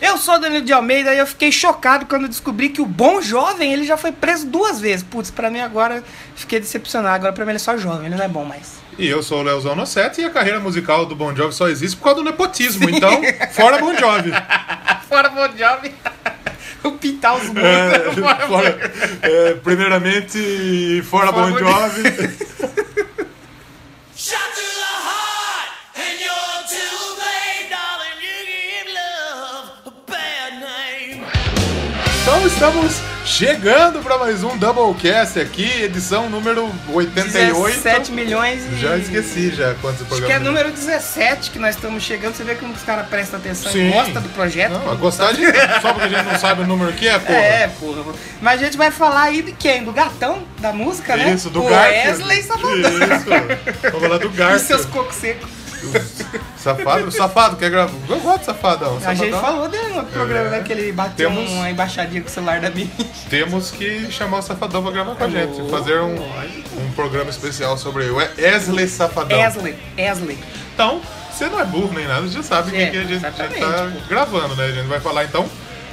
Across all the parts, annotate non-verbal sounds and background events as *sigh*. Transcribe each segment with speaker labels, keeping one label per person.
Speaker 1: Eu sou Danilo de Almeida e eu fiquei chocado quando descobri que o bom jovem ele já foi preso duas vezes. Putz, pra mim agora fiquei decepcionado. Agora pra mim ele é só jovem, ele não é bom mais.
Speaker 2: E eu sou o Leozão Nocete e a carreira musical do Bon Jovi só existe por causa do nepotismo. *laughs* Então, fora Bon Jovi.
Speaker 1: Fora bom jovem. *laughs* o pintar os mundos.
Speaker 2: É,
Speaker 1: fora Bon Jovi.
Speaker 2: fora- é, primeiramente, fora,
Speaker 1: Fora
Speaker 2: Bon
Speaker 1: Bon
Speaker 2: Jovi.
Speaker 3: Shot to the heart, and you're too late, darling. You give love a bad name.
Speaker 2: Então estamos chegando para mais um Doublecast aqui, edição número 88.
Speaker 1: 17 milhões e...
Speaker 2: Já esqueci já quantos
Speaker 1: Acho que é
Speaker 2: programas.
Speaker 1: número 17 que nós estamos chegando. Você vê como os caras prestam atenção
Speaker 2: Sim.
Speaker 1: e gostam do projeto.
Speaker 2: Não, a gostagem só porque a gente não sabe o número que é, pô.
Speaker 1: É, porra. Mas a gente vai falar aí de quem? Do gatão? Da música, né?
Speaker 2: Isso, do
Speaker 1: o
Speaker 2: Garfield.
Speaker 1: Wesley Safadão.
Speaker 2: Isso. Vamos falar
Speaker 1: *laughs*
Speaker 2: do
Speaker 1: E
Speaker 2: Garfield.
Speaker 1: seus cocos secos.
Speaker 2: Safado, safado, quer gravar? Eu gosto de safadão.
Speaker 1: A
Speaker 2: safadão.
Speaker 1: gente falou dele no programa,
Speaker 2: É.
Speaker 1: né? Que ele bateu
Speaker 2: Temos-
Speaker 1: uma embaixadinha com o celular da
Speaker 2: *laughs*
Speaker 1: minha.
Speaker 2: Temos que chamar o safadão pra gravar com a gente.
Speaker 1: Alô?
Speaker 2: Fazer um, um programa especial sobre o Wesley Safadão.
Speaker 1: Wesley, Wesley.
Speaker 2: Então, você não é burro nem nada, você já sabe o que
Speaker 1: É,
Speaker 2: que a gente já tá
Speaker 1: exatamente, pô.
Speaker 2: gravando, né? A gente vai falar então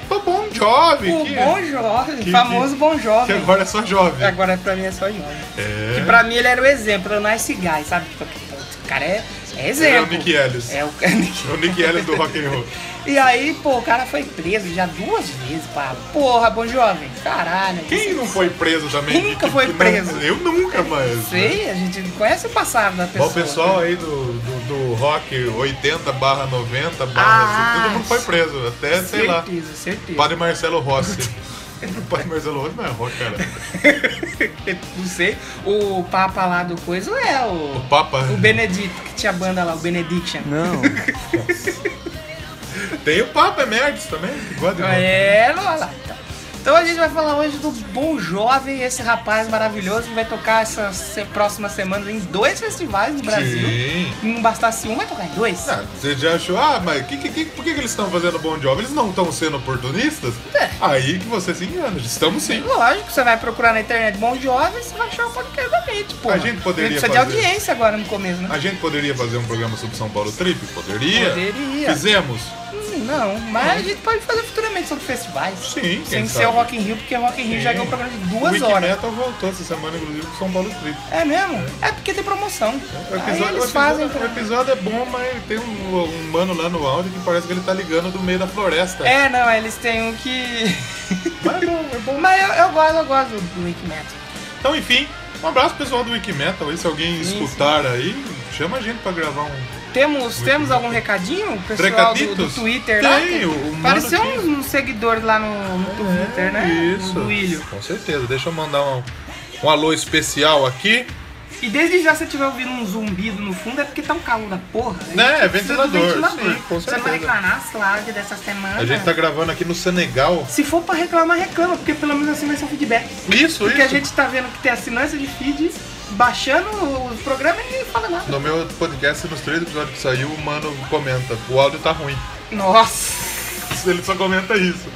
Speaker 2: do Bom Jovem.
Speaker 1: O
Speaker 2: que, é?
Speaker 1: Bom Jovem,
Speaker 2: que-
Speaker 1: famoso Bom
Speaker 2: que
Speaker 1: Jovem.
Speaker 2: agora é só jovem.
Speaker 1: Agora pra mim é só jovem. Que
Speaker 2: É.
Speaker 1: pra mim ele era o exemplo, era o Nice Guy, sabe? Tipo, O cara é, é exemplo.
Speaker 2: Ele é o Nick Ellis.
Speaker 1: É o- *laughs*
Speaker 2: O Nick Ellis do rock and roll.
Speaker 1: E aí, pô, o cara foi preso já duas vezes, pá. Porra, bom jovem, caralho. é
Speaker 2: Quem é não foi preso também?
Speaker 1: Quem nunca foi
Speaker 2: não-
Speaker 1: preso?
Speaker 2: eu nunca, mas.
Speaker 1: Sei, a gente conhece o passado da pessoa.
Speaker 2: Bom, o pessoal aí do, do, do rock 80 barra 90 barra
Speaker 1: Ah,
Speaker 2: assim, todo mundo foi preso. Até, é, sei lá,
Speaker 1: Certeza, certeza. *laughs*
Speaker 2: Padre Marcelo Rossi. o Padre Marcelo Rossi não é rock, cara.
Speaker 1: Não sei. O papa lá do coisa é o.
Speaker 2: O Papa.
Speaker 1: O Benedito, que tinha a banda lá, o Benediction.
Speaker 4: Não.
Speaker 2: Tem o Papa Merdes também, que gosta de rock.
Speaker 1: É, Lola. Então a gente vai falar hoje do Bom Jovem, esse rapaz maravilhoso que vai tocar essa se- próxima semana em dois festivais no Brasil.
Speaker 2: Sim.
Speaker 1: Não bastasse um, vai tocar em dois.
Speaker 2: Ah, você já achou, ah, mas que, que, que- por que, que eles estão fazendo bom job? Eles não estão sendo oportunistas?
Speaker 1: É.
Speaker 2: Aí que você se engana, estamos sim.
Speaker 1: Lógico, você vai procurar na internet Bom Jovem, você vai achar um o podcast é da Mente, pô.
Speaker 2: A gente poderia
Speaker 1: precisa
Speaker 2: fazer.
Speaker 1: de audiência agora no começo, né?
Speaker 2: A gente poderia fazer um programa sobre São Paulo Trip? Poderia.
Speaker 1: Poderia.
Speaker 2: Fizemos.
Speaker 1: Hum, Não, mas a gente pode fazer futuramente sobre festivais.
Speaker 2: Sim, quem
Speaker 1: Sem ser
Speaker 2: sabe.
Speaker 1: o Rock in Rio, porque o Rock in Rio já ganhou um programa de duas
Speaker 2: o Wiki
Speaker 1: horas.
Speaker 2: Metal voltou essa semana, inclusive, com São Paulo Trip.
Speaker 1: É mesmo? É porque tem promoção.
Speaker 2: O
Speaker 1: Aí
Speaker 2: episódio, o
Speaker 1: eles
Speaker 2: episódio-
Speaker 1: fazem...
Speaker 2: o episódio é bom, mas tem um, um mano lá no áudio que parece que ele tá ligando do meio da floresta.
Speaker 1: É, não, eles têm um que... *laughs*
Speaker 2: Mas é bom, é bom.
Speaker 1: Mas eu, eu gosto, eu gosto do, do Wake Metal.
Speaker 2: Então, enfim, um abraço pro pessoal do Wiki Metal. E se alguém
Speaker 1: Sim,
Speaker 2: escutar aí, chama a gente pra gravar um,
Speaker 1: Temos, temos
Speaker 2: bem.
Speaker 1: algum recadinho? O pessoal do, do
Speaker 2: Recaditos?
Speaker 1: Twitter
Speaker 2: Tem,
Speaker 1: lá?
Speaker 2: o- o mano
Speaker 1: Pareceu
Speaker 2: que-
Speaker 1: um, um seguidor lá no, no Twitter, né?
Speaker 2: É, Isso.
Speaker 1: Do Willio.
Speaker 2: Com certeza. Deixa eu mandar um, um alô especial aqui.
Speaker 1: E desde já, se você estiver ouvindo um zumbido no fundo, é porque tá um calor da porra.
Speaker 2: Né,
Speaker 1: A gente
Speaker 2: é
Speaker 1: precisa
Speaker 2: ventilador, sim, com
Speaker 1: Você não vai
Speaker 2: certeza.
Speaker 1: reclamar, Slávia, dessa semana.
Speaker 2: A gente tá gravando aqui no Senegal.
Speaker 1: Se for pra reclamar, reclama, porque pelo menos assim vai ser um feedback.
Speaker 2: Isso,
Speaker 1: Porque
Speaker 2: isso.
Speaker 1: a gente tá vendo que tem assinância de feed, baixando os programas e ninguém fala nada.
Speaker 2: No meu podcast, nos três episódios que saiu, o mano comenta: o áudio tá ruim. *laughs*
Speaker 1: Nossa!
Speaker 2: Ele só comenta isso.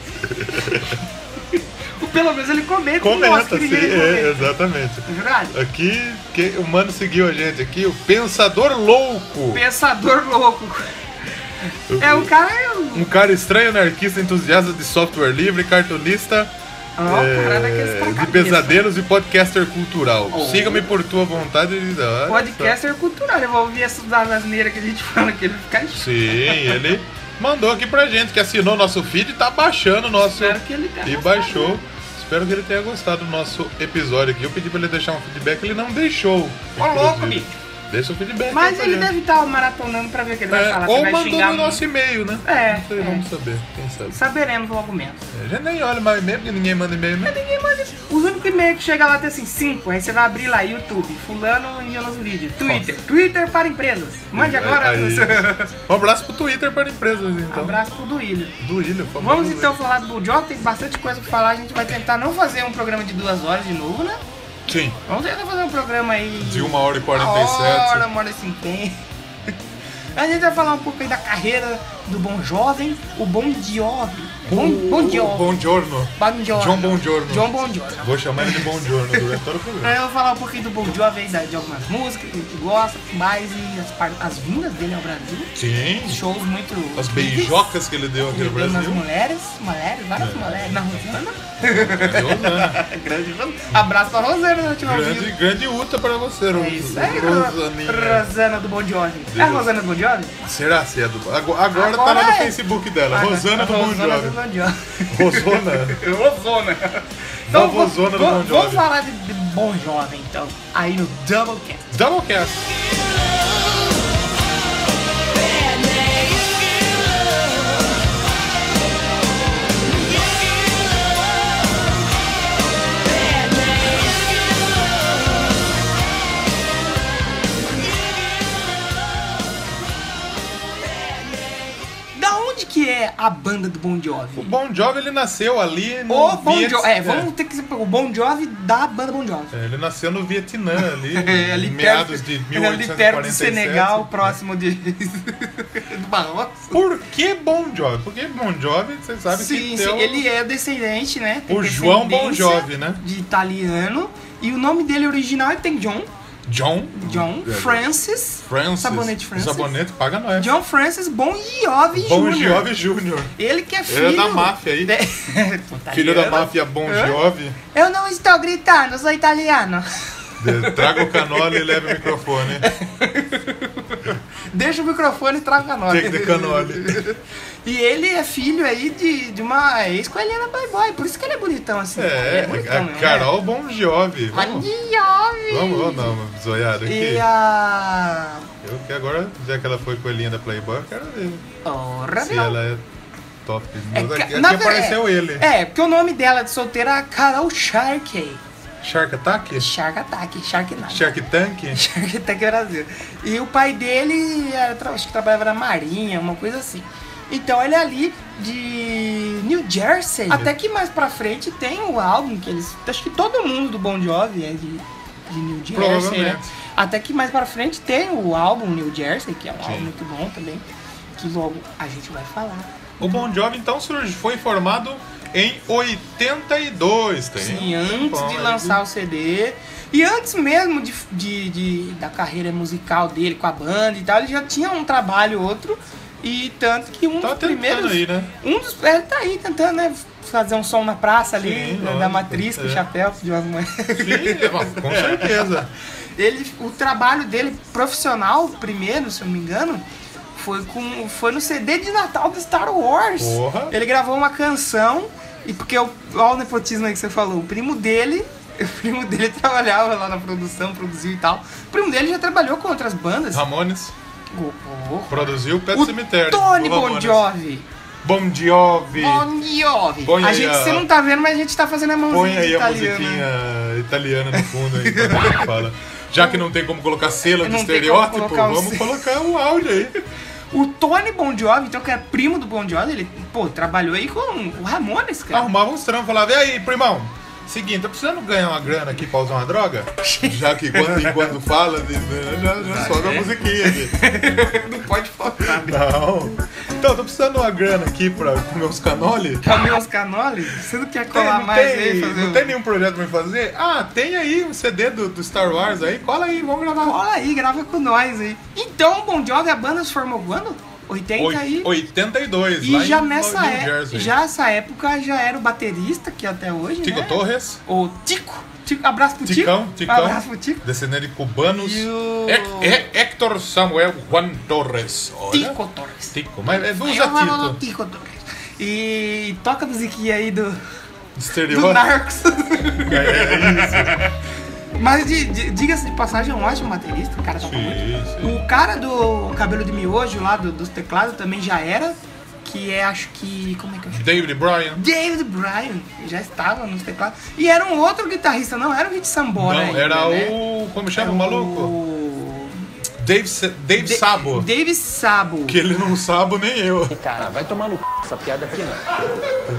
Speaker 1: Pelo menos ele comenta.
Speaker 2: Comenta,
Speaker 1: nossa, que
Speaker 2: sim.
Speaker 1: ninguém
Speaker 2: É,
Speaker 1: comenta. tá
Speaker 2: exatamente.
Speaker 1: Jurado?
Speaker 2: Aqui, que, o mano seguiu a gente aqui, o Pensador Louco.
Speaker 1: Pensador louco. É um cara.
Speaker 2: Um cara estranho, anarquista, entusiasta de software livre, cartunista.
Speaker 1: É uma
Speaker 2: é,
Speaker 1: parada que eles Oh.
Speaker 2: de pesadelos e podcaster cultural. Siga-me por tua vontade. "Ah, tá." Olha só.
Speaker 1: Podcaster cultural. Eu vou ouvir essas asneiras que a gente *laughs* fala que ele fica chato.
Speaker 2: Sim, ele mandou aqui pra gente, que assinou nosso feed e tá baixando o nosso.
Speaker 1: Espero que ele tenha
Speaker 2: E
Speaker 1: gostado.
Speaker 2: baixou. Espero que ele tenha gostado do nosso episódio aqui. Eu pedi pra ele deixar um feedback, ele não deixou.
Speaker 1: Ô,
Speaker 2: inclusive.
Speaker 1: louco, bicho.
Speaker 2: Deixa o feedback. aí
Speaker 1: Mas
Speaker 2: pra
Speaker 1: ele
Speaker 2: gente.
Speaker 1: deve estar maratonando pra ver o que ele vai
Speaker 2: É,
Speaker 1: falar.
Speaker 2: ou
Speaker 1: se vai
Speaker 2: mandou
Speaker 1: xingar
Speaker 2: no
Speaker 1: muito.
Speaker 2: nosso e-mail, né?
Speaker 1: É,
Speaker 2: Não sei,
Speaker 1: é.
Speaker 2: vamos saber, quem sabe.
Speaker 1: Saberemos logo menos.
Speaker 2: A gente nem olha mais e-mail, porque ninguém manda e-mail né? mesmo.
Speaker 1: Ninguém manda. Os únicos e-mails que chega lá tem assim, cinco. Aí você vai abrir lá, YouTube, fulano enviando os vídeos. Twitter. Twitter para empresas. Mande agora. *laughs*
Speaker 2: Aí- Um abraço pro Twitter para empresas, então.
Speaker 1: Abraço pro Duílio.
Speaker 2: Do William, famoso né?
Speaker 1: Vamos
Speaker 2: William.
Speaker 1: então falar do Bull Job, tem bastante coisa pra falar, a gente vai tentar não fazer um programa de duas horas de novo, né?
Speaker 2: Sim,
Speaker 1: Vamos tentar fazer um programa aí
Speaker 2: de 1 hora e
Speaker 1: uma
Speaker 2: 47.
Speaker 1: hora, uma hora e cinquenta. *laughs* A gente vai falar um pouco aí da carreira do Bom Jovem, o Bom Diobi. Bom, bom Diobi.
Speaker 2: Bom Giorno.
Speaker 1: Bon Jovi.
Speaker 2: John Bon Giorno.
Speaker 1: John Bon Jovi.
Speaker 2: Vou chamar ele de Bon Giorno durante todo o
Speaker 1: Aí *laughs*
Speaker 2: programa.
Speaker 1: eu vou falar um pouquinho do Bon Jovi, aí da- de algumas músicas que a gente gosta mais e as, par- as vindas dele ao Brasil.
Speaker 2: Sim.
Speaker 1: Shows muito...
Speaker 2: As beijocas que ele deu aqui no
Speaker 1: Ele deu nas
Speaker 2: Brasil. É.
Speaker 1: mulheres, mulheres, várias mulheres. Na Rosana.
Speaker 2: Deus, né?
Speaker 1: *laughs* Grande Rosana. Abraço pra Rosana, se eu tiver
Speaker 2: Grande,
Speaker 1: ouvido.
Speaker 2: grande Uta para você,
Speaker 1: É isso aí,
Speaker 2: Rosaninha.
Speaker 1: Ro- Rosana do Bon Jovi. É a
Speaker 2: Deus.
Speaker 1: Rosana do Bon Jovi?
Speaker 2: Será se é do. Agora, agora tá
Speaker 1: Agora
Speaker 2: lá no
Speaker 1: é.
Speaker 2: Facebook dela. Rosana do Bon
Speaker 1: Rosana
Speaker 2: Jovi.
Speaker 1: do Bon Jovi.
Speaker 2: *laughs* Rosana.
Speaker 1: Vovozona. Então,
Speaker 2: Vovozona do Bon
Speaker 1: vamos,
Speaker 2: Jovi.
Speaker 1: vamos falar de, de Bon Jovem, então. Aí no Doublecast.
Speaker 2: Doublecast.
Speaker 1: Da onde que é a banda do Bon Jovi?
Speaker 2: O Bon Jovi ele nasceu ali no.
Speaker 1: O Bon
Speaker 2: Viet-
Speaker 1: Jovi. É, vamos ter que ser o Bon Jovi da banda Bon Jovi.
Speaker 2: É, ele nasceu no Vietnã ali,
Speaker 1: *laughs* É, ali
Speaker 2: em meados
Speaker 1: perto, é
Speaker 2: de
Speaker 1: ali perto do
Speaker 2: 1847.
Speaker 1: Senegal, próximo
Speaker 2: *laughs*
Speaker 1: de do Marrocos.
Speaker 2: Por que Bon Jovi? Porque Bon Jovi, você sabe
Speaker 1: Sim, sim,
Speaker 2: que tem o-
Speaker 1: ele é descendente, né? Tem
Speaker 2: O João Bon
Speaker 1: descendência
Speaker 2: Jovi, né?
Speaker 1: De italiano. E o nome dele original é tem John.
Speaker 2: John.
Speaker 1: John
Speaker 2: É,
Speaker 1: Francis.
Speaker 2: Francis.
Speaker 1: Sabonete Francis.
Speaker 2: Sabonete paga nós.
Speaker 1: John Francis Bon Jovi
Speaker 2: Bon
Speaker 1: Jr.
Speaker 2: Jovi Jr.
Speaker 1: Ele que é filho...
Speaker 2: Ele é da máfia aí.
Speaker 1: de- *laughs* Puta
Speaker 2: Filho da
Speaker 1: merda.
Speaker 2: máfia Bon
Speaker 1: Hã?
Speaker 2: Jovi.
Speaker 1: Eu não estou gritando, sou italiano.
Speaker 2: De- Traga o canola e leve o microfone.
Speaker 1: Deixa o microfone e traga o canole.
Speaker 2: Take the canole.
Speaker 1: *laughs* E ele é filho aí de, de uma ex-coelheira Playboy, por isso que ele é bonitão assim.
Speaker 2: É,
Speaker 1: ele *laughs* é bonitão
Speaker 2: a Carol Bon Jovi. Vamos, vamos,
Speaker 1: Vamos,
Speaker 2: vamos dar uma zoiada aqui.
Speaker 1: E a...
Speaker 2: Eu que agora, já que ela foi coelhinha da Playboy, eu quero ver
Speaker 1: Ora,
Speaker 2: se
Speaker 1: meu. É,
Speaker 2: ela é top. Mas
Speaker 1: ca-
Speaker 2: aqui,
Speaker 1: na
Speaker 2: aqui
Speaker 1: ver-
Speaker 2: apareceu
Speaker 1: é,
Speaker 2: ele.
Speaker 1: É, porque o nome dela de solteira é Carol Sharkey.
Speaker 2: Shark Attack?
Speaker 1: Shark Attack, Shark Night.
Speaker 2: Shark Tank?
Speaker 1: Shark Attack tá Brasil. E o pai dele, era, tra- acho que trabalhava na marinha, uma coisa assim. Então ele é ali de New Jersey. Até que mais pra frente tem o álbum que eles... Acho que todo mundo do Bon Jovi é de, de New Jersey, né?
Speaker 2: Provavelmente.
Speaker 1: Até que mais pra frente tem o álbum New Jersey, que é um álbum
Speaker 2: Sim.
Speaker 1: muito bom também. Que logo a gente vai falar.
Speaker 2: O Bon Jovi então surge- foi formado em 82, tem?
Speaker 1: Sim,
Speaker 2: um
Speaker 1: Assim, antes
Speaker 2: tempão
Speaker 1: de
Speaker 2: aí.
Speaker 1: lançar o CD. E antes mesmo de, de- de- da carreira musical dele com a banda e tal, ele já tinha um trabalho outro. E tanto que um
Speaker 2: Tá
Speaker 1: dos primeiros.
Speaker 2: tentando aí, né?
Speaker 1: Um dos. Ele tá aí tentando, né? Fazer um som na praça ali,
Speaker 2: Sim,
Speaker 1: né, da
Speaker 2: lógico,
Speaker 1: matriz, com o
Speaker 2: é.
Speaker 1: chapéu de umas mães.
Speaker 2: *laughs* Sim, mas
Speaker 1: É.
Speaker 2: com certeza.
Speaker 1: Ele, o trabalho dele profissional, primeiro, se eu não me engano, foi, com, foi no CD de Natal do Star Wars.
Speaker 2: Porra.
Speaker 1: Ele gravou uma canção, e porque o, olha o nepotismo aí que você falou, o primo dele. *laughs* O primo dele trabalhava lá na produção, produziu e tal. O primo dele já trabalhou com outras bandas.
Speaker 2: Ramones
Speaker 1: O,
Speaker 2: produziu Pet
Speaker 1: o
Speaker 2: É Cemitério. né?
Speaker 1: Tony
Speaker 2: o
Speaker 1: Bon
Speaker 2: Ramones.
Speaker 1: Jovi.
Speaker 2: Bon Jovi.
Speaker 1: Bon Jovi.
Speaker 2: Põe
Speaker 1: a
Speaker 2: aí
Speaker 1: gente,
Speaker 2: a-
Speaker 1: você não tá vendo, mas a gente tá fazendo a mãozinha
Speaker 2: Põe aí a
Speaker 1: italiana.
Speaker 2: musiquinha italiana no fundo aí, enquanto a gente fala. Já que não tem como colocar selo de
Speaker 1: Não tem como
Speaker 2: estereótipo,
Speaker 1: colocar um selo.
Speaker 2: vamos colocar o áudio aí.
Speaker 1: O Tony Bon Jovi, então, que é primo do Bon Jovi, ele, pô, trabalhou aí com o Ramones, cara.
Speaker 2: Arrumava uns trampos, falava, e aí, primão? Seguinte, tá precisando ganhar uma grana aqui pra usar uma droga? *laughs* Já que quando, enquanto fala, diz, né, já, já sobe a musiquinha aqui.
Speaker 1: Não pode faltar.
Speaker 2: Não. Tá Então, tô precisando de uma grana aqui pra comer uns canoli.
Speaker 1: Caminhão os canoles? Você não quer
Speaker 2: Tem-
Speaker 1: colar
Speaker 2: não,
Speaker 1: mais
Speaker 2: tem,
Speaker 1: aí? Fazer
Speaker 2: não
Speaker 1: um-
Speaker 2: tem nenhum projeto pra me fazer? Ah, tem aí um CD do, do Star Wars aí, cola aí, vamos gravar.
Speaker 1: Cola aí, grava com nós aí. Então, o Bon Jovi, a banda se formou quando? 80 aí.
Speaker 2: Oi- 82, lá
Speaker 1: E já
Speaker 2: em
Speaker 1: nessa
Speaker 2: New
Speaker 1: época,
Speaker 2: Jersey.
Speaker 1: já essa época já era o baterista, que até hoje,
Speaker 2: Tico
Speaker 1: né?
Speaker 2: Torres,
Speaker 1: O Tico. Tico. Abraço pro Tico. Um
Speaker 2: Ticão, Ticão,
Speaker 1: Abraço pro Tico.
Speaker 2: descendente de cubanos,
Speaker 1: E o-
Speaker 2: Hec- He- Hector Samuel Juan Torres. Olha.
Speaker 1: Tico Torres.
Speaker 2: Tico, mas é,
Speaker 1: Eu
Speaker 2: usa
Speaker 1: falo
Speaker 2: Tito.
Speaker 1: Tico Torres. E toca a musiquinha aí do, do
Speaker 2: Exterior.
Speaker 1: Narcos. *laughs*
Speaker 2: É, é isso.
Speaker 1: Mas de- de- diga-se de passagem, é um ótimo baterista, o cara toca
Speaker 2: Sim,
Speaker 1: muito.
Speaker 2: sim.
Speaker 1: O cara do cabelo de miojo lá, do, dos teclados, também já era, que é, acho que, como é que eu chamo?
Speaker 2: *laughs* David Bryan.
Speaker 1: David Bryan, já estava nos teclados. E era um outro guitarrista, não era o Hit Sambora
Speaker 2: Não,
Speaker 1: ainda,
Speaker 2: era
Speaker 1: né?
Speaker 2: o. Como
Speaker 1: Era
Speaker 2: chama o maluco?
Speaker 1: o-
Speaker 2: Dave, Sa- Dave
Speaker 1: Da-
Speaker 2: Sabo.
Speaker 1: David Sabo.
Speaker 2: Que ele não sabe nem eu.
Speaker 4: Cara, vai tomar no c... essa piada aqui né?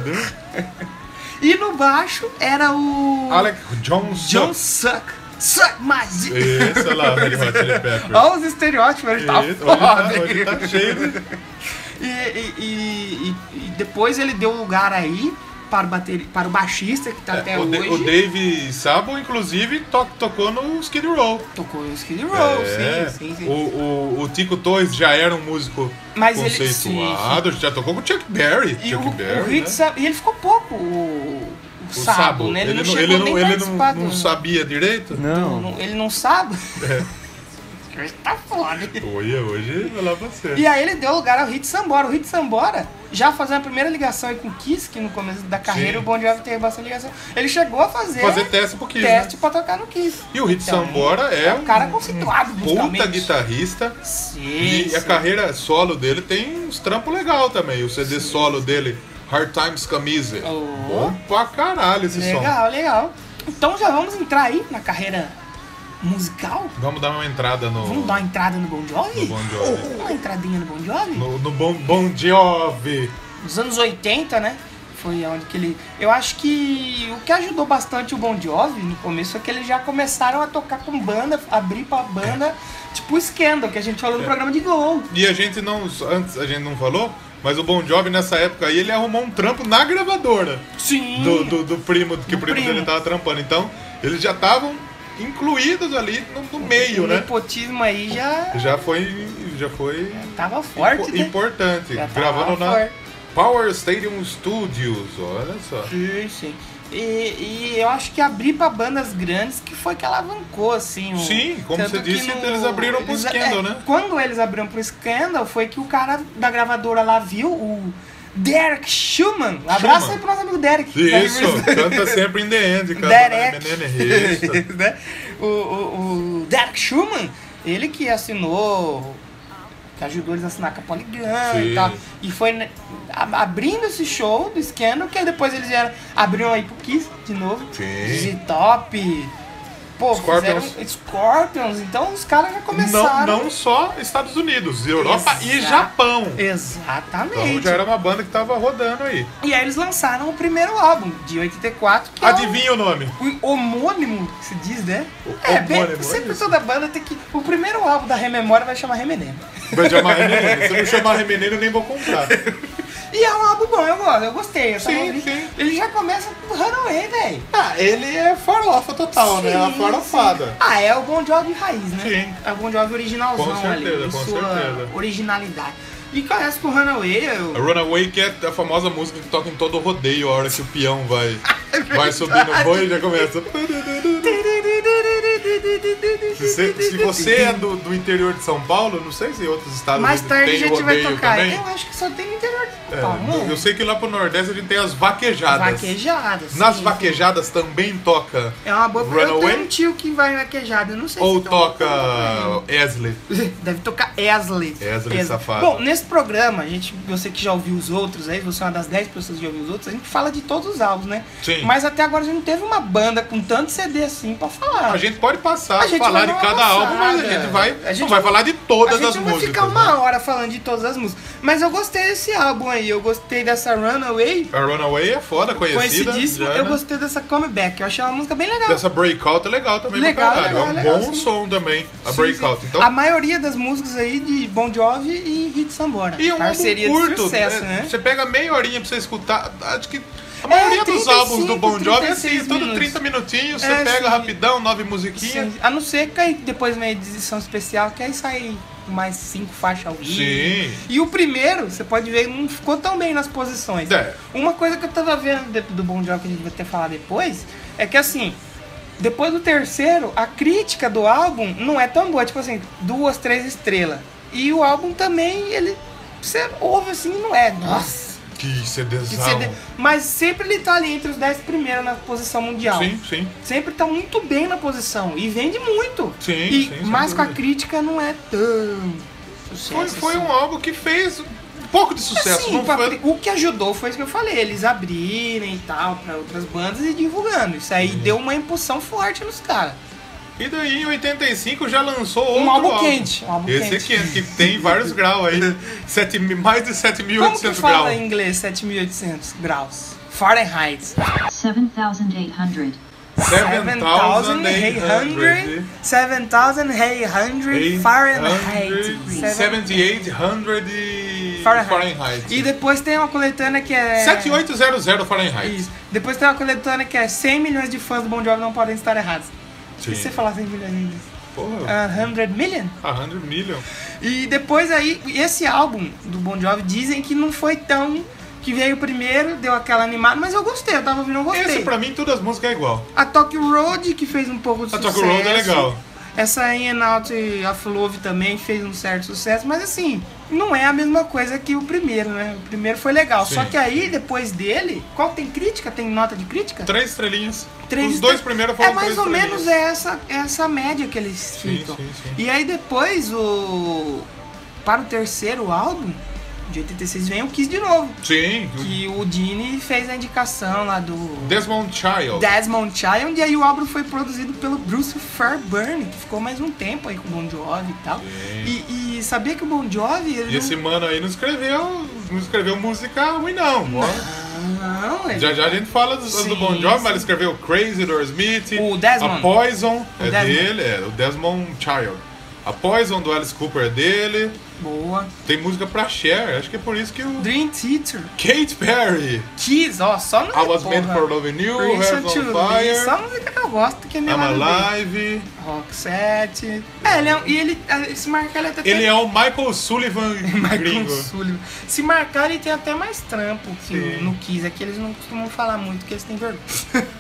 Speaker 4: não.
Speaker 1: E no baixo era o...
Speaker 2: Alec Johnson.
Speaker 1: John Suck. Suck my dick.
Speaker 2: Isso lá,
Speaker 1: *laughs*
Speaker 2: Red Hot Chili Peppers.
Speaker 1: Olha os estereótipos, ele tá
Speaker 2: Isso, hoje tá-
Speaker 1: foda.
Speaker 2: hoje tá cheio de...
Speaker 1: E, e- e- e- e depois ele deu um lugar aí para o, bateri, para o baixista, que tá até
Speaker 2: É, o,
Speaker 1: hoje.
Speaker 2: Da- o Dave Sabo, inclusive, to- tocou no Skid Row.
Speaker 1: Tocou o Skid Row,
Speaker 2: É,
Speaker 1: Oh, sim, sim, sim.
Speaker 2: O, o, o Tico Torres já era um músico
Speaker 1: Mas ele-
Speaker 2: conceituado, já tocou com o Chuck Berry.
Speaker 1: E o,
Speaker 2: Chuck
Speaker 1: o
Speaker 2: Berry,
Speaker 1: Rick
Speaker 2: né?
Speaker 1: Sa- e ele ficou pouco, o, o
Speaker 2: O
Speaker 1: Sabo, né? Ele, não chegou
Speaker 2: ele não,
Speaker 1: nem
Speaker 2: ele não,
Speaker 1: participar
Speaker 2: não
Speaker 1: do-
Speaker 2: sabia direito.
Speaker 4: Não.
Speaker 1: não- Ele não sabe?
Speaker 2: É.
Speaker 1: *laughs* Ele tá foda.
Speaker 2: Olha, é hoje vai lá pra você.
Speaker 1: E aí ele deu lugar ao Hit Sambora. O Hit Sambora, já fazendo a primeira ligação aí com o Kiss, que no começo da carreira
Speaker 2: Sim.
Speaker 1: o Bon Jovi teve bastante ligação. Ele chegou a fazer,
Speaker 2: Fazer teste um pouquinho. né?
Speaker 1: é teste pra tocar no Kiss.
Speaker 2: E o Hit Sambora é,
Speaker 1: um cara conceituado
Speaker 2: puta
Speaker 1: musicalmente.
Speaker 2: guitarrista.
Speaker 1: Sim,
Speaker 2: E a
Speaker 1: sim.
Speaker 2: carreira solo dele tem uns trampos legal também. O CD solo dele, Hard Times Camisa.
Speaker 1: Oh.
Speaker 2: Bom pra caralho esse som.
Speaker 1: Legal, legal. Então já vamos entrar aí na carreira musical?
Speaker 2: Vamos dar uma entrada no.
Speaker 1: Vamos dar uma entrada no Bon Jovi?
Speaker 2: No Bon Jovi.
Speaker 1: Uma entradinha no Bon Jovi?
Speaker 2: No, no Bon, bon Jovi.
Speaker 1: Nos anos 80, né? Foi onde que ele... Eu acho que o que ajudou bastante o Bon Jovi no começo é que eles já começaram a tocar com banda, abrir pra banda,
Speaker 2: É.
Speaker 1: tipo o Scandal, que a gente falou no programa de Glow.
Speaker 2: E a gente não. Antes a gente não falou, mas o Bon Jovi nessa época aí ele arrumou um trampo na gravadora
Speaker 1: Sim.
Speaker 2: do, do, do primo, que
Speaker 1: Do
Speaker 2: o primo,
Speaker 1: primo.
Speaker 2: dele tava trampando. Então, eles já estavam incluídos ali no, no meio,
Speaker 1: o
Speaker 2: né?
Speaker 1: nepotismo aí já
Speaker 2: Já foi. Já foi.
Speaker 1: tava forte,
Speaker 2: impo-
Speaker 1: né?
Speaker 2: importante.
Speaker 1: Já tá
Speaker 2: Gravando na
Speaker 1: forte.
Speaker 2: Power Stadium Studios, olha
Speaker 1: *laughs*
Speaker 2: só.
Speaker 1: Sim, sim. E, e eu acho que abrir pra bandas grandes que foi que alavancou, assim. o-
Speaker 2: Sim, como você
Speaker 1: que é,
Speaker 2: disse, eles abriram pro Scandal, né?
Speaker 1: Quando eles abriram pro Scandal, foi que o cara da gravadora lá viu o Derek Schumann. Abraço aí pro nosso amigo Derek.
Speaker 2: Isso, canta sempre em The End, canta
Speaker 1: Derek.
Speaker 2: na Menene Rista.
Speaker 1: né? o, o, o Derek Schumann, ele que assinou, que ajudou eles a assinar com a Polygram e
Speaker 2: Sim.
Speaker 1: tal. E foi né, a- abrindo esse show do Scandal, que aí depois eles vieram, abriram aí pro Kiss de novo.
Speaker 2: Sim.
Speaker 1: Z-Top. Pô,
Speaker 2: Scorpions.
Speaker 1: fizeram um Scorpions. Então os caras já
Speaker 2: Não,
Speaker 1: começaram.
Speaker 2: não só Estados Unidos, Europa e
Speaker 1: Exato.
Speaker 2: Japão. Então
Speaker 1: Exatamente.
Speaker 2: já era uma banda que tava rodando aí.
Speaker 1: E aí eles lançaram o primeiro álbum, de 84, que é o-
Speaker 2: Adivinha o nome?
Speaker 1: O homônimo, que se diz, né?
Speaker 2: O-
Speaker 1: é, bem-
Speaker 2: homônimo,
Speaker 1: sempre
Speaker 2: é isso?
Speaker 1: toda banda tem que. O primeiro álbum da Rememória vai chamar Remenemo.
Speaker 2: Vai chamar Remeneno. Se não chamar Remeneno, eu nem vou comprar.
Speaker 1: E é um álbum bom, eu gosto, eu gostei. Eu tava
Speaker 2: Sim,
Speaker 1: ouvindo.
Speaker 2: sim.
Speaker 1: Ele já começa com Runaway, velho.
Speaker 2: Ah, ele é farofa total, né? É uma
Speaker 1: Sim, sim.
Speaker 2: farofada.
Speaker 1: Ah, é o Bon Jovi raiz, né?
Speaker 2: Sim.
Speaker 1: É o Bon Jovi originalzão
Speaker 2: Com certeza,
Speaker 1: ali, em
Speaker 2: com
Speaker 1: sua
Speaker 2: certeza.
Speaker 1: originalidade. E começa com Runaway,
Speaker 2: A
Speaker 1: eu...
Speaker 2: Runaway, que é a famosa música que toca em todo o rodeio, a hora que o peão
Speaker 1: *laughs*
Speaker 2: vai,
Speaker 1: É
Speaker 2: vai subir no boi e já começa. Se, você- se você é do, do interior de São Paulo, não sei se em outros estados
Speaker 1: Mais
Speaker 2: tem
Speaker 1: tarde a gente vai
Speaker 2: rodeio
Speaker 1: tocar. né? Tá,
Speaker 2: também.
Speaker 1: Eu acho que só tem no interior de
Speaker 2: É,
Speaker 1: São Paulo.
Speaker 2: eu sei que lá pro Nordeste a gente tem as vaquejadas.
Speaker 1: Vaquejadas.
Speaker 2: Nas
Speaker 1: sim.
Speaker 2: vaquejadas também toca
Speaker 1: É uma boa pergunta. Eu tenho um
Speaker 2: Runaway
Speaker 1: tio que vai vaquejada, eu não sei
Speaker 2: ou
Speaker 1: se
Speaker 2: toca
Speaker 1: toca-
Speaker 2: Esley?
Speaker 1: *laughs* Deve tocar Esley.
Speaker 2: Esley safado.
Speaker 1: Bom, nesse programa, a gente, você que já ouviu os outros aí, você é uma das 10 pessoas que já ouviu os outros, a gente fala de todos os álbuns, né?
Speaker 2: Sim.
Speaker 1: Mas até agora a gente não teve uma banda com tanto CD assim pra falar.
Speaker 2: A gente pode passar,
Speaker 1: A gente
Speaker 2: falar
Speaker 1: vai dar
Speaker 2: de
Speaker 1: uma
Speaker 2: cada
Speaker 1: passada.
Speaker 2: álbum, mas a gente vai,
Speaker 1: A gente
Speaker 2: não vai falar de
Speaker 1: a
Speaker 2: todas
Speaker 1: gente
Speaker 2: as
Speaker 1: não vai
Speaker 2: músicas.
Speaker 1: ficar uma
Speaker 2: né?
Speaker 1: hora falando de todas as músicas. Mas eu gostei desse álbum aí, eu gostei dessa Runaway,
Speaker 2: A Runaway é foda, conhecida.
Speaker 1: conhecidíssima.
Speaker 2: já,
Speaker 1: Eu
Speaker 2: né?
Speaker 1: gostei dessa Comeback, eu achei uma música bem legal.
Speaker 2: Dessa Breakout é legal também
Speaker 1: Legal,
Speaker 2: pra caralho.
Speaker 1: legal,
Speaker 2: é um
Speaker 1: legal,
Speaker 2: bom
Speaker 1: sim.
Speaker 2: som também, a
Speaker 1: Sim,
Speaker 2: Breakout.
Speaker 1: sim.
Speaker 2: Então,
Speaker 1: a maioria das músicas aí de Bon Jovi e Hit Sambora.
Speaker 2: e é um
Speaker 1: Parceria
Speaker 2: álbum curto.
Speaker 1: de sucesso,
Speaker 2: é,
Speaker 1: né? É,
Speaker 2: Você pega meia horinha pra você escutar. Acho que a maioria dos
Speaker 1: 35,
Speaker 2: álbuns do Bon Jovi é assim,
Speaker 1: 36
Speaker 2: todo
Speaker 1: minutos.
Speaker 2: 30 minutinhos, você
Speaker 1: É,
Speaker 2: pega
Speaker 1: sim.
Speaker 2: rapidão, nove musiquinhas.
Speaker 1: Sim, A não ser que aí depois vem a edição especial, que aí sai mais cinco faixas ao vivo.
Speaker 2: Sim.
Speaker 1: E o primeiro, você pode ver, não ficou tão bem nas posições.
Speaker 2: É.
Speaker 1: Uma coisa que eu tava vendo de- do Bon Jovi, que a gente vai até falar depois, é que assim, depois do terceiro, a crítica do álbum não é tão boa. Tipo assim, duas, três estrelas. E o álbum também, ele... Você ouve assim e não é. Nossa!
Speaker 2: Que
Speaker 1: Que
Speaker 2: CDzão.
Speaker 1: CD. Mas sempre ele tá ali entre os 10 primeiros na posição mundial.
Speaker 2: Sim, sim.
Speaker 1: Sempre tá muito bem na posição. E vende muito.
Speaker 2: Sim,
Speaker 1: e,
Speaker 2: sim, sem
Speaker 1: Mas com a
Speaker 2: dúvida.
Speaker 1: crítica não é tão. Sucesso,
Speaker 2: Foi, foi
Speaker 1: assim.
Speaker 2: um álbum que fez um pouco de sucesso.
Speaker 1: Assim,
Speaker 2: não
Speaker 1: pra-
Speaker 2: foi...
Speaker 1: O que ajudou foi isso que eu falei, eles abrirem e tal pra outras bandas e divulgando. Isso
Speaker 2: Uhum.
Speaker 1: aí deu uma impulsão forte nos caras.
Speaker 2: E daí, em 85, já lançou
Speaker 1: Um
Speaker 2: outro
Speaker 1: álbum quente, um álbum
Speaker 2: Esse
Speaker 1: quente.
Speaker 2: é quente, que tem vários graus
Speaker 1: *laughs*
Speaker 2: aí. Sete mil- mais de
Speaker 1: Como que
Speaker 2: 7.800
Speaker 1: fala
Speaker 2: graus.
Speaker 1: em inglês 7800 graus? Fahrenheit.
Speaker 5: 7,800.
Speaker 1: 7,800 7,800 Fahrenheit.
Speaker 2: 7800 e...
Speaker 1: Fahrenheit.
Speaker 2: Fahrenheit.
Speaker 1: E depois tem uma coletânea que é...
Speaker 2: 7800 Fahrenheit.
Speaker 1: Isso. Depois tem uma coletânea que é 100 milhões de fãs do Bon Jovi não podem estar errados.
Speaker 2: Sim.
Speaker 1: Se você falar 100 milhões em inglês.
Speaker 2: Porra,
Speaker 1: Ah, 100 million?
Speaker 2: 100 million.
Speaker 1: E depois aí, esse álbum do Bon Jovi dizem que não foi tão... Que veio primeiro, deu aquela animada, mas eu gostei, eu tava ouvindo, eu gostei.
Speaker 2: Esse pra mim, todas as músicas é igual.
Speaker 1: A Tokyo Road, que fez um pouco de
Speaker 2: A
Speaker 1: sucesso.
Speaker 2: Tokyo Road é legal.
Speaker 1: Essa In and Out of Love também fez um certo sucesso, mas assim, não é a mesma coisa que o primeiro, né? O primeiro foi legal.
Speaker 2: Sim.
Speaker 1: Só que aí, depois dele, qual tem crítica? Tem nota de crítica?
Speaker 2: Três estrelinhas.
Speaker 1: Três
Speaker 2: Então, Os dois
Speaker 1: estre-
Speaker 2: primeiros
Speaker 1: É
Speaker 2: foram
Speaker 1: mais
Speaker 2: três
Speaker 1: ou
Speaker 2: estrelinhas.
Speaker 1: menos essa, essa média que eles
Speaker 2: Sim,
Speaker 1: ficam.
Speaker 2: sim, sim.
Speaker 1: E aí depois, o para o terceiro álbum, de 86, vem o Kiss de novo.
Speaker 2: Sim.
Speaker 1: Que o Dini fez a indicação lá do...
Speaker 2: Desmond Child.
Speaker 1: Desmond Child, e aí o álbum foi produzido pelo Bruce Fairburn, que ficou mais um tempo aí com o Bon Jovi e tal. E, e sabia que o Bon Jovi, ele
Speaker 2: E esse mano aí não escreveu, não escreveu música ruim, não.
Speaker 1: não... não, ele-
Speaker 2: Já já a gente fala dos,
Speaker 1: Sim,
Speaker 2: do Bon Jovi,
Speaker 1: sim.
Speaker 2: mas ele escreveu Crazy do Smith,
Speaker 1: O Desmond.
Speaker 2: a Poison
Speaker 1: O
Speaker 2: é
Speaker 1: Desmond.
Speaker 2: dele, é, o Desmond Child. A Poison do Alice Cooper é dele,
Speaker 1: Boa.
Speaker 2: tem música pra Cher, acho que é por isso que o
Speaker 1: Dream Theater.
Speaker 2: Kate Perry,
Speaker 1: Kiss, ó, só é no...
Speaker 2: I Was Made for Loving You, Heads on Fire,
Speaker 1: Só música que eu gosto, que é minha
Speaker 2: I'm
Speaker 1: maravilha.
Speaker 2: Alive.
Speaker 1: Rock 7. É, ele é um- e ele, se marcar, ele até tem-
Speaker 2: Ele é o Michael Sullivan
Speaker 1: *laughs* Michael
Speaker 2: gringo.
Speaker 1: Sullivan. Se marcar, ele tem até mais trampo que
Speaker 2: Sim.
Speaker 1: no, no Kiss. É que eles não costumam falar muito, porque eles têm vergonha.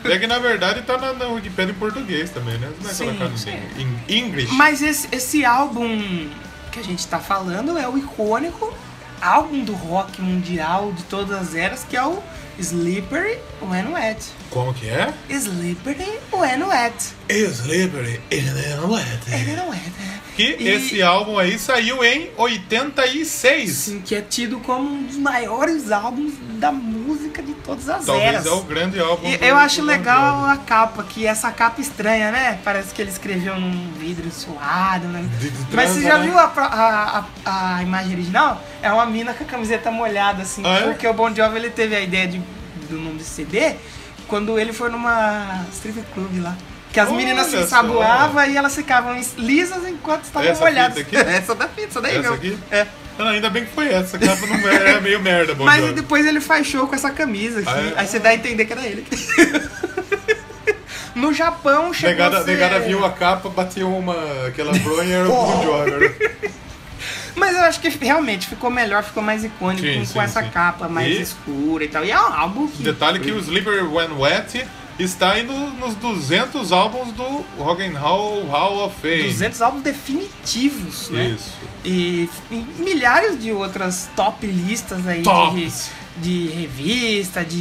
Speaker 1: *laughs*
Speaker 2: É que na verdade tá na, na Wikipedia em português também, né? Não é
Speaker 1: Sim,
Speaker 2: colocado
Speaker 1: sim.
Speaker 2: em em English.
Speaker 1: Mas esse, esse álbum que a gente tá falando é o icônico álbum do rock mundial de todas as eras, que é o Slippery When Wet.
Speaker 2: Como que é?
Speaker 1: Slippery When Wet.
Speaker 2: Slippery in the
Speaker 1: Ele
Speaker 2: wet.
Speaker 1: não é, né?
Speaker 2: Que
Speaker 1: E-
Speaker 2: esse álbum aí saiu em 86.
Speaker 1: Assim, que é tido como um dos maiores álbuns da música de todas as
Speaker 2: Talvez
Speaker 1: eras.
Speaker 2: é o grande álbum.
Speaker 1: E
Speaker 2: do-
Speaker 1: eu acho
Speaker 2: do
Speaker 1: legal
Speaker 2: Bon
Speaker 1: a capa, que essa capa estranha, né? Parece que ele escreveu num vidro suado, né?
Speaker 2: De- de
Speaker 1: Mas você
Speaker 2: transa,
Speaker 1: já
Speaker 2: né?
Speaker 1: viu a, pro- a, a- a imagem original? É uma mina com a camiseta molhada, assim.
Speaker 2: Ah, é?
Speaker 1: Porque o Bon Jovi, ele teve a ideia de- do nome desse CD quando ele foi numa strip club lá. Que as
Speaker 2: Olha
Speaker 1: meninas se
Speaker 2: só.
Speaker 1: ensaboavam e elas ficavam lisas enquanto estavam
Speaker 2: Essa fita
Speaker 1: molhadas.
Speaker 2: aqui?
Speaker 1: Essa da pizza, daí
Speaker 2: Jovi.
Speaker 1: meu.
Speaker 2: Essa aqui?
Speaker 1: É.
Speaker 2: Não, ainda bem que foi essa. A capa não é,
Speaker 1: *laughs*
Speaker 2: é meio merda, Bon
Speaker 1: Mas
Speaker 2: Jovi.
Speaker 1: depois ele faz show com essa camisa aqui.
Speaker 2: Ah, é?
Speaker 1: Aí você dá a entender que *laughs* era ele. no Japão chegou
Speaker 2: Negada,
Speaker 1: a ser...
Speaker 2: negada viu a capa, bateu uma. aquela bronha
Speaker 1: *laughs*
Speaker 2: era o Bon Jovi. né?
Speaker 1: Mas eu acho que realmente ficou melhor, ficou mais icônico
Speaker 2: Sim,
Speaker 1: com
Speaker 2: sim,
Speaker 1: essa
Speaker 2: sim.
Speaker 1: capa mais
Speaker 2: E-
Speaker 1: escura e tal. E é um álbum que...
Speaker 2: Detalhe que o Slipper When Wet está indo nos 200 álbuns do Rock and Roll Hall of Fame.
Speaker 1: 200 álbuns definitivos, né?
Speaker 2: Isso.
Speaker 1: E, e milhares de outras top listas aí
Speaker 2: Tops.
Speaker 1: De, de revista, de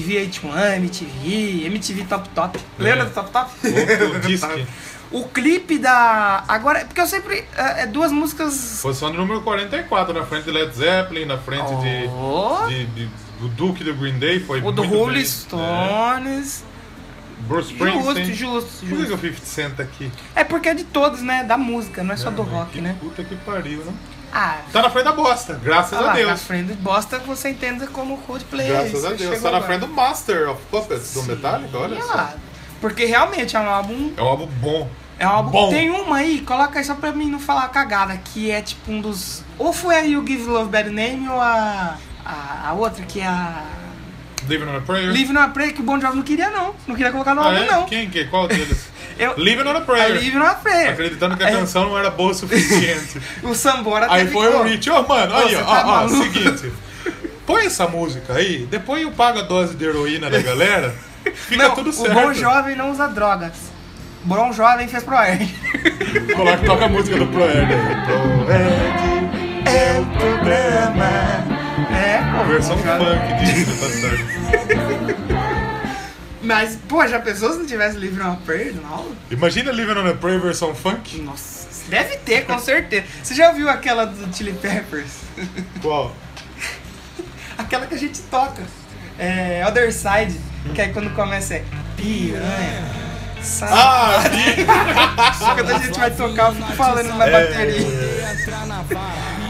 Speaker 1: VH1, MTV, MTV Top Top. Lembra
Speaker 2: É.
Speaker 1: do Top Top?
Speaker 2: O, o disque.
Speaker 1: *laughs* O clipe da. Agora, porque eu sempre. É é duas músicas.
Speaker 2: Posição de número 44, na frente de Led Zeppelin, na frente de-
Speaker 1: Oh.
Speaker 2: de, de- do Duke do Green Day. Foi
Speaker 1: O do
Speaker 2: muito
Speaker 1: Rolling
Speaker 2: bem, né?
Speaker 1: Stones.
Speaker 2: Bruce
Speaker 1: Justo,
Speaker 2: Springsteen.
Speaker 1: justo,
Speaker 2: Por que, que
Speaker 1: justo.
Speaker 2: o 50 Cent tá aqui?
Speaker 1: É porque é de todos, né? Da música, não é só do
Speaker 2: Ah,
Speaker 1: rock,
Speaker 2: que
Speaker 1: né?
Speaker 2: Puta que pariu, né?
Speaker 1: Ah,
Speaker 2: Tá na frente da bosta, graças
Speaker 1: tá lá,
Speaker 2: a
Speaker 1: na
Speaker 2: Deus.
Speaker 1: frente do bosta você entenda como Coldplay.
Speaker 2: Graças
Speaker 1: isso
Speaker 2: a Deus.
Speaker 1: chegou
Speaker 2: Tá na
Speaker 1: agora.
Speaker 2: frente do Master of Puppets, do Metallica, olha
Speaker 1: Olha
Speaker 2: só.
Speaker 1: lá. Porque realmente é um álbum.
Speaker 2: É um álbum bom.
Speaker 1: É um álbum.
Speaker 2: Bom.
Speaker 1: Tem uma aí, coloca aí só pra mim não falar cagada, que é tipo um dos. Ou foi a You Give Love Bad Name ou a. A, a outra, que é a.
Speaker 2: Living on a Prayer.
Speaker 1: Living on a Prayer que o Bon Jovi não queria, não. Não queria colocar no
Speaker 2: ah,
Speaker 1: álbum,
Speaker 2: é?
Speaker 1: não.
Speaker 2: Quem que? Qual deles?
Speaker 1: *laughs* Eu-
Speaker 2: Living on a
Speaker 1: A
Speaker 2: Prayer.
Speaker 1: Living on a Prayer. É,
Speaker 2: Acreditando que a canção não era boa
Speaker 1: *laughs*
Speaker 2: o suficiente.
Speaker 1: O Sambora
Speaker 2: Aí
Speaker 1: teve
Speaker 2: foi
Speaker 1: como.
Speaker 2: o Rich, ó, mano, aí,
Speaker 1: Você
Speaker 2: ó,
Speaker 1: tá
Speaker 2: ó, ó,
Speaker 1: maluco?
Speaker 2: seguinte. Põe essa música aí, depois eu pago a dose de heroína da galera,
Speaker 1: *laughs*
Speaker 2: fica
Speaker 1: Não,
Speaker 2: tudo certo.
Speaker 1: O Bon Jovem não usa drogas. Bom Jovem fez pro Air.
Speaker 2: Coloca, toca a música do Proerd. Proerd
Speaker 1: É o programa. *laughs* É, pô,
Speaker 2: Versão
Speaker 1: Bon Jovi.
Speaker 2: funk disso, tá certo.
Speaker 1: Mas, pô, já pensou se não tivesse Living on a Prayer no álbum?
Speaker 2: Imagina Living on a Prayer versão funk?
Speaker 1: Nossa, deve ter, com certeza. Você já ouviu aquela do Chili Peppers? *laughs*
Speaker 2: Qual?
Speaker 1: aquela que a gente toca. É Other Side, que aí quando começa é piranha. Sabe?
Speaker 2: Ah,
Speaker 1: *laughs*
Speaker 2: vi! Ah,
Speaker 1: quando a gente vai tocar, eu fico falando na
Speaker 2: É.
Speaker 1: bateria.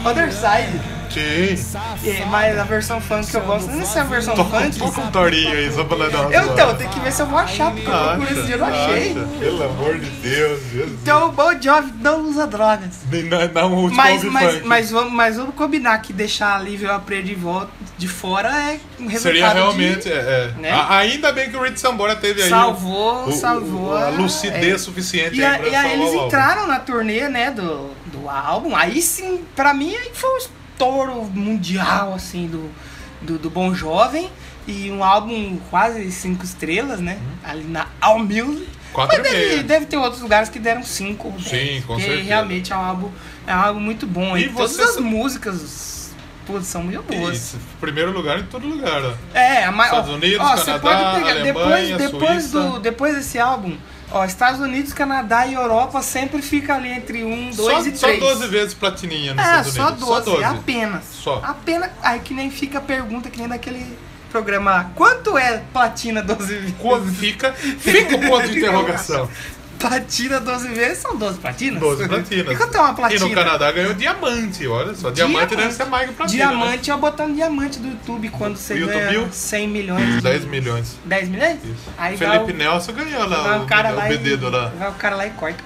Speaker 1: Other Side,
Speaker 2: Sim.
Speaker 1: É, mas a versão funk que eu gosto, não sei se é a versão
Speaker 2: Toca,
Speaker 1: funk.
Speaker 2: toca um torinho aí, só pra nós dar uma
Speaker 1: Eu, então,
Speaker 2: zoada.
Speaker 1: tem que ver se eu vou achar, porque eu
Speaker 2: Acha,
Speaker 1: procuro esse dia eu não achei.
Speaker 2: acha. Pelo amor de Deus, Jesus.
Speaker 1: Então o Bon Jovi não usa drogas.
Speaker 2: Nem na, na última
Speaker 1: Mas,
Speaker 2: ouve
Speaker 1: mas,
Speaker 2: funk.
Speaker 1: mas, vamos, mas vamos combinar que deixar a Lívia Aprenda de volta de fora é um resultado
Speaker 2: Seria realmente,
Speaker 1: de...
Speaker 2: é, é.
Speaker 1: né?
Speaker 2: A- ainda bem que o Rich Sambora teve aí
Speaker 1: Salvou,
Speaker 2: o- o-
Speaker 1: salvou
Speaker 2: a
Speaker 1: a-
Speaker 2: lucidez
Speaker 1: é.
Speaker 2: suficiente
Speaker 1: E,
Speaker 2: aí
Speaker 1: a,
Speaker 2: pra
Speaker 1: e aí
Speaker 2: salvar
Speaker 1: eles
Speaker 2: o álbum.
Speaker 1: entraram na turnê, né, do, do álbum. Aí sim, pra mim, aí foi um estouro mundial, assim, do, do, do Bom Jovem. E um álbum quase cinco estrelas, né? Ali na All Music.
Speaker 2: Uhum. Quatro
Speaker 1: Mas
Speaker 2: e meia.
Speaker 1: deve, deve ter outros lugares que deram cinco. ou dez,
Speaker 2: com
Speaker 1: porque
Speaker 2: certeza.
Speaker 1: realmente é um álbum, é um álbum muito bom.
Speaker 2: E
Speaker 1: E, todas
Speaker 2: você
Speaker 1: as
Speaker 2: sa-
Speaker 1: músicas putz, são muito boas.
Speaker 2: Isso, primeiro lugar em todo lugar, ó.
Speaker 1: É, a ma-
Speaker 2: Estados
Speaker 1: ó,
Speaker 2: Unidos,
Speaker 1: ó, você
Speaker 2: Canadá,
Speaker 1: pode pegar-
Speaker 2: Alemanha,
Speaker 1: depois, depois,
Speaker 2: Suíça.
Speaker 1: do, depois desse álbum, ó, Estados Unidos, Canadá e Europa sempre fica ali entre um, dois
Speaker 2: só,
Speaker 1: e três.
Speaker 2: Só 12 vezes platininha nos
Speaker 1: É,
Speaker 2: Estados
Speaker 1: só
Speaker 2: Unidos.
Speaker 1: 12, apenas.
Speaker 2: Só.
Speaker 1: Apenas. Aí que nem fica a pergunta, que nem daquele programa lá. Quanto é platina 12 vezes?
Speaker 2: Quando fica, fica
Speaker 1: *laughs*
Speaker 2: o ponto de interrogação.
Speaker 1: Platina 12 vezes são 12 platinas?
Speaker 2: 12 platinas.
Speaker 1: E quanto é uma platina?
Speaker 2: E no Canadá ganhou diamante, olha só. Diamante, deve ser mais que platina. né?
Speaker 1: Diamante é botando diamante do YouTube quando você
Speaker 2: YouTube
Speaker 1: ganha
Speaker 2: Bill?
Speaker 1: 100 milhões.
Speaker 2: 10 milhões.
Speaker 1: 10 milhões?
Speaker 2: Isso.
Speaker 1: Aí dá
Speaker 2: Felipe
Speaker 1: o-
Speaker 2: Nelson
Speaker 1: Vai
Speaker 2: ganhou lá
Speaker 1: o cara
Speaker 2: o,
Speaker 1: lá
Speaker 2: o
Speaker 1: e- *laughs*
Speaker 2: bededo lá.
Speaker 1: Vai o cara lá e
Speaker 2: *laughs*
Speaker 1: corta.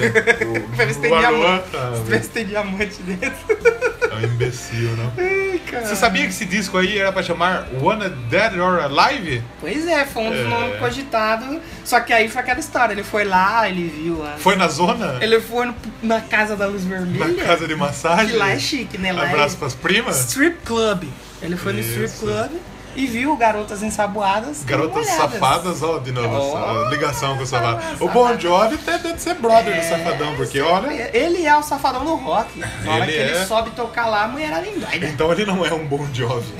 Speaker 2: O-
Speaker 1: Pra ver se tem
Speaker 2: né? o Aruan,
Speaker 1: diamante.
Speaker 2: ah,
Speaker 1: Pra ver se tem diamante
Speaker 2: *laughs*
Speaker 1: dentro.
Speaker 2: É um imbecil, não?
Speaker 1: *laughs* Ai, cara.
Speaker 2: Você sabia que esse disco aí era pra chamar Wanna Dead or Alive?
Speaker 1: Pois é, foi um dos
Speaker 2: É.
Speaker 1: nomes cogitados. Só que aí foi aquela história. Ele foi lá, ele viu a...
Speaker 2: Foi na zona?
Speaker 1: Ele foi no- na casa da luz vermelha.
Speaker 2: Na casa de massagem?
Speaker 1: Que lá é chique, né? Lá
Speaker 2: Abraço
Speaker 1: é
Speaker 2: pras primas?
Speaker 1: strip club. Ele foi no strip
Speaker 2: Isso.
Speaker 1: club e viu garotas ensaboadas. dando
Speaker 2: Garotas
Speaker 1: olhadas.
Speaker 2: safadas, ó, de novo,
Speaker 1: Ó,
Speaker 2: essa ligação com o safado.
Speaker 1: safado.
Speaker 2: O Bon Jovi até deve ser brother do
Speaker 1: É,
Speaker 2: safadão, porque olha,
Speaker 1: Ele é o safadão do rock. Na hora
Speaker 2: Ele
Speaker 1: que ele
Speaker 2: é.
Speaker 1: sobe tocar lá, a mulherada endoida.
Speaker 2: então ele não é um Bon Jovi.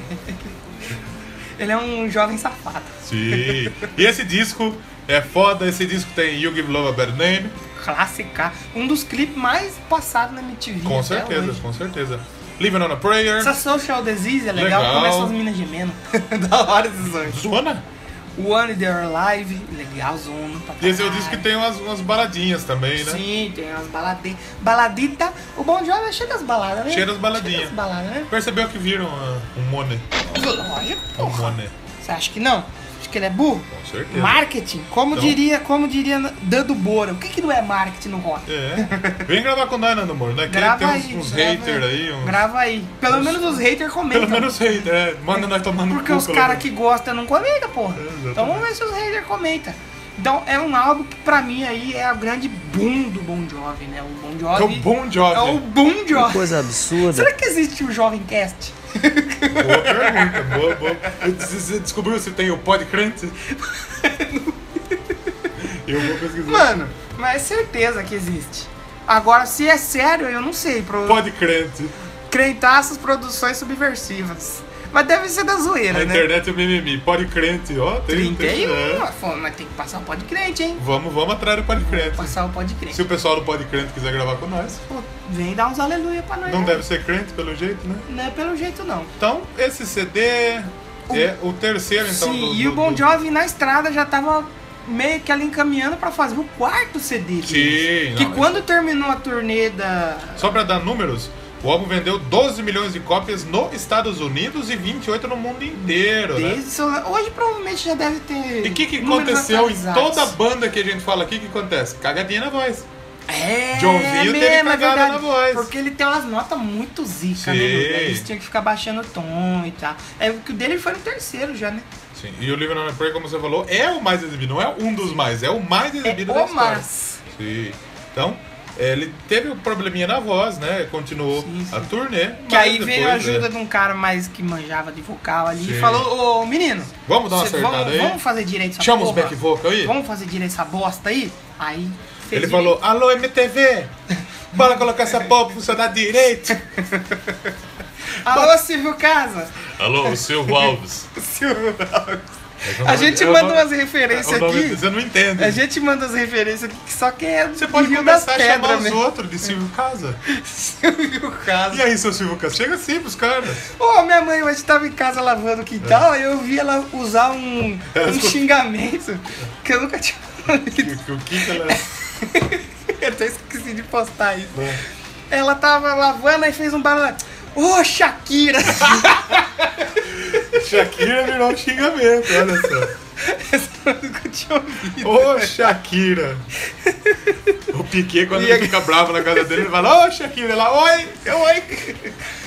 Speaker 1: Ele é um jovem safado.
Speaker 2: Sim. E esse disco é foda, esse disco tem You Give Love a Bad Name,
Speaker 1: Clássica. Um dos clipes mais passados na MTV.
Speaker 2: com
Speaker 1: até
Speaker 2: certeza,
Speaker 1: hoje.
Speaker 2: com certeza. Living on a Prayer,
Speaker 1: Essa Social Disease é legal,
Speaker 2: Legal.
Speaker 1: começa as minas
Speaker 2: *laughs*
Speaker 1: gemendo. da hora esses anjos.
Speaker 2: Zona.
Speaker 1: One They Are Alive, legal, zona. pra
Speaker 2: E esse é o
Speaker 1: caralho.
Speaker 2: disco que tem umas, umas baladinhas também, né?
Speaker 1: Sim, tem umas baladinhas. Baladita. O Bom Jovem é cheio das baladas, né?
Speaker 2: Cheio das baladinhas.
Speaker 1: Cheio das baladas, né?
Speaker 2: Percebeu que viram ah, um Money?
Speaker 1: Lógico,
Speaker 2: Um
Speaker 1: porra.
Speaker 2: Money.
Speaker 1: Você acha que não? Acho que ele é burro?
Speaker 2: Com certeza.
Speaker 1: Marketing, como
Speaker 2: Então-
Speaker 1: diria, como diria Dando Bora, o que que não é marketing no rock?
Speaker 2: É. Vem gravar com nós, Nando Moro, né? Que
Speaker 1: Grava
Speaker 2: tem uns,
Speaker 1: aí,
Speaker 2: uns
Speaker 1: grava
Speaker 2: haters aí, uns.
Speaker 1: Grava aí. Pelo menos os haters comentam.
Speaker 2: Pelo menos haters, é. Manda nós tomar no
Speaker 1: Porque
Speaker 2: cu,
Speaker 1: os
Speaker 2: pelo
Speaker 1: caras
Speaker 2: menos.
Speaker 1: que gostam não comentam, porra.
Speaker 2: É, exatamente.
Speaker 1: então vamos ver se os haters comentam. Então é um álbum que pra mim aí é o grande boom do Bon Jovi, né? O Bon Jovi.
Speaker 2: É o Bon Jovi.
Speaker 1: É o Bon Jovi.
Speaker 5: Coisa absurda.
Speaker 1: Será que existe o Jovem Cast?
Speaker 2: Boa pergunta, boa, boa. Você descobriu se tem o Podcrunch? *laughs* Eu vou pesquisar.
Speaker 1: Mano, mas é certeza que existe. Agora, se é sério, eu não sei. Pro...
Speaker 2: Podcrunch.
Speaker 1: Crentaças Produções Subversivas. Mas deve ser da zoeira, né?
Speaker 2: Na internet o mimimi. Podcrunch, ó. Tem,
Speaker 1: 31,
Speaker 2: é.
Speaker 1: pô, mas tem que passar o pode crente, hein?
Speaker 2: Vamos, vamos atrás do Podcrunch.
Speaker 1: Passar o pode
Speaker 2: Se
Speaker 1: crente.
Speaker 2: o pessoal do Podcrunch quiser gravar com nós.
Speaker 1: Pô, vem dar uns aleluia pra nós.
Speaker 2: Não
Speaker 1: né?
Speaker 2: deve ser crente, pelo jeito, né?
Speaker 1: Não é pelo jeito, não.
Speaker 2: Então, esse CD é o terceiro, então,
Speaker 1: Sim,
Speaker 2: do-
Speaker 1: e
Speaker 2: do-
Speaker 1: o Bon
Speaker 2: do-
Speaker 1: Jovi na estrada já tava meio que ali encaminhando pra fazer o quarto CD.
Speaker 2: Sim,
Speaker 1: dele. que
Speaker 2: não,
Speaker 1: quando terminou a turnê da.
Speaker 2: Só pra dar números, o álbum vendeu 12 milhões de cópias nos Estados Unidos e 28 no mundo inteiro, né?
Speaker 1: Desde, seu- hoje provavelmente já deve ter.
Speaker 2: E o que, que
Speaker 1: números
Speaker 2: aconteceu em
Speaker 1: atualizados.
Speaker 2: toda banda que a gente fala aqui? O que acontece? Cagadinha na voz.
Speaker 1: É,
Speaker 2: John Vitor, ele
Speaker 1: mesmo, é
Speaker 2: cagava
Speaker 1: verdade,
Speaker 2: na voz.
Speaker 1: Porque ele tem umas notas muito zica,
Speaker 2: Sim.
Speaker 1: né? Dudu? Eles tinham que ficar baixando o tom e tal. É o que o dele foi no terceiro já, né?
Speaker 2: Sim. E o Living on a Prayer, como você falou, é o mais exibido. Não é um dos mais, é o mais
Speaker 1: É
Speaker 2: exibido da
Speaker 1: o
Speaker 2: história.
Speaker 1: mas.
Speaker 2: Sim. Então, ele teve um probleminha na voz, né? Continuou
Speaker 1: Sim, sim.
Speaker 2: a turnê.
Speaker 1: Que
Speaker 2: mas
Speaker 1: aí veio a
Speaker 2: depois,
Speaker 1: ajuda
Speaker 2: é.
Speaker 1: de um cara mais que manjava de vocal ali
Speaker 2: Sim.
Speaker 1: e falou, ô menino,
Speaker 2: Vamos dar uma
Speaker 1: cê-
Speaker 2: acertada
Speaker 1: vamos,
Speaker 2: aí?
Speaker 1: vamos fazer direito essa
Speaker 2: Chama os
Speaker 1: porra?
Speaker 2: back vocal aí?
Speaker 1: Vamos fazer direito essa bosta aí? Aí fez
Speaker 2: Ele
Speaker 1: direito.
Speaker 2: falou, alô MTV, bora colocar essa bola pra funcionar direito.
Speaker 1: *laughs* Alô, Ah, Silvio Casa!
Speaker 6: Alô, Silvio Alves.
Speaker 1: Silvio A gente
Speaker 2: Eu
Speaker 1: manda
Speaker 2: não-
Speaker 1: umas
Speaker 2: O
Speaker 1: referências
Speaker 2: nome
Speaker 1: aqui.
Speaker 2: você não entende.
Speaker 1: A gente manda umas referências aqui que só que é
Speaker 2: Você pode
Speaker 1: Rio das
Speaker 2: começar a chamar
Speaker 1: Pedras,
Speaker 2: os
Speaker 1: né?
Speaker 2: outros de Silvio Casa.
Speaker 1: Silvio Casa.
Speaker 2: E aí, seu Silvio Casa? Chega assim
Speaker 6: *laughs*
Speaker 2: pros caras.
Speaker 1: Ô, minha mãe hoje tava em casa lavando o
Speaker 2: É.
Speaker 1: quintal e eu vi ela usar um, um xingamento que eu nunca tinha *laughs* ouvido.
Speaker 2: Que- que O que que ela...
Speaker 6: né?
Speaker 2: É.
Speaker 1: Eu até esqueci de postar isso. Ela tava lavando e fez um barulho. Ô, Shakira! *laughs*
Speaker 2: Shakira virou um xingamento, olha
Speaker 6: *laughs*
Speaker 2: só.
Speaker 1: Essa eu nunca tinha ouvido.
Speaker 2: Ô Shakira!
Speaker 6: O Piquet, quando
Speaker 2: E
Speaker 6: ele
Speaker 2: a-
Speaker 6: fica bravo na casa dele, ele fala,
Speaker 2: Fala, ô Shakira, lá, oi,
Speaker 6: é
Speaker 2: oi.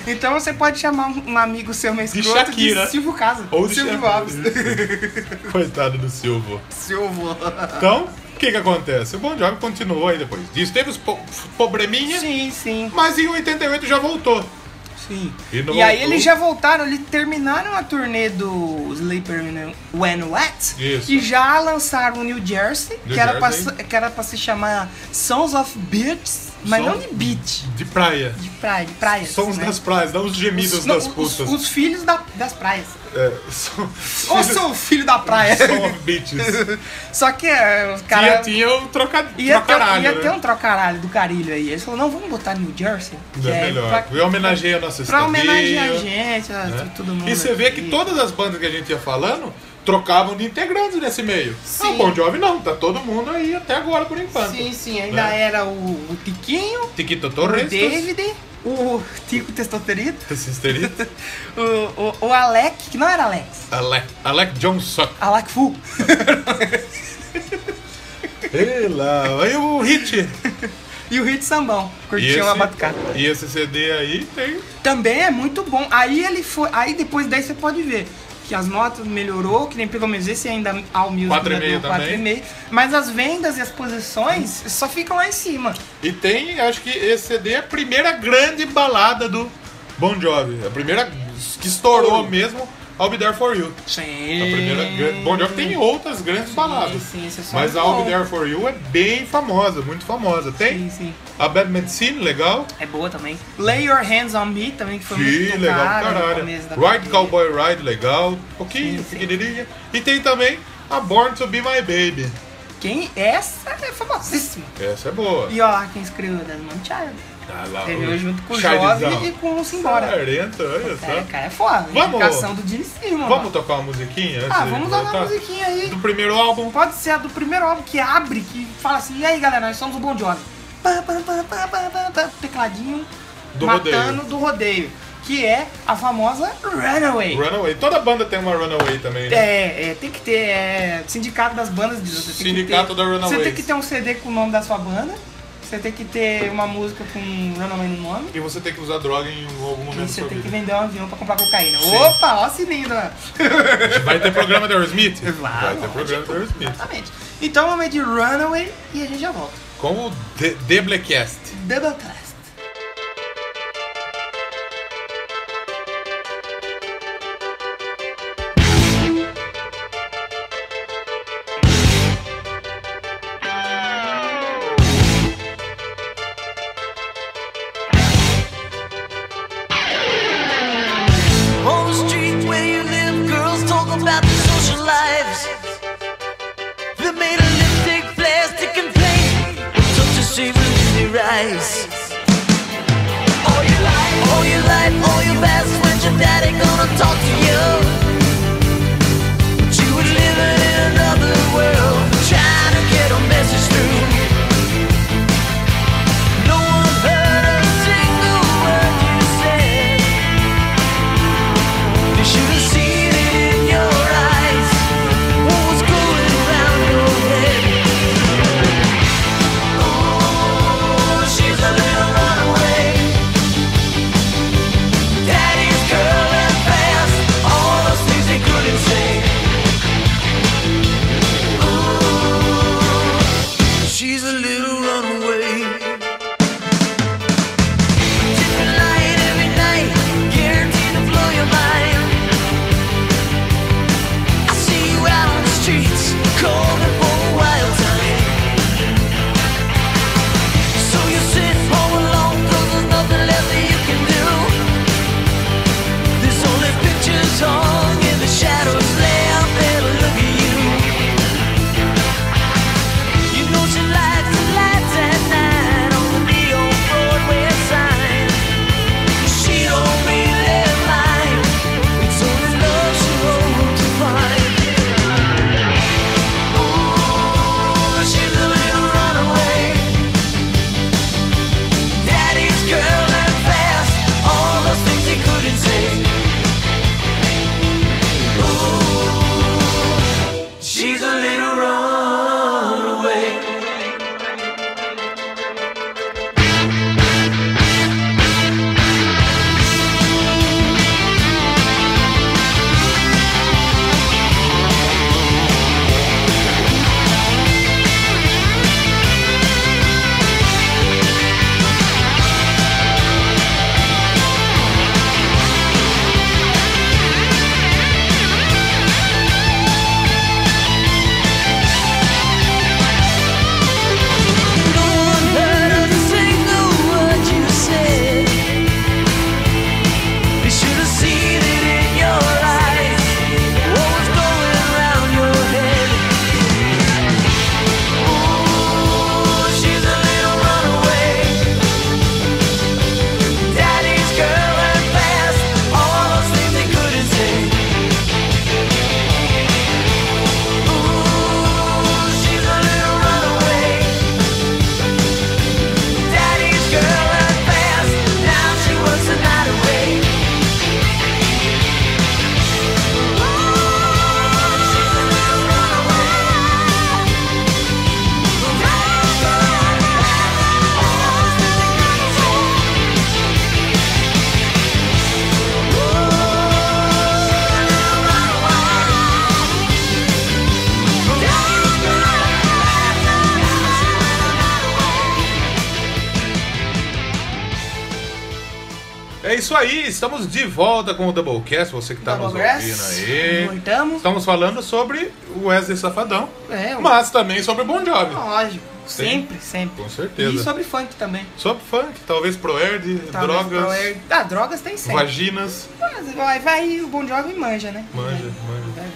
Speaker 1: Então você pode chamar um um amigo seu meio
Speaker 6: De
Speaker 1: escroto de,
Speaker 6: Shakira.
Speaker 1: Silvio Casa.
Speaker 2: Ou
Speaker 1: de
Speaker 2: de
Speaker 1: Silvio
Speaker 2: Shakira.
Speaker 1: Alves. *laughs*
Speaker 2: Coitado do Silvio.
Speaker 1: Silvio.
Speaker 2: Então, o que que acontece? O Bon Jovi continuou aí depois disso. Teve os po probleminha,
Speaker 1: Sim, sim,
Speaker 2: mas em 88 já voltou.
Speaker 1: sim.
Speaker 2: E não
Speaker 1: E aí
Speaker 2: voltou.
Speaker 1: eles já voltaram, eles terminaram a turnê do Sleeper When Wet
Speaker 2: Isso.
Speaker 1: e já lançaram o New Jersey,
Speaker 2: New
Speaker 1: que, era pra,
Speaker 2: Jersey.
Speaker 1: se- que era pra se chamar Sons of Beats, mas
Speaker 2: Som-
Speaker 1: não de beat,
Speaker 2: De praia.
Speaker 1: de praia, de praias.
Speaker 2: Sons
Speaker 1: né?
Speaker 2: das praias, não os
Speaker 1: Os-
Speaker 2: gemidos
Speaker 1: não,
Speaker 2: das
Speaker 1: os-
Speaker 2: putas.
Speaker 1: Os, filhos da- das praias.
Speaker 2: É, *laughs* som-
Speaker 1: Ou seu filho da praia.
Speaker 2: Song of Beaches.
Speaker 1: *laughs* Só que é, os
Speaker 2: Tinha,
Speaker 1: caras.
Speaker 2: tinha um troca,
Speaker 1: Ia, ter,
Speaker 2: trocaralho,
Speaker 1: ia
Speaker 2: né?
Speaker 1: ter um trocaralho do carilho aí. Eles falaram, não, vamos botar New Jersey. que
Speaker 2: É melhor.
Speaker 1: Pra,
Speaker 2: E homenageia a nossa
Speaker 1: pra
Speaker 2: estadia.
Speaker 1: homenagear a gente, a
Speaker 2: né?
Speaker 1: todo mundo.
Speaker 2: E você vê
Speaker 1: aqui.
Speaker 2: que todas as bandas que a gente ia falando trocavam de integrantes nesse meio.
Speaker 1: Sim.
Speaker 2: Ah, o Bon Jovi não, tá todo mundo aí até agora por enquanto.
Speaker 1: Sim, sim, ainda
Speaker 2: Né?
Speaker 1: era o, o Tiquinho,
Speaker 2: Tiquito
Speaker 1: o
Speaker 2: Torres,
Speaker 1: David, o Tico Testosterito,
Speaker 2: Sisterito,
Speaker 1: o, o, o Alec, que não era Alex,
Speaker 2: Alec, Alec
Speaker 1: *laughs*
Speaker 2: Johnson.
Speaker 1: Alec Fu.
Speaker 2: Ei lá, aí o Hit.
Speaker 1: e o Hit Sambão,
Speaker 2: E
Speaker 1: curtiam a batucada.
Speaker 2: esse, e esse CD aí tem.
Speaker 1: Também é muito bom. Aí ele foi. Aí depois daí você pode ver que as notas melhorou, que nem pelo menos esse ainda ao Music
Speaker 2: Quatro e
Speaker 1: ainda
Speaker 2: meio
Speaker 1: deu quatro
Speaker 2: também.
Speaker 1: e meio. Mas as vendas e as posições só ficam lá em cima.
Speaker 2: E tem, acho que esse CD é a primeira grande balada do Bon Jovi. A primeira que estourou mesmo, I'll Be There For You.
Speaker 1: Sim.
Speaker 2: A primeira grande. Bon Jovi tem outras grandes baladas.
Speaker 1: sim, esse é só
Speaker 2: mas
Speaker 1: um
Speaker 2: a I'll Be
Speaker 1: bom.
Speaker 2: There For You é bem famosa, muito famosa.
Speaker 1: Sim,
Speaker 2: Tem
Speaker 1: sim.
Speaker 2: a Bad Medicine, legal.
Speaker 1: É boa também. Lay Your Hands on Me também, que foi muito
Speaker 2: Que
Speaker 1: tocada
Speaker 2: legal, pra
Speaker 1: no
Speaker 2: caralho.
Speaker 1: começo da
Speaker 2: Ride
Speaker 1: pandemia.
Speaker 2: Cowboy Ride, legal. Um Pouquinho,
Speaker 1: Sim, sim.
Speaker 2: pequenininha. E tem também a Born to Be My Baby.
Speaker 1: Quem? Essa é famosíssima.
Speaker 2: Essa é boa.
Speaker 1: E ó, lá quem escreveu Desmond Child.
Speaker 2: Ah, lá,
Speaker 1: Escreveu
Speaker 2: o
Speaker 1: junto com o
Speaker 2: Charlesão.
Speaker 1: Jovem e com o Simbora.
Speaker 2: Sarenta, olha só.
Speaker 1: É, cara, é foda.
Speaker 2: Vamos.
Speaker 1: Indicação do Gene Simmons.
Speaker 2: Vamos tocar uma musiquinha antes
Speaker 1: Ah,
Speaker 2: de
Speaker 1: vamos dar
Speaker 2: voltar?
Speaker 1: uma musiquinha aí.
Speaker 2: Do primeiro álbum.
Speaker 1: Pode ser a do primeiro álbum que abre, que fala assim, e aí galera, nós somos o Bon Jovi. Pá, pá, pá, pá, pá, pá, pá, tecladinho
Speaker 2: Do
Speaker 1: matando
Speaker 2: rodeio.
Speaker 1: do rodeio. Que é a famosa Runaway.
Speaker 2: Runaway. Toda banda tem uma Runaway também, né?
Speaker 1: É, é, tem que ter é, sindicato das bandas de você tem que
Speaker 2: Sindicato
Speaker 1: ter-
Speaker 2: da Runaways.
Speaker 1: Você tem que ter um CD com o nome da sua banda. Você tem que ter uma música com Runaway no nome.
Speaker 2: E você tem que usar droga em algum momento
Speaker 1: E
Speaker 2: da
Speaker 1: você
Speaker 2: sua
Speaker 1: tem que
Speaker 2: vida.
Speaker 1: vender um avião pra comprar cocaína. Opa, ó o sininho da...
Speaker 2: Vai ter programa da Aerosmith?
Speaker 1: *laughs* Claro,
Speaker 2: Vai ter programa da Aerosmith.
Speaker 1: Exatamente. Então vamos de Runaway e a gente já volta.
Speaker 2: Com o The, The Blackcast.
Speaker 1: Double Cast.
Speaker 3: On the streets where you live, girls talk about their social lives. They're made of lipstick, plastic, and paint. Such a season in your eyes. All your life, all your life, all your past. When's your daddy gonna talk to you? But you were living in another world, trying to get a message through. No one heard a single word you said. You should have seen it in your eyes. What was going around your head? Oh, she's a little runaway. Daddy's curling fast. All those
Speaker 2: É isso aí, estamos de volta com o Doublecast, você que tá nos ouvindo aí.
Speaker 1: Voltamos.
Speaker 2: Estamos falando sobre o Wesley Safadão,
Speaker 1: É,
Speaker 2: mas também sobre o Bon Jovi.
Speaker 1: lógico. Sempre, sempre.
Speaker 2: Com certeza.
Speaker 1: E sobre funk também.
Speaker 2: Sobre funk, talvez Proerd,
Speaker 1: Talvez
Speaker 2: drogas,
Speaker 1: pra- é- Ah, drogas tem sempre.
Speaker 2: vaginas.
Speaker 1: Mas vai, vai o Bon Jovi manja, né?
Speaker 2: Manja, é manja.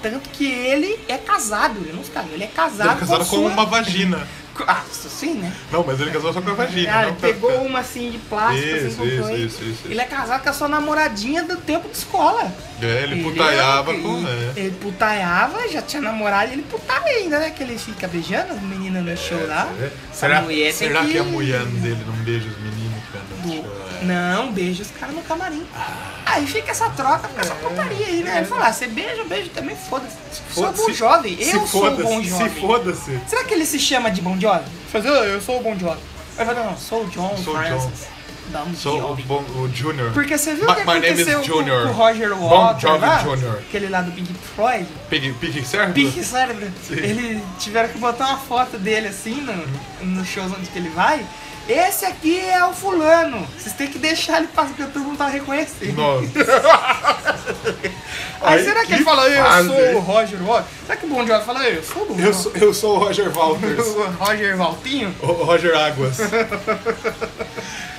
Speaker 1: Tanto que ele é casado, ele não está, ele é casado,
Speaker 2: Ele é casado com
Speaker 1: sua-
Speaker 2: uma vagina.
Speaker 1: Ah, isso sim, né?
Speaker 2: Não, mas ele casou só com a vagina.
Speaker 1: Ah,
Speaker 2: não
Speaker 1: ele
Speaker 2: com a-
Speaker 1: pegou uma assim de plástico,
Speaker 2: Isso,
Speaker 1: assim, comprou
Speaker 2: isso,
Speaker 1: e-
Speaker 2: isso, isso,
Speaker 1: Ele é casado com a sua namoradinha do tempo de escola.
Speaker 2: É, ele putaiava
Speaker 1: ele-
Speaker 2: com. É.
Speaker 1: Ele putaiava, já tinha namorado, ele putava ainda, né? Que ele fica beijando as meninas no show lá. Essa
Speaker 2: É. Será,
Speaker 1: mulher tem
Speaker 2: será que... a mulher dele não beija os meninos, cara? Tipo,
Speaker 1: É. Não, beija os caras no camarim.
Speaker 2: Ah.
Speaker 1: Aí fica essa troca, fica
Speaker 2: É.
Speaker 1: essa putaria aí, né? Ele fala, ah, você beija, eu beijo também, foda-se. Sou
Speaker 2: foda-se.
Speaker 1: bom jovem,
Speaker 2: Se
Speaker 1: eu sou o
Speaker 2: foda-se,
Speaker 1: bom jovem.
Speaker 2: Se foda-se.
Speaker 1: Será que ele se chama de Bon Jovi? Ele fala, "Ah, eu sou o Bon Jovi. Ele fala, não, sou o John
Speaker 2: Sou o
Speaker 1: Francis. Bon
Speaker 2: Sou o,
Speaker 1: Jovi.
Speaker 2: bom, o Junior.
Speaker 1: Porque você viu o
Speaker 2: My-
Speaker 1: que
Speaker 2: my name is
Speaker 1: aconteceu com,
Speaker 2: Junior.
Speaker 1: com o Roger
Speaker 2: Bon
Speaker 1: Waters
Speaker 2: Jovi
Speaker 1: lá?
Speaker 2: Jr..
Speaker 1: Aquele lá do Pink Floyd.
Speaker 2: Pique, pique certo?
Speaker 1: Pink Cérebro. Ele tiveram que botar uma foto dele assim no, nos shows onde que ele vai. Esse aqui é o fulano. Vocês têm que deixar ele passar, porque todo mundo tá reconhecendo.
Speaker 2: Nossa.
Speaker 1: Aí
Speaker 2: Ai,
Speaker 1: será que,
Speaker 2: que
Speaker 1: ele fala, eu
Speaker 2: fase.
Speaker 1: sou o Roger Waters? Será que o Bon Jovi fala, eu sou o Bon
Speaker 2: Eu
Speaker 1: Jovi?
Speaker 2: sou, eu sou o Roger
Speaker 1: *laughs*
Speaker 2: Walters.
Speaker 1: O Roger Valtinho?
Speaker 2: o Roger Águas.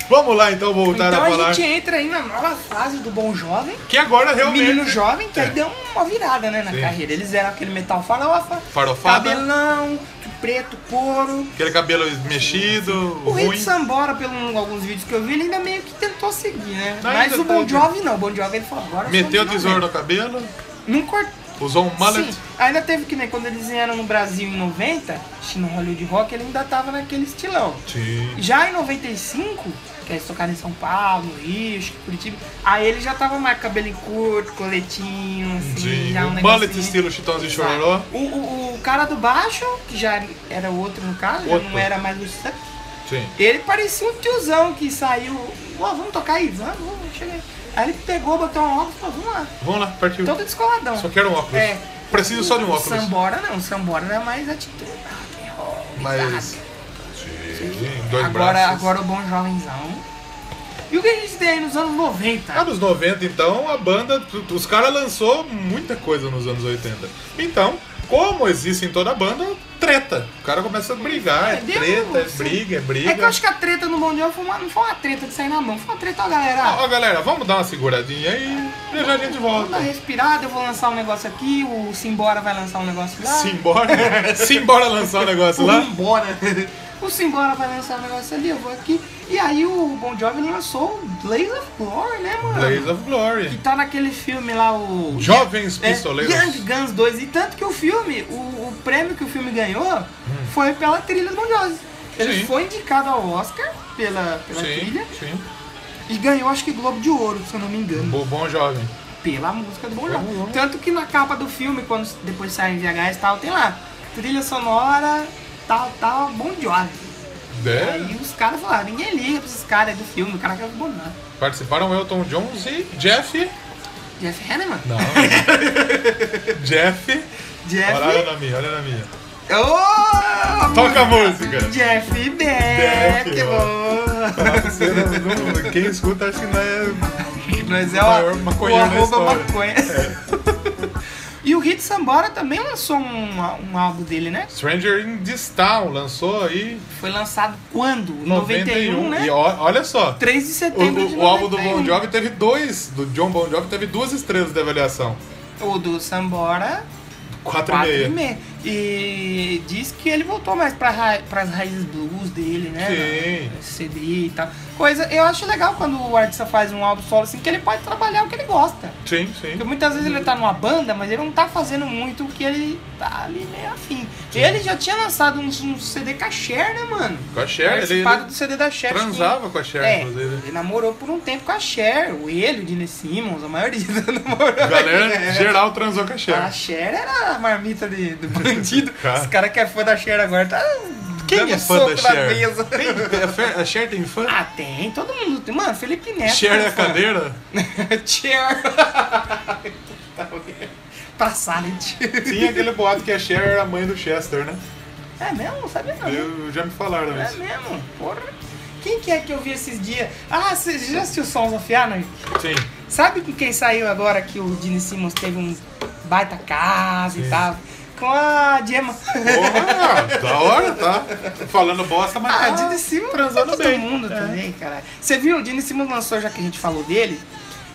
Speaker 2: Vamos lá então voltar
Speaker 1: Então
Speaker 2: a
Speaker 1: a
Speaker 2: falar.
Speaker 1: gente entra aí na nova fase do Bom Jovem.
Speaker 2: Que agora realmente.
Speaker 1: Menino jovem que aí
Speaker 2: É.
Speaker 1: deu uma virada né, na
Speaker 2: Sim.
Speaker 1: carreira. Eles eram aquele metal farofa,
Speaker 2: Farofada.
Speaker 1: cabelão, preto, couro.
Speaker 2: Aquele cabelo mexido,
Speaker 1: O
Speaker 2: ruim.
Speaker 1: Hit Sambora, pelos alguns vídeos que eu vi, ele ainda meio que tentou seguir, né?
Speaker 2: Não,
Speaker 1: Mas
Speaker 2: ainda
Speaker 1: o Bon
Speaker 2: tá,
Speaker 1: Jovi não. O Bon Jovi ele falou, agora eu sou
Speaker 2: Meteu o
Speaker 1: menino
Speaker 2: tesouro
Speaker 1: mesmo.
Speaker 2: no cabelo,
Speaker 1: Não cortou.
Speaker 2: usou um mullet.
Speaker 1: Sim, ainda teve que nem quando eles vieram no Brasil em 90, acho que no Hollywood Rock, ele ainda tava naquele estilão.
Speaker 2: Sim.
Speaker 1: Já em 95, que eles tocaram em São Paulo, Rio, acho que Curitiba, aí ele já tava mais cabelinho curto, coletinho, assim,
Speaker 2: Sim.
Speaker 1: já um
Speaker 2: Um
Speaker 1: negocinho.
Speaker 2: mullet estilo Chitãozinho e Chororó.
Speaker 1: O, o, o cara do baixo, que já era outro no caso, já
Speaker 2: Outro.
Speaker 1: não era mais o Suck,
Speaker 2: Sim.
Speaker 1: ele parecia um tiozão que saiu, ó, vamos tocar aí, vamos, vamos, chega aí. Aí ele pegou, botou um óculos e falou, vamos lá,
Speaker 2: Vamos lá, partiu.
Speaker 1: todo descoladão.
Speaker 2: Só quero um óculos.
Speaker 1: É.
Speaker 2: Preciso só de um
Speaker 1: O
Speaker 2: óculos.
Speaker 1: Sambora não, o Sambora era mais atitude. rock and roll,
Speaker 2: Mas.
Speaker 1: bizarro.
Speaker 2: Sim, dois
Speaker 1: Agora,
Speaker 2: braços.
Speaker 1: agora o bom jovenzão. E o que a gente tem aí nos anos 90?
Speaker 2: Anos 90, então, a banda, tu- os caras lançou muita coisa nos anos 80. Então, como existe em toda banda, treta. O cara começa a brigar, é
Speaker 1: É, deu-
Speaker 2: treta, é
Speaker 1: sim.
Speaker 2: briga, é briga.
Speaker 1: É que eu acho que a treta no Bom Dia foi uma- não foi uma treta de sair na mão, foi uma treta, ó
Speaker 2: Ó,
Speaker 1: galera.
Speaker 2: ó, galera, vamos dar uma seguradinha aí e já a gente
Speaker 1: Vamos dar
Speaker 2: volta.
Speaker 1: uma respirada, eu vou lançar um negócio aqui, o Simbora vai lançar um negócio lá.
Speaker 2: Simbora, *laughs* simbora lançar o negócio
Speaker 1: o *laughs*
Speaker 2: lá.
Speaker 1: Simbora. o Simbora vai lançar um negócio ali, eu vou aqui. E aí o Bon Jovi lançou o Blaze of Glory, né, mano?
Speaker 2: Blaze of
Speaker 1: Que
Speaker 2: Glory.
Speaker 1: tá naquele filme lá, o...
Speaker 2: Jovens
Speaker 1: É,
Speaker 2: Pistoleiros.
Speaker 1: Young Guns 2. E tanto que o filme, o, o prêmio que o filme ganhou foi pela trilha do Bon Jovi. Ele
Speaker 2: Sim.
Speaker 1: foi indicado ao Oscar pela, pela
Speaker 2: Sim,
Speaker 1: trilha
Speaker 2: sim.
Speaker 1: e ganhou, acho que Globo de Ouro, se eu não me engano,
Speaker 2: Bo- Bom jovem.
Speaker 1: pela música do Bon
Speaker 2: Bom
Speaker 1: Jovi.
Speaker 2: Jovi.
Speaker 1: Tanto que na capa do filme, quando depois sai em VHS e tal, tem lá, trilha sonora, tal, tal, Bon Jovi.
Speaker 2: É,
Speaker 1: Aí os caras falaram, ninguém liga pra esses caras aí do filme, o cara quer o Bon Jovi.
Speaker 2: participaram Elton Jones e Jeff.
Speaker 1: Jeff Hanneman.
Speaker 2: Não. Jeff.
Speaker 1: Jeff...
Speaker 2: Olha, olha na minha, olha na minha.
Speaker 1: Ô,
Speaker 2: Toca a música.
Speaker 1: Jeff Beck,
Speaker 2: Beck,
Speaker 1: mano.
Speaker 2: Você não- não- Quem escuta acho que não é.
Speaker 1: Mas é
Speaker 2: O
Speaker 1: o,
Speaker 2: maior
Speaker 1: o
Speaker 2: maconheiro da
Speaker 1: arroba
Speaker 2: história. É.
Speaker 1: maconha. *laughs* e o Hit Sambora também lançou um, um álbum dele, né?
Speaker 2: Stranger in This Town lançou aí
Speaker 1: Foi lançado quando? Em
Speaker 2: em 91.
Speaker 1: 91, né?
Speaker 2: E ó- olha só.
Speaker 1: 3 de
Speaker 2: O,
Speaker 1: setembro de
Speaker 2: o, o álbum do
Speaker 1: 91.
Speaker 2: Bon Jovi teve dois. Do John Bon Jovi teve duas estrelas de avaliação.
Speaker 1: O do Sambora, 4
Speaker 2: Quatro, e
Speaker 1: e
Speaker 2: meia.
Speaker 1: meia. E diz que ele voltou mais pra ra pras raízes blues dele, né?
Speaker 2: Sim.
Speaker 1: Na- CD e tal. Coisa, eu acho legal quando o artista faz um álbum solo assim, que ele pode trabalhar o que ele gosta.
Speaker 2: Sim, sim.
Speaker 1: Porque muitas vezes ele tá numa banda, mas ele não tá fazendo muito o que ele tá ali meio afim. Ele já tinha lançado um, um CD com a Cher, né, mano?
Speaker 2: Com a Cher, ele,
Speaker 1: Participado do
Speaker 2: ele
Speaker 1: CD da Cher.
Speaker 2: transava com a Cher,
Speaker 1: É,
Speaker 2: inclusive.
Speaker 1: ele namorou por um tempo com a Cher, o ele, o Dine Simmons, a maioria *laughs* É. da namorada. *laughs*
Speaker 2: Galera, geral transou com a
Speaker 1: A
Speaker 2: Cher.
Speaker 1: Cher era a marmita de,
Speaker 2: *laughs*
Speaker 1: do bandido.
Speaker 2: Cara.
Speaker 1: Os caras que é fã da Cher agora tá. Quem
Speaker 2: Dando
Speaker 1: é
Speaker 2: fã da
Speaker 1: soco na
Speaker 2: Cher?
Speaker 1: mesa?
Speaker 2: Tem- a Fer- A Cher tem fã?
Speaker 1: *laughs* Ah, tem, todo mundo tem. Mano, Felipe Neto.
Speaker 2: Cher é
Speaker 1: é
Speaker 2: a
Speaker 1: fã.
Speaker 2: cadeira?
Speaker 1: *laughs* Cher. *laughs* pra É Silent.
Speaker 2: Tinha aquele boato que a Cher era a mãe do Chester, né?
Speaker 1: É mesmo? Sabia não.
Speaker 2: Eu já me falaram
Speaker 1: É
Speaker 2: isso.
Speaker 1: mesmo? Porra. Quem que é que eu vi esses dias? Ah, você já assistiu Sons of Anarchy?
Speaker 2: Sim.
Speaker 1: Sabe com quem saiu agora que o Gene Simmons teve um baita caso e tal? Com a Gemma.
Speaker 2: Porra, da hora, tá? Falando bosta, mas.
Speaker 1: Ah,
Speaker 2: tá
Speaker 1: o Gene Simmons
Speaker 2: transando
Speaker 1: tá todo
Speaker 2: bem.
Speaker 1: mundo
Speaker 2: É.
Speaker 1: também, cara. Você viu? O Gene Simmons lançou, já que a gente falou dele,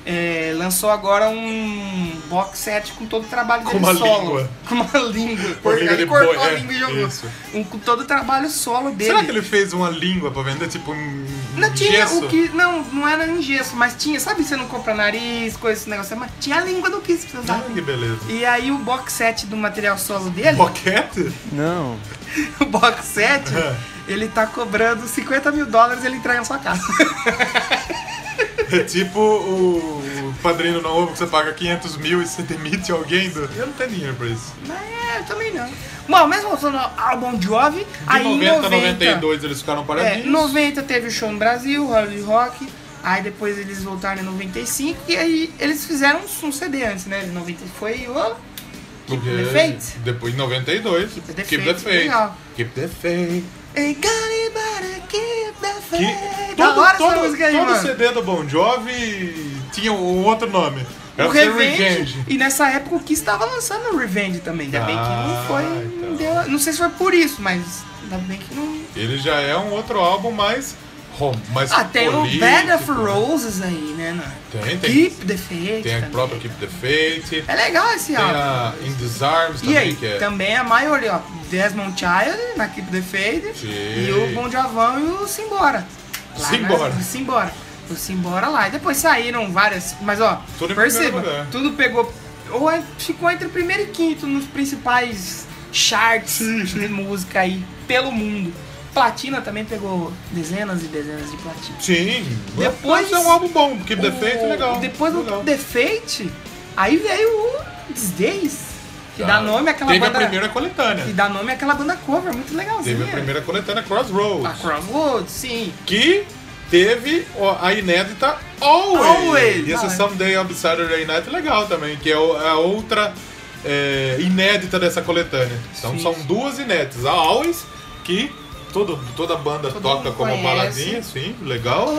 Speaker 1: é, lançou agora um box set com todo o trabalho
Speaker 2: Com
Speaker 1: dele
Speaker 2: uma
Speaker 1: solo.
Speaker 2: língua.
Speaker 1: *laughs* Com uma língua.
Speaker 2: Com a língua
Speaker 1: ele
Speaker 2: de
Speaker 1: cortou
Speaker 2: boi,
Speaker 1: a
Speaker 2: é,
Speaker 1: língua e jogou.
Speaker 2: isso.
Speaker 1: Um- com todo o trabalho solo dele.
Speaker 2: Será que ele fez uma língua pra vender? Tipo um.
Speaker 1: Não tinha
Speaker 2: gesso?
Speaker 1: o que. Não, não era um gesso, mas tinha, sabe, você não compra nariz, coisa, esse negócio, mas tinha a língua do Kiss pra você usar.
Speaker 2: Ah, que beleza.
Speaker 1: E aí o box set do material solo dele,
Speaker 2: Boquete?
Speaker 1: *laughs* o box set, ele tá cobrando 50 mil dólares e ele entrega na sua casa. *laughs*
Speaker 2: É tipo o padrinho novo que você paga 500 mil e você demite alguém. Do... Eu não tenho dinheiro pra isso.
Speaker 1: mas é, eu também não. Bom, mas voltando ao Bon Jovi,
Speaker 2: De
Speaker 1: aí em
Speaker 2: 90
Speaker 1: 90,
Speaker 2: a 92 eles ficaram
Speaker 1: é,
Speaker 2: paradinhos.
Speaker 1: 90 teve o show no Brasil, Hollywood Rock, aí depois eles voltaram em 95 e aí eles fizeram um, um CD antes, né? 90 foi o
Speaker 2: Porque
Speaker 1: Keep the Faith.
Speaker 2: Depois de 92. Keep
Speaker 1: the
Speaker 2: the,
Speaker 1: Faith,
Speaker 2: faith.
Speaker 1: legal.
Speaker 2: Keep the faith.
Speaker 1: Ain't got anybody keep the
Speaker 2: Que
Speaker 1: faith. Da
Speaker 2: todo,
Speaker 1: hora essa
Speaker 2: todo,
Speaker 1: música aí,
Speaker 2: todo
Speaker 1: mano.
Speaker 2: CD do Bon Jovi tinha um outro nome.
Speaker 1: O
Speaker 2: Era pra ser
Speaker 1: Revenge, E nessa época o Kiss tava lançando o Revenge também. Ainda bem que não
Speaker 2: Ah,
Speaker 1: foi. Não,
Speaker 2: então.
Speaker 1: deu- não sei se foi por isso, mas ainda bem que não.
Speaker 2: Ele já é um outro álbum mais. rom- mais
Speaker 1: Ah, tem o
Speaker 2: político,
Speaker 1: Bed of
Speaker 2: né?
Speaker 1: Roses aí, né? na-
Speaker 2: Tem, tem.
Speaker 1: Keep the Faith.
Speaker 2: Tem a
Speaker 1: também.
Speaker 2: própria Keep the Faith.
Speaker 1: É legal esse
Speaker 2: Tem
Speaker 1: álbum.
Speaker 2: a In Disarms
Speaker 1: E
Speaker 2: também,
Speaker 1: aí,
Speaker 2: que é.
Speaker 1: também a maioria, ó. Desmond Child na Keep the Faith.
Speaker 2: Sim.
Speaker 1: E o Bon Javão e o Simbora. Lá
Speaker 2: Simbora.
Speaker 1: na- o Simbora. O Simbora lá. E depois saíram várias. Mas ó,
Speaker 2: Tudo em
Speaker 1: perceba,
Speaker 2: primeiro lugar.
Speaker 1: tudo pegou. Ou é- ficou entre primeiro e quinto nos principais charts de música aí pelo mundo. Platina também pegou dezenas e dezenas de platina.
Speaker 2: Sim.
Speaker 1: Depois-
Speaker 2: Mas é um álbum bom. Keep the Faith é
Speaker 1: O-
Speaker 2: legal.
Speaker 1: Depois do
Speaker 2: legal.
Speaker 1: Keep The Fate, aí veio o These Days, que dá nome àquela
Speaker 2: Teve
Speaker 1: banda.
Speaker 2: a primeira coletânea.
Speaker 1: Que dá nome àquela banda cover, muito legalzinha.
Speaker 2: Teve a primeira coletânea
Speaker 1: A
Speaker 2: Crossroads.
Speaker 1: Crossroads, sim.
Speaker 2: que teve ó, a inédita Always.
Speaker 1: Always,
Speaker 2: E essa
Speaker 1: não, é.
Speaker 2: Someday on Saturday Night é legal também, que é o- a outra é, inédita dessa coletânea. Então
Speaker 1: Sim,
Speaker 2: são
Speaker 1: sim.
Speaker 2: duas inéditas. A Always, que todo, toda banda
Speaker 1: Todo
Speaker 2: toca
Speaker 1: mundo
Speaker 2: como
Speaker 1: conhece.
Speaker 2: baladinha, sim, legal.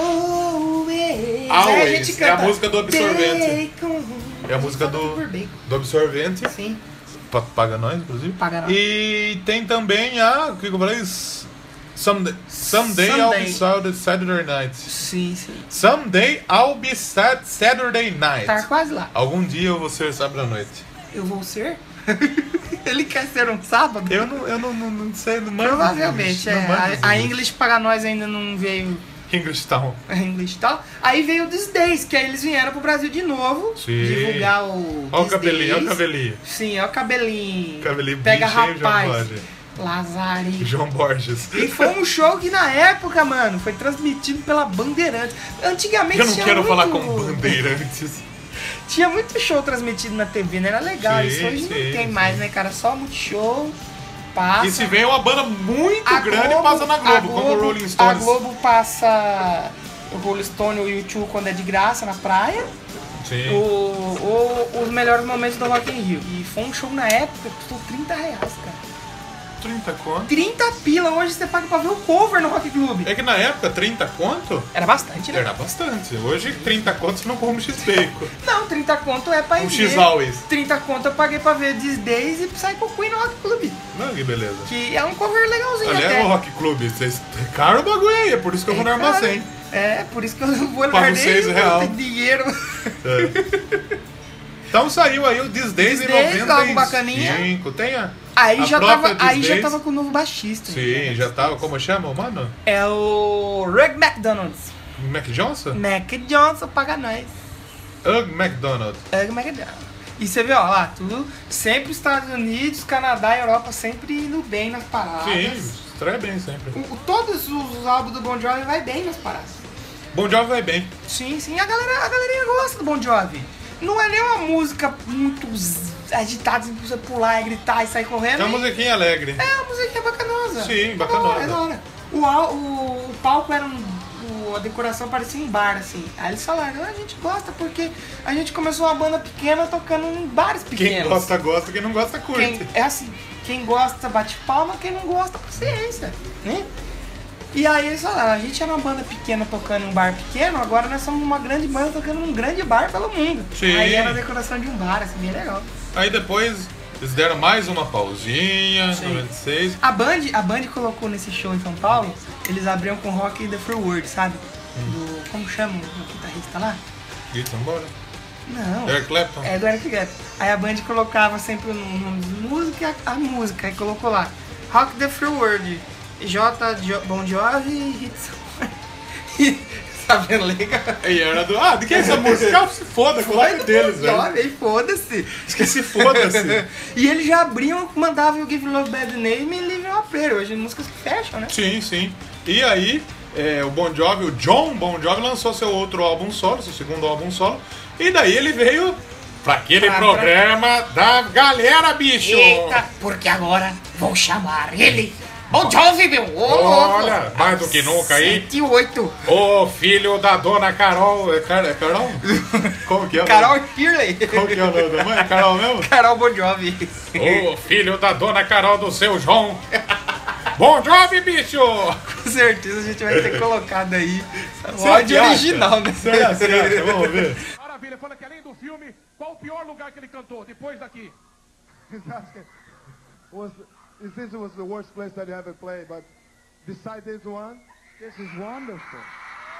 Speaker 1: Always.
Speaker 2: Always,
Speaker 1: Aí a gente
Speaker 2: é a
Speaker 1: canta,
Speaker 2: música do Absorvente.
Speaker 1: Bacon.
Speaker 2: É a música do,
Speaker 1: Bacon.
Speaker 2: do Absorvente.
Speaker 1: Sim.
Speaker 2: Pa- Paga nós, inclusive.
Speaker 1: Paga nós.
Speaker 2: E tem também a. O que eu falei? S- Someday, someday,
Speaker 1: Someday.
Speaker 2: I'll be Saturday Night.
Speaker 1: Sim, sim.
Speaker 2: Someday I'll be sad Saturday Night.
Speaker 1: Tá quase lá.
Speaker 2: Algum dia eu vou ser sábado à noite.
Speaker 1: Eu vou ser? *laughs* Ele quer ser um sábado?
Speaker 2: Eu não, eu não, não, não sei, não manjo.
Speaker 1: Provavelmente,
Speaker 2: não
Speaker 1: é.
Speaker 2: manjo
Speaker 1: A,
Speaker 2: essas
Speaker 1: a
Speaker 2: músicas.
Speaker 1: English para nós ainda não veio
Speaker 2: English Town.
Speaker 1: a English e tal. tá? Aí veio o These Days, que aí eles vieram pro Brasil de novo
Speaker 2: Sim.
Speaker 1: divulgar o.
Speaker 2: Olha o
Speaker 1: These
Speaker 2: cabelinho, olha o
Speaker 1: Days.
Speaker 2: cabelinho.
Speaker 1: Sim, olha o cabelinho.
Speaker 2: Cabelinho
Speaker 1: Pega
Speaker 2: bem cheio,
Speaker 1: rapaz.
Speaker 2: João Borges.
Speaker 1: Lazari.
Speaker 2: João Borges.
Speaker 1: E foi um show que na época, mano, foi transmitido pela Bandeirantes. Antigamente
Speaker 2: Eu não
Speaker 1: tinha
Speaker 2: quero
Speaker 1: muito...
Speaker 2: falar com bandeirantes.
Speaker 1: Tinha muito show transmitido na TV, né? Era legal.
Speaker 2: Sim,
Speaker 1: Isso hoje não
Speaker 2: sim,
Speaker 1: tem
Speaker 2: sim.
Speaker 1: mais, né, cara? Só muito show. Passa.
Speaker 2: E se vem uma banda muito
Speaker 1: Ah, A
Speaker 2: grande
Speaker 1: Globo-
Speaker 2: passa na Globo, como Rolling
Speaker 1: A
Speaker 2: Stones.
Speaker 1: Globo passa o Rolling Stone e o YouTube quando é de graça na praia.
Speaker 2: Sim.
Speaker 1: O- ou os melhores momentos do Rock in Rio. E foi um show na época que custou 30 reais, cara.
Speaker 2: 30 conto.
Speaker 1: 30 pila hoje você paga pra ver o cover no Rock Club.
Speaker 2: É que na época, 30 conto
Speaker 1: Era bastante, né?
Speaker 2: era bastante. Hoje, 30 conto você não compra um X-Bacon.
Speaker 1: Não, 30 conto é pra ir
Speaker 2: Um
Speaker 1: ver.
Speaker 2: X-Always.
Speaker 1: 30 conto eu paguei pra ver These Days e Psycho Queen no Rock Club.
Speaker 2: Não, que beleza.
Speaker 1: Que é um cover legalzinho até.
Speaker 2: Aliás, o um Rock Club, vocês é caro o bagulho aí, é por isso que eu vou no
Speaker 1: Cara,
Speaker 2: armazém.
Speaker 1: É, por isso que eu vou
Speaker 2: Pago
Speaker 1: guardei
Speaker 2: seis real.
Speaker 1: dinheiro.
Speaker 2: É. Então saiu aí o These Days em
Speaker 1: These Days, algo
Speaker 2: 95.
Speaker 1: bacaninha.
Speaker 2: Tem a.
Speaker 1: Aí,
Speaker 2: a
Speaker 1: já tava,
Speaker 2: própria These
Speaker 1: aí já
Speaker 2: Days.
Speaker 1: tava com o novo baixista.
Speaker 2: Sim, já tava. Como chama, mano?
Speaker 1: É o Reg McDonald's.
Speaker 2: Mac Johnson?
Speaker 1: Mac Johnson paga nós.
Speaker 2: Hug McDonald.
Speaker 1: É o McDonald's. E você vê, ó, lá, tudo. Sempre os Estados Unidos, Canadá e Europa sempre indo bem nas paradas.
Speaker 2: Sim, estreia bem sempre.
Speaker 1: O, o- todos os álbuns do Bon Jovi vai bem nas paradas.
Speaker 2: Bom Jovi vai bem.
Speaker 1: Sim, sim. A galera, a galerinha gosta do Bon Jovi. Não é nem uma música muito z- agitada, assim, pra você pular e gritar e sair correndo.
Speaker 2: Tem
Speaker 1: E-
Speaker 2: uma musiquinha alegre.
Speaker 1: É uma musiquinha bacanosa.
Speaker 2: Sim, bacanosa.
Speaker 1: É da hora. O, al- o, o palco era um. o- a decoração parecia um bar, assim. Aí eles falaram, a gente gosta porque a gente começou uma banda pequena tocando em bares pequenos.
Speaker 2: Quem gosta, gosta. Quem não gosta, curte.
Speaker 1: Quem- é assim, quem gosta bate palma, quem não gosta, paciência, né? E aí eles falaram, a gente era uma banda pequena tocando em um bar pequeno, agora nós somos uma grande banda tocando num grande bar pelo mundo.
Speaker 2: Sim.
Speaker 1: Aí era a decoração de um bar, assim, bem legal.
Speaker 2: Aí depois eles deram mais uma pausinha,
Speaker 1: Sim.
Speaker 2: 96.
Speaker 1: A Band, a Band colocou nesse show em São Paulo, eles abriam com Rock in the Free World, sabe?
Speaker 2: Hum.
Speaker 1: Do, como chama o guitarrista lá?
Speaker 2: E vambora.
Speaker 1: Não.
Speaker 2: Eric Clapton.
Speaker 1: É do Eric Clapton. Aí a Band colocava sempre o nome de música, a música, e colocou lá Rock the Free World, J. Jo, bon Jovi e *laughs* Hits. Sabe, legal.
Speaker 2: E era do. Ah, de quem é essa
Speaker 1: *laughs*
Speaker 2: música? Ah, se foda, coloca deles, velho.
Speaker 1: Jovi, aí foda-se.
Speaker 2: Esqueci, foda-se.
Speaker 1: *laughs* E eles já abriam, mandavam o Give Love Bad Name e Live Your Prayer. Hoje músicas que fecham, né?
Speaker 2: *laughs* Sim, sim. E aí, é, o Bon Jovi, o John Bon Jovi lançou seu outro álbum solo, seu segundo álbum solo. E daí ele veio pra aquele
Speaker 1: Pra-
Speaker 2: programa da galera, bicho!
Speaker 1: Eita, porque agora vou chamar ele. Bon Jovi, meu! Ô, louco!
Speaker 2: Olha, mais do que nunca aí.
Speaker 1: 108.
Speaker 2: Ô filho da dona Carol. É, Car é *laughs* Carol? Como que é? o nome?
Speaker 1: Carol Shirley.
Speaker 2: Como que é o nome da mãe? É Carol mesmo?
Speaker 1: Carol Bon Jovi.
Speaker 2: *laughs* Ô filho da dona Carol do seu João. Bon Jovi, bicho!
Speaker 1: Com certeza a gente vai ter colocado aí o
Speaker 2: Você
Speaker 1: áudio
Speaker 2: acha?
Speaker 1: original, né?
Speaker 2: Você acha? Vamos ver.
Speaker 5: Maravilha, falando que além do filme, qual o pior lugar que ele cantou depois daqui?
Speaker 7: *laughs* was it this was the worst place that you ever played, but beside this one, this is wonderful.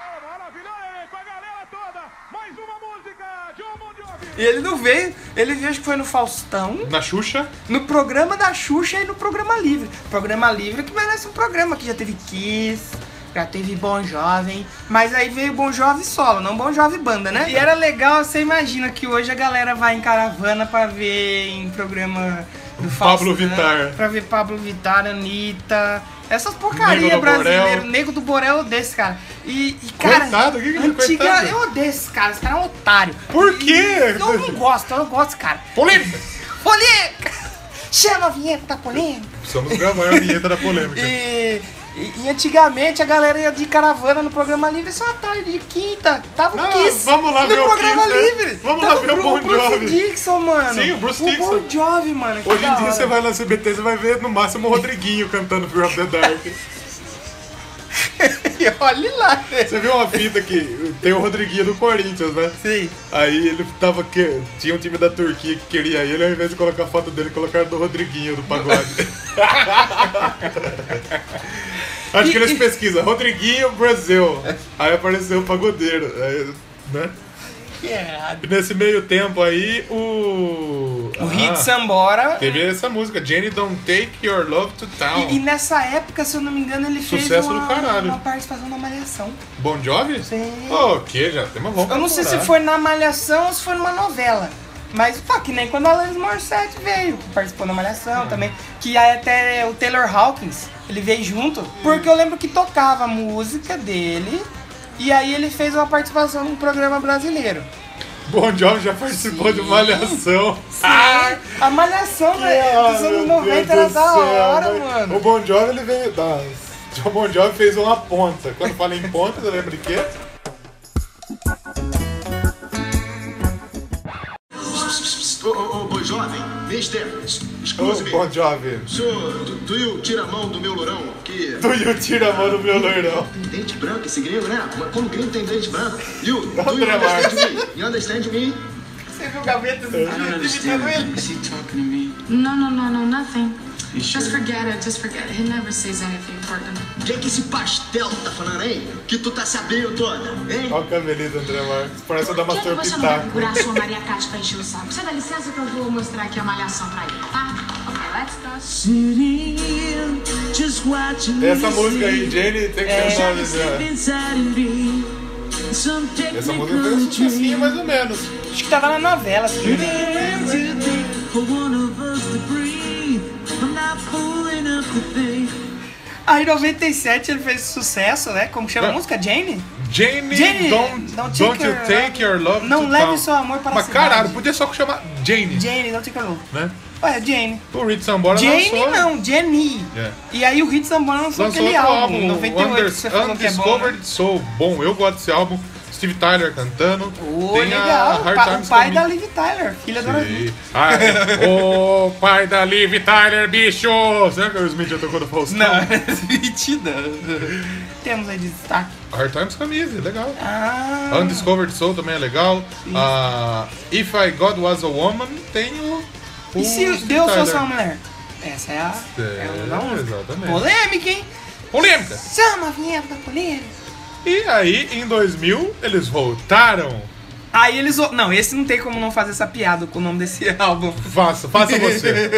Speaker 5: Oh, maravilha, aí, com a galera toda, mais uma música, John Bon Jovi.
Speaker 1: E ele não veio, ele veio, acho que foi no Faustão,
Speaker 2: Na Xuxa.
Speaker 1: no programa da Xuxa e no programa livre. Programa livre que merece um programa que já teve Kiss. Já teve Bom Jovem, mas aí veio Bom Jovem solo, não Bom Jovem banda, né? E era legal, você imagina que hoje a galera vai em caravana pra ver em programa do Faustão,
Speaker 2: Pablo Vittar.
Speaker 1: Pra ver Pablo Vittar, Anitta, essas
Speaker 2: Nego
Speaker 1: porcarias
Speaker 2: do
Speaker 1: brasileiras.
Speaker 2: Borel.
Speaker 1: Nego do Borel, eu odeio esse cara. E, e, cara,
Speaker 2: Coitado, o que que ele-
Speaker 1: antiga,
Speaker 2: coitado?
Speaker 1: eu odeio esse cara, esse cara é um otário.
Speaker 2: Por quê?
Speaker 1: Eu não gosto, eu não gosto, desse cara.
Speaker 2: Polêmica!
Speaker 1: Polêmica! Chama a vinheta da polêmica!
Speaker 2: Precisamos gravar a vinheta da polêmica.
Speaker 1: E, e- e antigamente a galera ia de caravana no programa livre, só uma tarde de quinta, tava
Speaker 2: Não,
Speaker 1: o Kiss.
Speaker 2: vamos lá
Speaker 1: no
Speaker 2: ver o
Speaker 1: programa
Speaker 2: Kiss, né?
Speaker 1: livre.
Speaker 2: Vamos
Speaker 1: Tava
Speaker 2: lá ver o
Speaker 1: Bru-
Speaker 2: Bon Jovi.
Speaker 1: Bruce Dixon, mano.
Speaker 2: Sim, o Bruce Dixon.
Speaker 1: O Bon Jovi, mano. que
Speaker 2: Hoje em
Speaker 1: da
Speaker 2: dia
Speaker 1: hora.
Speaker 2: você vai lá no CBT, você vai ver no máximo o Rodriguinho cantando Fear of the Dark.
Speaker 1: *laughs* E Olha lá, né? velho.
Speaker 2: Você viu uma fita que tem o Rodriguinho do Corinthians, né?
Speaker 1: Sim.
Speaker 2: Aí ele tava que tinha um time da Turquia que queria ele, ao invés de colocar a foto dele, colocaram do Rodriguinho do
Speaker 1: *laughs*
Speaker 2: pagode. Acho que eles pesquisam Rodriguinho Brasil. Aí apareceu o pagodeiro, aí, né?
Speaker 1: Que errado.
Speaker 2: E nesse meio tempo aí o
Speaker 1: O Hit
Speaker 2: ah,
Speaker 1: Sambora.
Speaker 2: teve essa música Jenny Don't Take Your Love to Town.
Speaker 1: E, e nessa época, se eu não me engano, ele fez
Speaker 2: Então. Sucesso do
Speaker 1: uma,
Speaker 2: caralho.
Speaker 1: uma participação na Malhação.
Speaker 2: Bon Jovi?
Speaker 1: Sim.
Speaker 2: O que já tem uma longa
Speaker 1: Eu não sei se
Speaker 2: temporada.
Speaker 1: foi na Malhação ou se foi numa novela. Mas tá, que nem quando a Alanis Morissette veio, que participou na Malhação também. Que aí até o Taylor Hawkins, ele veio junto. Porque eu lembro que tocava a música dele. E aí ele fez uma participação num programa brasileiro.
Speaker 2: Bon Jovi já participou de Malhação.
Speaker 1: Ah, a Malhação, velho, é dos anos 90 era da hora, mano.
Speaker 2: O Bon Jovi, ele veio da... O Bon Jovi fez uma ponta. Quando fala em ponta, você lembra de quê?
Speaker 8: Ô, ô, ô, boi jovem, mister,
Speaker 2: Ô,
Speaker 9: assim?
Speaker 8: excuse me.
Speaker 2: Bon Jovi.
Speaker 8: Senhor, do, do you tira a mão do meu lourão? Que
Speaker 2: Tu e o tira a mão do meu loirão.
Speaker 8: tem dente branco esse gringo, né? Mas como gringo tem dente branco? You, do you
Speaker 2: André
Speaker 8: understand me? You understand me?
Speaker 1: Você viu o Gaveta imitando ele?
Speaker 8: Is he talking to me?
Speaker 10: No, no, no, no, nothing. Just forget it. Just forget it. He never says anything important.
Speaker 8: O que, que esse pastel tá falando, hein? Que tu tá sabendo toda, hein?
Speaker 2: Olha o cabelinho do André Marques. Parece o
Speaker 10: Por que,
Speaker 2: Damastor
Speaker 10: é que você não vai
Speaker 2: Tá Pitaco.
Speaker 10: procurar a sua Maria Cátia pra encher o saco? Você dá licença que eu vou mostrar aqui a malhação pra ele, tá? Ok, let's go.
Speaker 3: Sitting here, just watching you
Speaker 2: Essa música aí,
Speaker 3: sleep.
Speaker 2: Jenny, tem que ser um
Speaker 3: Trying
Speaker 2: nome
Speaker 3: to
Speaker 2: dela.
Speaker 3: slip inside and be some
Speaker 2: Essa música foi um
Speaker 3: technical
Speaker 2: sucessinho,
Speaker 3: dream.
Speaker 2: mais ou menos.
Speaker 1: Acho que tava na novela, se não me engano.
Speaker 3: Dance you think for one of us to breathe. I'm not fool enough to think.
Speaker 1: Aí em 97 ele fez sucesso, né? Como chama a
Speaker 2: É.
Speaker 1: música? Jane?
Speaker 2: Jenny,
Speaker 1: Jenny,
Speaker 2: don't,
Speaker 1: don't
Speaker 2: don't,
Speaker 1: take
Speaker 2: you
Speaker 1: your
Speaker 2: take your love
Speaker 1: Não
Speaker 2: to
Speaker 1: leve
Speaker 2: town.
Speaker 1: seu amor para a
Speaker 2: Mas
Speaker 1: cidade.
Speaker 2: caralho, podia só chamar Jane,
Speaker 1: Jane, não tem calor.
Speaker 2: né?
Speaker 1: Ué, Jane.
Speaker 2: O Rich Sambora
Speaker 1: Jane
Speaker 2: lançou.
Speaker 1: não, Jenny.
Speaker 2: né? É.
Speaker 1: E aí o Hit Sambora lançou
Speaker 2: Lançou
Speaker 1: aquele
Speaker 2: outro
Speaker 1: álbum,
Speaker 2: álbum,
Speaker 1: 98,
Speaker 2: Under-
Speaker 1: que você falou que é bom. né?
Speaker 2: Undiscovered Soul. Bom, eu gosto desse álbum. Se Steve Tyler cantando.
Speaker 1: Ô,
Speaker 2: tem
Speaker 1: legal.
Speaker 2: a Hard
Speaker 1: o pa-
Speaker 2: Times
Speaker 1: o pai
Speaker 2: Coming.
Speaker 1: da né? Liv Tyler, filha da Liv.
Speaker 2: Sim. Ah, é. Ô, pai da Liv Tyler, bicho! Será que o Smith já tocou no Faustão?
Speaker 1: Não, mentira. Temos aí de destaque.
Speaker 2: Hard Times Camise, legal.
Speaker 1: Ah,
Speaker 2: Undiscovered Soul também é legal. Ah, If I God Was a Woman tem o. o
Speaker 1: e se
Speaker 2: Steve
Speaker 1: Deus
Speaker 2: Tyler.
Speaker 1: fosse uma mulher? Essa é a.
Speaker 2: É,
Speaker 1: É, uma música.
Speaker 2: exatamente.
Speaker 1: Polêmica, hein?
Speaker 2: Polêmica!
Speaker 1: Chama a vinheta da polêmica.
Speaker 2: E aí, em 2000, eles voltaram.
Speaker 1: Aí eles. o- Não, esse não tem como não fazer essa piada com o nome desse *laughs* álbum.
Speaker 2: Faça, faça
Speaker 1: *laughs*
Speaker 2: você.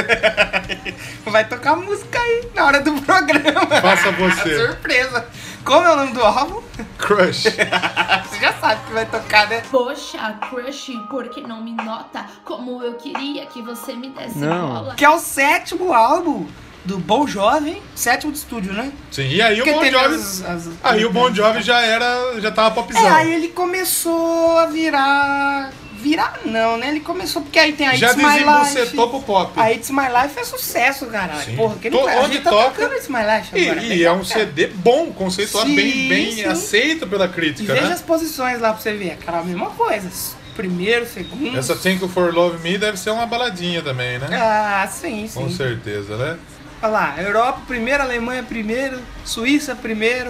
Speaker 1: Vai tocar música aí na hora do programa. *laughs*
Speaker 2: Faça você.
Speaker 1: Surpresa. Como é o nome do álbum? *laughs*
Speaker 2: Crush.
Speaker 1: Você já sabe que vai tocar, né?
Speaker 11: Poxa, crush, por que não me nota? Como eu queria que você me desse bola.
Speaker 1: Que é o sétimo álbum do Bom Jovem. Sétimo de estúdio, né?
Speaker 2: Sim, e aí o
Speaker 1: Porque
Speaker 2: Bon
Speaker 1: teve
Speaker 2: Jovi.
Speaker 1: as- as- né?
Speaker 2: Aí o Bon Jovi já era. já tava popzão.
Speaker 1: É, aí ele começou a virar. Virar não, né? Ele começou porque aí tem a
Speaker 2: já
Speaker 1: It's My Life.
Speaker 2: desembucetou pro pop.
Speaker 1: A It's My Life é sucesso,
Speaker 2: Sim.
Speaker 1: caralho. Porra, quem
Speaker 2: To-
Speaker 1: não a
Speaker 2: onde
Speaker 1: gente tá
Speaker 2: toca-
Speaker 1: tocando It's My Life
Speaker 2: E,
Speaker 1: agora.
Speaker 2: e
Speaker 1: tem que
Speaker 2: é um
Speaker 1: tocar.
Speaker 2: CD bom, conceituado, bem,
Speaker 1: Sim,
Speaker 2: bem
Speaker 1: sim.
Speaker 2: aceito pela
Speaker 1: E
Speaker 2: crítica,
Speaker 1: veja
Speaker 2: né?
Speaker 1: as posições lá pra você ver. Aquela mesma coisa. Primeiro, segundo.
Speaker 2: Essa Thank You For Love Me deve ser uma baladinha também, né?
Speaker 1: Ah, sim, sim.
Speaker 2: Com certeza, né?
Speaker 1: Olha lá, Europa primeiro, Alemanha primeiro, Suíça primeiro,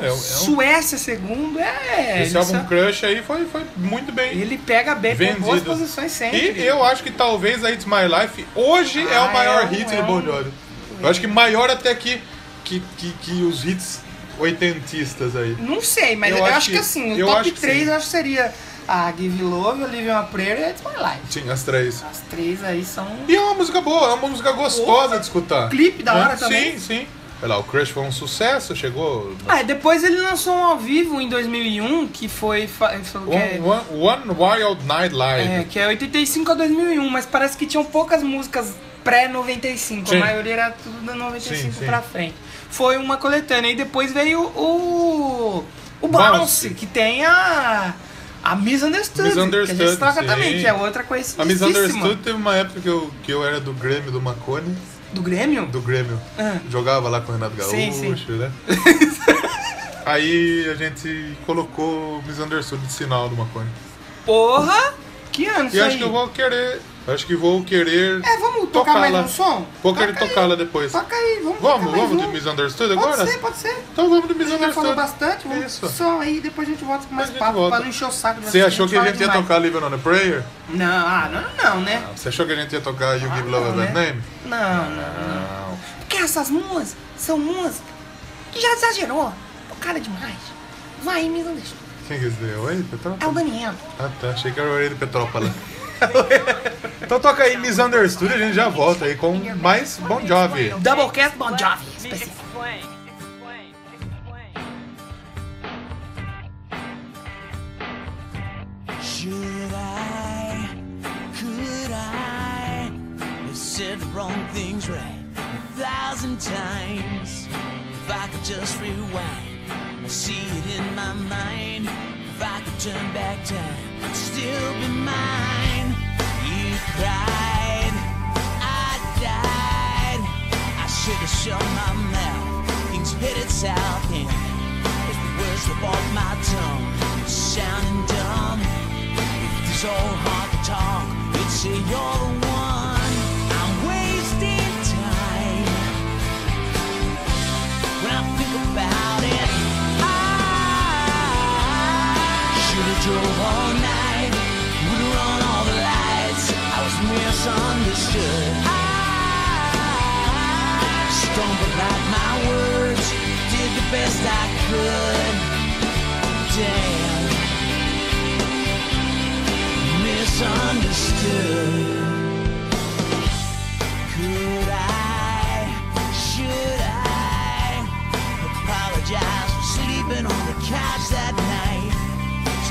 Speaker 2: É, é, é um...
Speaker 1: Suécia segundo. É,
Speaker 2: Esse
Speaker 1: ele,
Speaker 2: álbum
Speaker 1: só-
Speaker 2: Crush aí foi, foi muito bem
Speaker 1: ele pega bem com boas
Speaker 2: vendido.
Speaker 1: posições sempre.
Speaker 2: E eu acho que talvez a It's My Life hoje é o
Speaker 1: Ah,
Speaker 2: maior
Speaker 1: é um-
Speaker 2: hit
Speaker 1: é
Speaker 2: do Bon
Speaker 1: um-
Speaker 2: Jovi. Eu acho que maior até que, que, que, que os hits oitentistas aí.
Speaker 1: Não sei, mas
Speaker 2: Eu
Speaker 1: eu,
Speaker 2: acho
Speaker 1: acho,
Speaker 2: que-
Speaker 1: que assim,
Speaker 2: eu
Speaker 1: o top
Speaker 2: acho que
Speaker 1: 3
Speaker 2: sim.
Speaker 1: eu acho que seria a Give You Love, Live Uma Prayer e It's My Life.
Speaker 2: Sim, as três.
Speaker 1: As três aí são.
Speaker 2: E é uma música boa, é uma música gostosa de escutar.
Speaker 1: clipe da
Speaker 2: Né?
Speaker 1: hora também.
Speaker 2: Sim, sim. Olha lá, o Crush foi um sucesso, chegou
Speaker 1: Ah, e depois ele lançou um ao vivo em 2001 que foi. fa- foi- que é-
Speaker 2: One, One- One Wild Night Live.
Speaker 1: É, que é 85 a 2001, mas parece que tinham poucas músicas pré-95.
Speaker 2: Sim.
Speaker 1: A maioria era tudo da 95
Speaker 2: Sim, sim.
Speaker 1: pra frente. Foi uma coletânea. E depois veio o. O Bounce,
Speaker 2: Bounce.
Speaker 1: que tem a. A Misunderstood.
Speaker 2: Misunderstood,
Speaker 1: que a gente toca
Speaker 2: sim.
Speaker 1: também, que é outra
Speaker 2: A
Speaker 1: conhecidíssima.
Speaker 2: Misunderstood teve uma época que eu, que eu era do Grêmio, do Macone,
Speaker 1: Do Grêmio?
Speaker 2: do Grêmio.
Speaker 1: Ah.
Speaker 2: Jogava lá com o Renato Gaúcho,
Speaker 1: Sim, *laughs*
Speaker 2: né? Aí a gente colocou Misunderstood de sinal do Macone.
Speaker 1: Porra! Que ano
Speaker 2: E
Speaker 1: isso
Speaker 2: acho
Speaker 1: aí?
Speaker 2: que eu vou querer. Acho que vou querer.
Speaker 1: É, vamos tocar mais
Speaker 2: tocá-la.
Speaker 1: um som?
Speaker 2: Vou querer
Speaker 1: Toca aí,
Speaker 2: tocá-la depois.
Speaker 1: Toca aí, vamos
Speaker 2: Vamos,
Speaker 1: tocar mais
Speaker 2: vamos
Speaker 1: um.
Speaker 2: de Misunderstood
Speaker 1: Pode
Speaker 2: agora?
Speaker 1: ser, pode ser.
Speaker 2: Então vamos de
Speaker 1: A gente já falou
Speaker 2: Misunderstood.
Speaker 1: bastante, vamos
Speaker 2: Isso.
Speaker 1: só aí, depois a gente volta com mais
Speaker 2: Depois a gente
Speaker 1: papo
Speaker 2: volta.
Speaker 1: pra não encher o saco.
Speaker 2: Você achou que a gente ia
Speaker 1: tocar
Speaker 2: tocar Living on a Prayer?
Speaker 1: Não, ah, não, não, né?
Speaker 2: Você achou que a gente ia tocar You Give Love a
Speaker 1: não,
Speaker 2: Bad
Speaker 1: né?
Speaker 2: Name?
Speaker 1: Não, não, não.
Speaker 2: Não.
Speaker 1: Porque essas músicas são músicas que já exagerou. Pô, cara é demais. Vai, me não deixa.
Speaker 2: Quem quer dizer? Oi,
Speaker 1: É o
Speaker 2: Petrópolis?
Speaker 1: Daniel.
Speaker 2: Ah tá, achei que era o Orelha de Petrópolis. *laughs* então toca aí Misunderstood e a gente já volta aí com mais Bon Jovi.
Speaker 1: Doublecast Bon Jovi, especial.
Speaker 3: Explain, explain, explain.
Speaker 8: Should I, could I have said the wrong things right a thousand times? If I could just rewind, I see it in my mind. If I could turn back time, it'd still be mine. You cried, I died. I should have shut my mouth. Things headed south, and as the words slip off my tongue, sounding dumb. It's so hard to talk. It's you're the one. I'm wasting time when I think about it. I should have drove all night. Would have run all the lights. I was misunderstood. I stumbled out my words. Did the best I could. Damn misunderstood. Could I, should I apologize for sleeping on the couch that night?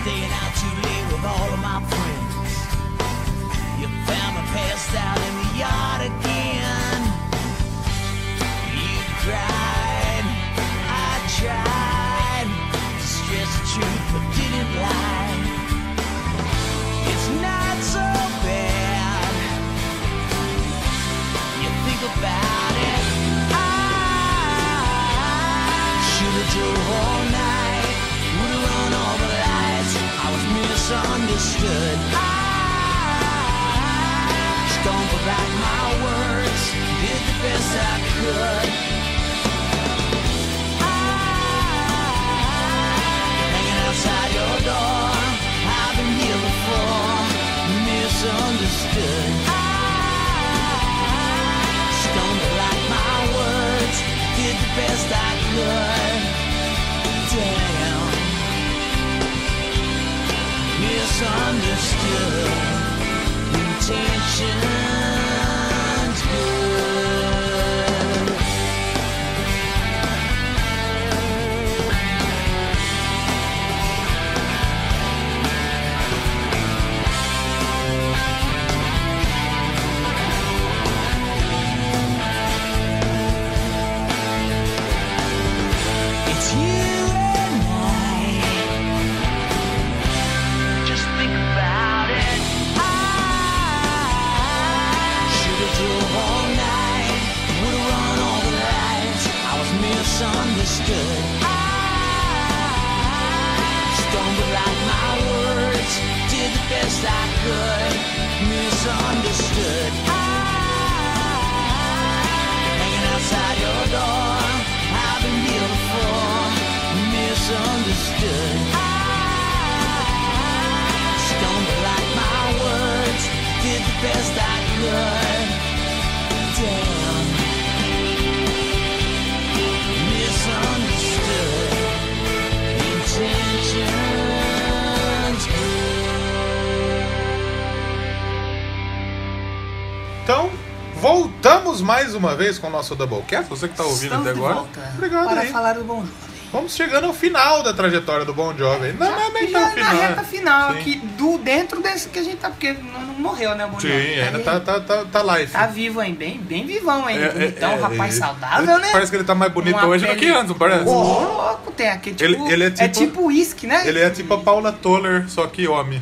Speaker 8: Staying out too late with all of my friends. Your family passed out in the yard again. You cried, I tried to stress the truth but didn't lie. It's not so bad. You think about it. I should have drove all night. Would have run all the lights. misunderstood. I stumbled at my words, did the best I could. I hanging outside your door, I've been here before, misunderstood. I stumbled at my words, did the best I could. Damn misunderstood intentions good. It's you and I just think about it. I should have drove all night, would have run all the lights. I was misunderstood. I stumbled at my words, did the best I could. Misunderstood. I hanging outside your door, I've been here before. Misunderstood. Stumble at my words, did the best I could. Damn. Misunderstood. Intentions
Speaker 2: Então, voltamos mais uma vez com o nosso Doublecast. Você que tá ouvindo
Speaker 1: Estamos
Speaker 2: até
Speaker 1: de
Speaker 2: agora.
Speaker 1: volta
Speaker 2: Obrigado
Speaker 1: para
Speaker 2: aí.
Speaker 1: falar do Bom Jovem.
Speaker 2: Vamos chegando ao final da trajetória do Bom Jovem. Não, não é nem tão
Speaker 1: Já na
Speaker 2: final.
Speaker 1: reta
Speaker 2: né?
Speaker 1: final,
Speaker 2: Sim.
Speaker 1: aqui, do, dentro desse que a gente tá, porque não, não morreu, né, o Bon
Speaker 2: Sim,
Speaker 1: Jovi?
Speaker 2: ainda
Speaker 1: aí-
Speaker 2: tá, tá, tá, tá live.
Speaker 1: Tá vivo, hein? Bem, bem vivão, hein?
Speaker 2: É, é,
Speaker 1: Bonitão,
Speaker 2: é,
Speaker 1: rapaz
Speaker 2: é.
Speaker 1: saudável, né?
Speaker 2: Parece que ele tá mais bonito
Speaker 1: Uma
Speaker 2: hoje do que
Speaker 1: pele-
Speaker 2: antes, não parece?
Speaker 1: Ô, louco, tem aqui, tipo,
Speaker 2: Ele- ele é tipo-
Speaker 1: uísque, né?
Speaker 2: Ele é tipo a Paula Toller, só que
Speaker 1: *laughs*
Speaker 2: homem.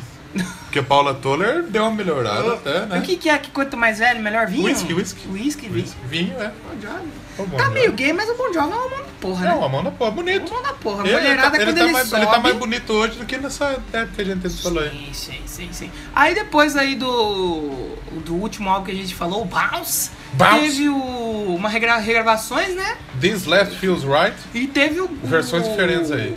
Speaker 2: Porque a Paula Toller deu uma melhorada até, né?
Speaker 1: O que, que é que quanto mais velho, melhor vinho?
Speaker 2: Whisky, whisky.
Speaker 1: Whisky, vinho.
Speaker 2: Vinho, é.
Speaker 1: Bon Jovi.
Speaker 2: Ô, bom,
Speaker 1: Tá
Speaker 2: né?
Speaker 1: meio gay, mas o Bon Jovi é uma mão da porra, né?
Speaker 2: Não, a mão na porra, bonito.
Speaker 1: Mão da porra. A
Speaker 2: Ele, ele, tá,
Speaker 1: mulherada,
Speaker 2: ele,
Speaker 1: quando
Speaker 2: tá
Speaker 1: ele
Speaker 2: mais,
Speaker 1: sobe...
Speaker 2: ele tá mais bonito hoje do que nessa época que a gente falou aí.
Speaker 1: Sim, sim, sim, sim. Aí depois aí do, do último álbum que a gente falou, o Bounce,
Speaker 2: Bounce.
Speaker 1: teve o, uma regra, regravações, né?
Speaker 2: This Left Feels Right.
Speaker 1: E teve o...
Speaker 2: Versões
Speaker 1: o-
Speaker 2: diferentes aí.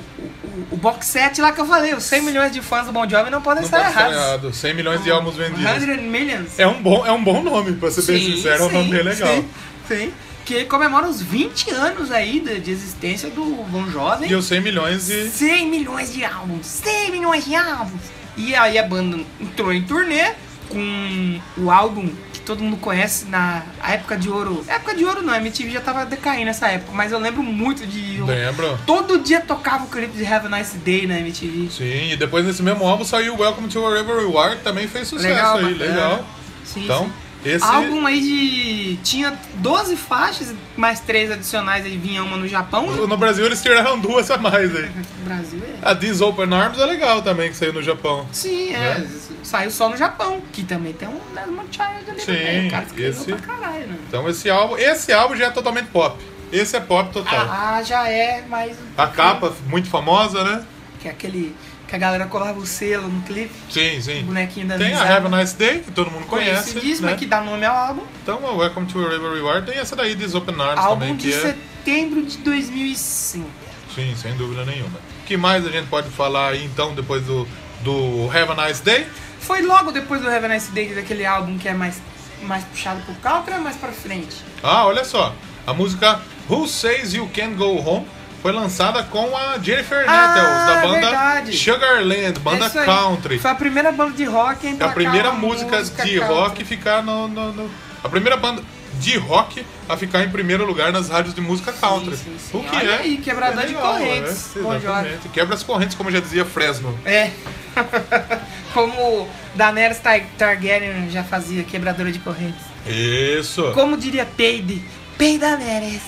Speaker 1: O, o box set lá que eu falei, os 100 milhões de fãs do Bon Jovi não podem
Speaker 2: Não
Speaker 1: estar
Speaker 2: pode estar
Speaker 1: errados.
Speaker 2: errado. 100 é, milhões
Speaker 1: Ah,
Speaker 2: de álbuns vendidos.
Speaker 1: 100 millions.
Speaker 2: É um bom, é um bom nome, pra ser bem sincero, é um nome bem legal.
Speaker 1: Sim, sim. Que comemora os 20 anos aí de, de existência do Bon Jovem.
Speaker 2: E os 100 milhões de.
Speaker 1: 100 milhões de álbuns, 100 milhões de álbuns. E aí a banda entrou em turnê com o álbum que todo mundo conhece na a época de ouro. Época de ouro não, a MTV já tava decaindo nessa época, mas eu lembro muito de eu-
Speaker 2: Lembra?
Speaker 1: todo dia tocava o clipe de Have a Nice Day na MTV.
Speaker 2: Sim, e depois nesse mesmo álbum saiu Welcome to Wherever You Are, que também fez sucesso
Speaker 1: Legal,
Speaker 2: aí,
Speaker 1: bacana.
Speaker 2: legal.
Speaker 1: Sim,
Speaker 2: Então,
Speaker 1: sim.
Speaker 2: esse.
Speaker 1: Álbum aí de. Tinha 12 faixas, mais três adicionais aí vinha uma no Japão.
Speaker 2: No Brasil eles tiraram duas a mais aí.
Speaker 1: No Brasil é.
Speaker 2: A These Open Arms é legal também, que saiu no Japão.
Speaker 1: Sim, é.
Speaker 2: Né?
Speaker 1: Saiu só no Japão, que também tem um Desmond Child ali
Speaker 2: Sim,
Speaker 1: no meio. O cara escreveu
Speaker 2: esse-
Speaker 1: pra caralho, né?
Speaker 2: Então esse álbum. Esse álbum já é totalmente pop. Esse é pop total.
Speaker 1: Ah, já é, mas.
Speaker 2: A capa, muito famosa, né?
Speaker 1: Que é aquele. Que a galera colava o selo no clipe,
Speaker 2: Sim,
Speaker 1: o
Speaker 2: sim.
Speaker 1: bonequinho da
Speaker 2: Tem a
Speaker 1: amizade.
Speaker 2: Have a Nice Day, que todo mundo conhece.
Speaker 1: Conhecidíssima,
Speaker 2: Né?
Speaker 1: que dá nome ao álbum.
Speaker 2: Então, a Welcome to Wherever You Are tem essa daí, These Open Arms
Speaker 1: álbum
Speaker 2: também, que
Speaker 1: de
Speaker 2: é.
Speaker 1: setembro de 2005.
Speaker 2: Sim, sem dúvida nenhuma. O que mais a gente pode falar aí então depois do, do Have a Nice Day?
Speaker 1: Foi logo depois do Have a Nice Day, daquele álbum que é mais, mais puxado pro country, é mais pra frente.
Speaker 2: Ah, olha só. A música Who Says You Can Go Home foi lançada com a Jennifer
Speaker 1: Ah,
Speaker 2: Nettles, da banda
Speaker 1: verdade.
Speaker 2: Sugarland, banda
Speaker 1: É isso aí.
Speaker 2: country.
Speaker 1: Foi a primeira banda de rock a
Speaker 2: É a
Speaker 1: emplacar
Speaker 2: primeira
Speaker 1: uma
Speaker 2: música, de
Speaker 1: country.
Speaker 2: rock ficar no, no- no- A primeira banda de rock a ficar em primeiro lugar nas rádios de música country.
Speaker 1: sim, sim.
Speaker 2: O que
Speaker 1: Olha
Speaker 2: é.
Speaker 1: aí, quebrador
Speaker 2: é
Speaker 1: de
Speaker 2: legal,
Speaker 1: correntes,
Speaker 2: é,
Speaker 1: Bon Jovi.
Speaker 2: exatamente. Quebra as correntes, como já dizia Fresno.
Speaker 1: É. *laughs* Como Daenerys Tar- Targaryen já fazia, quebradora de correntes.
Speaker 2: Isso.
Speaker 1: Como diria Peide, Peidaneres.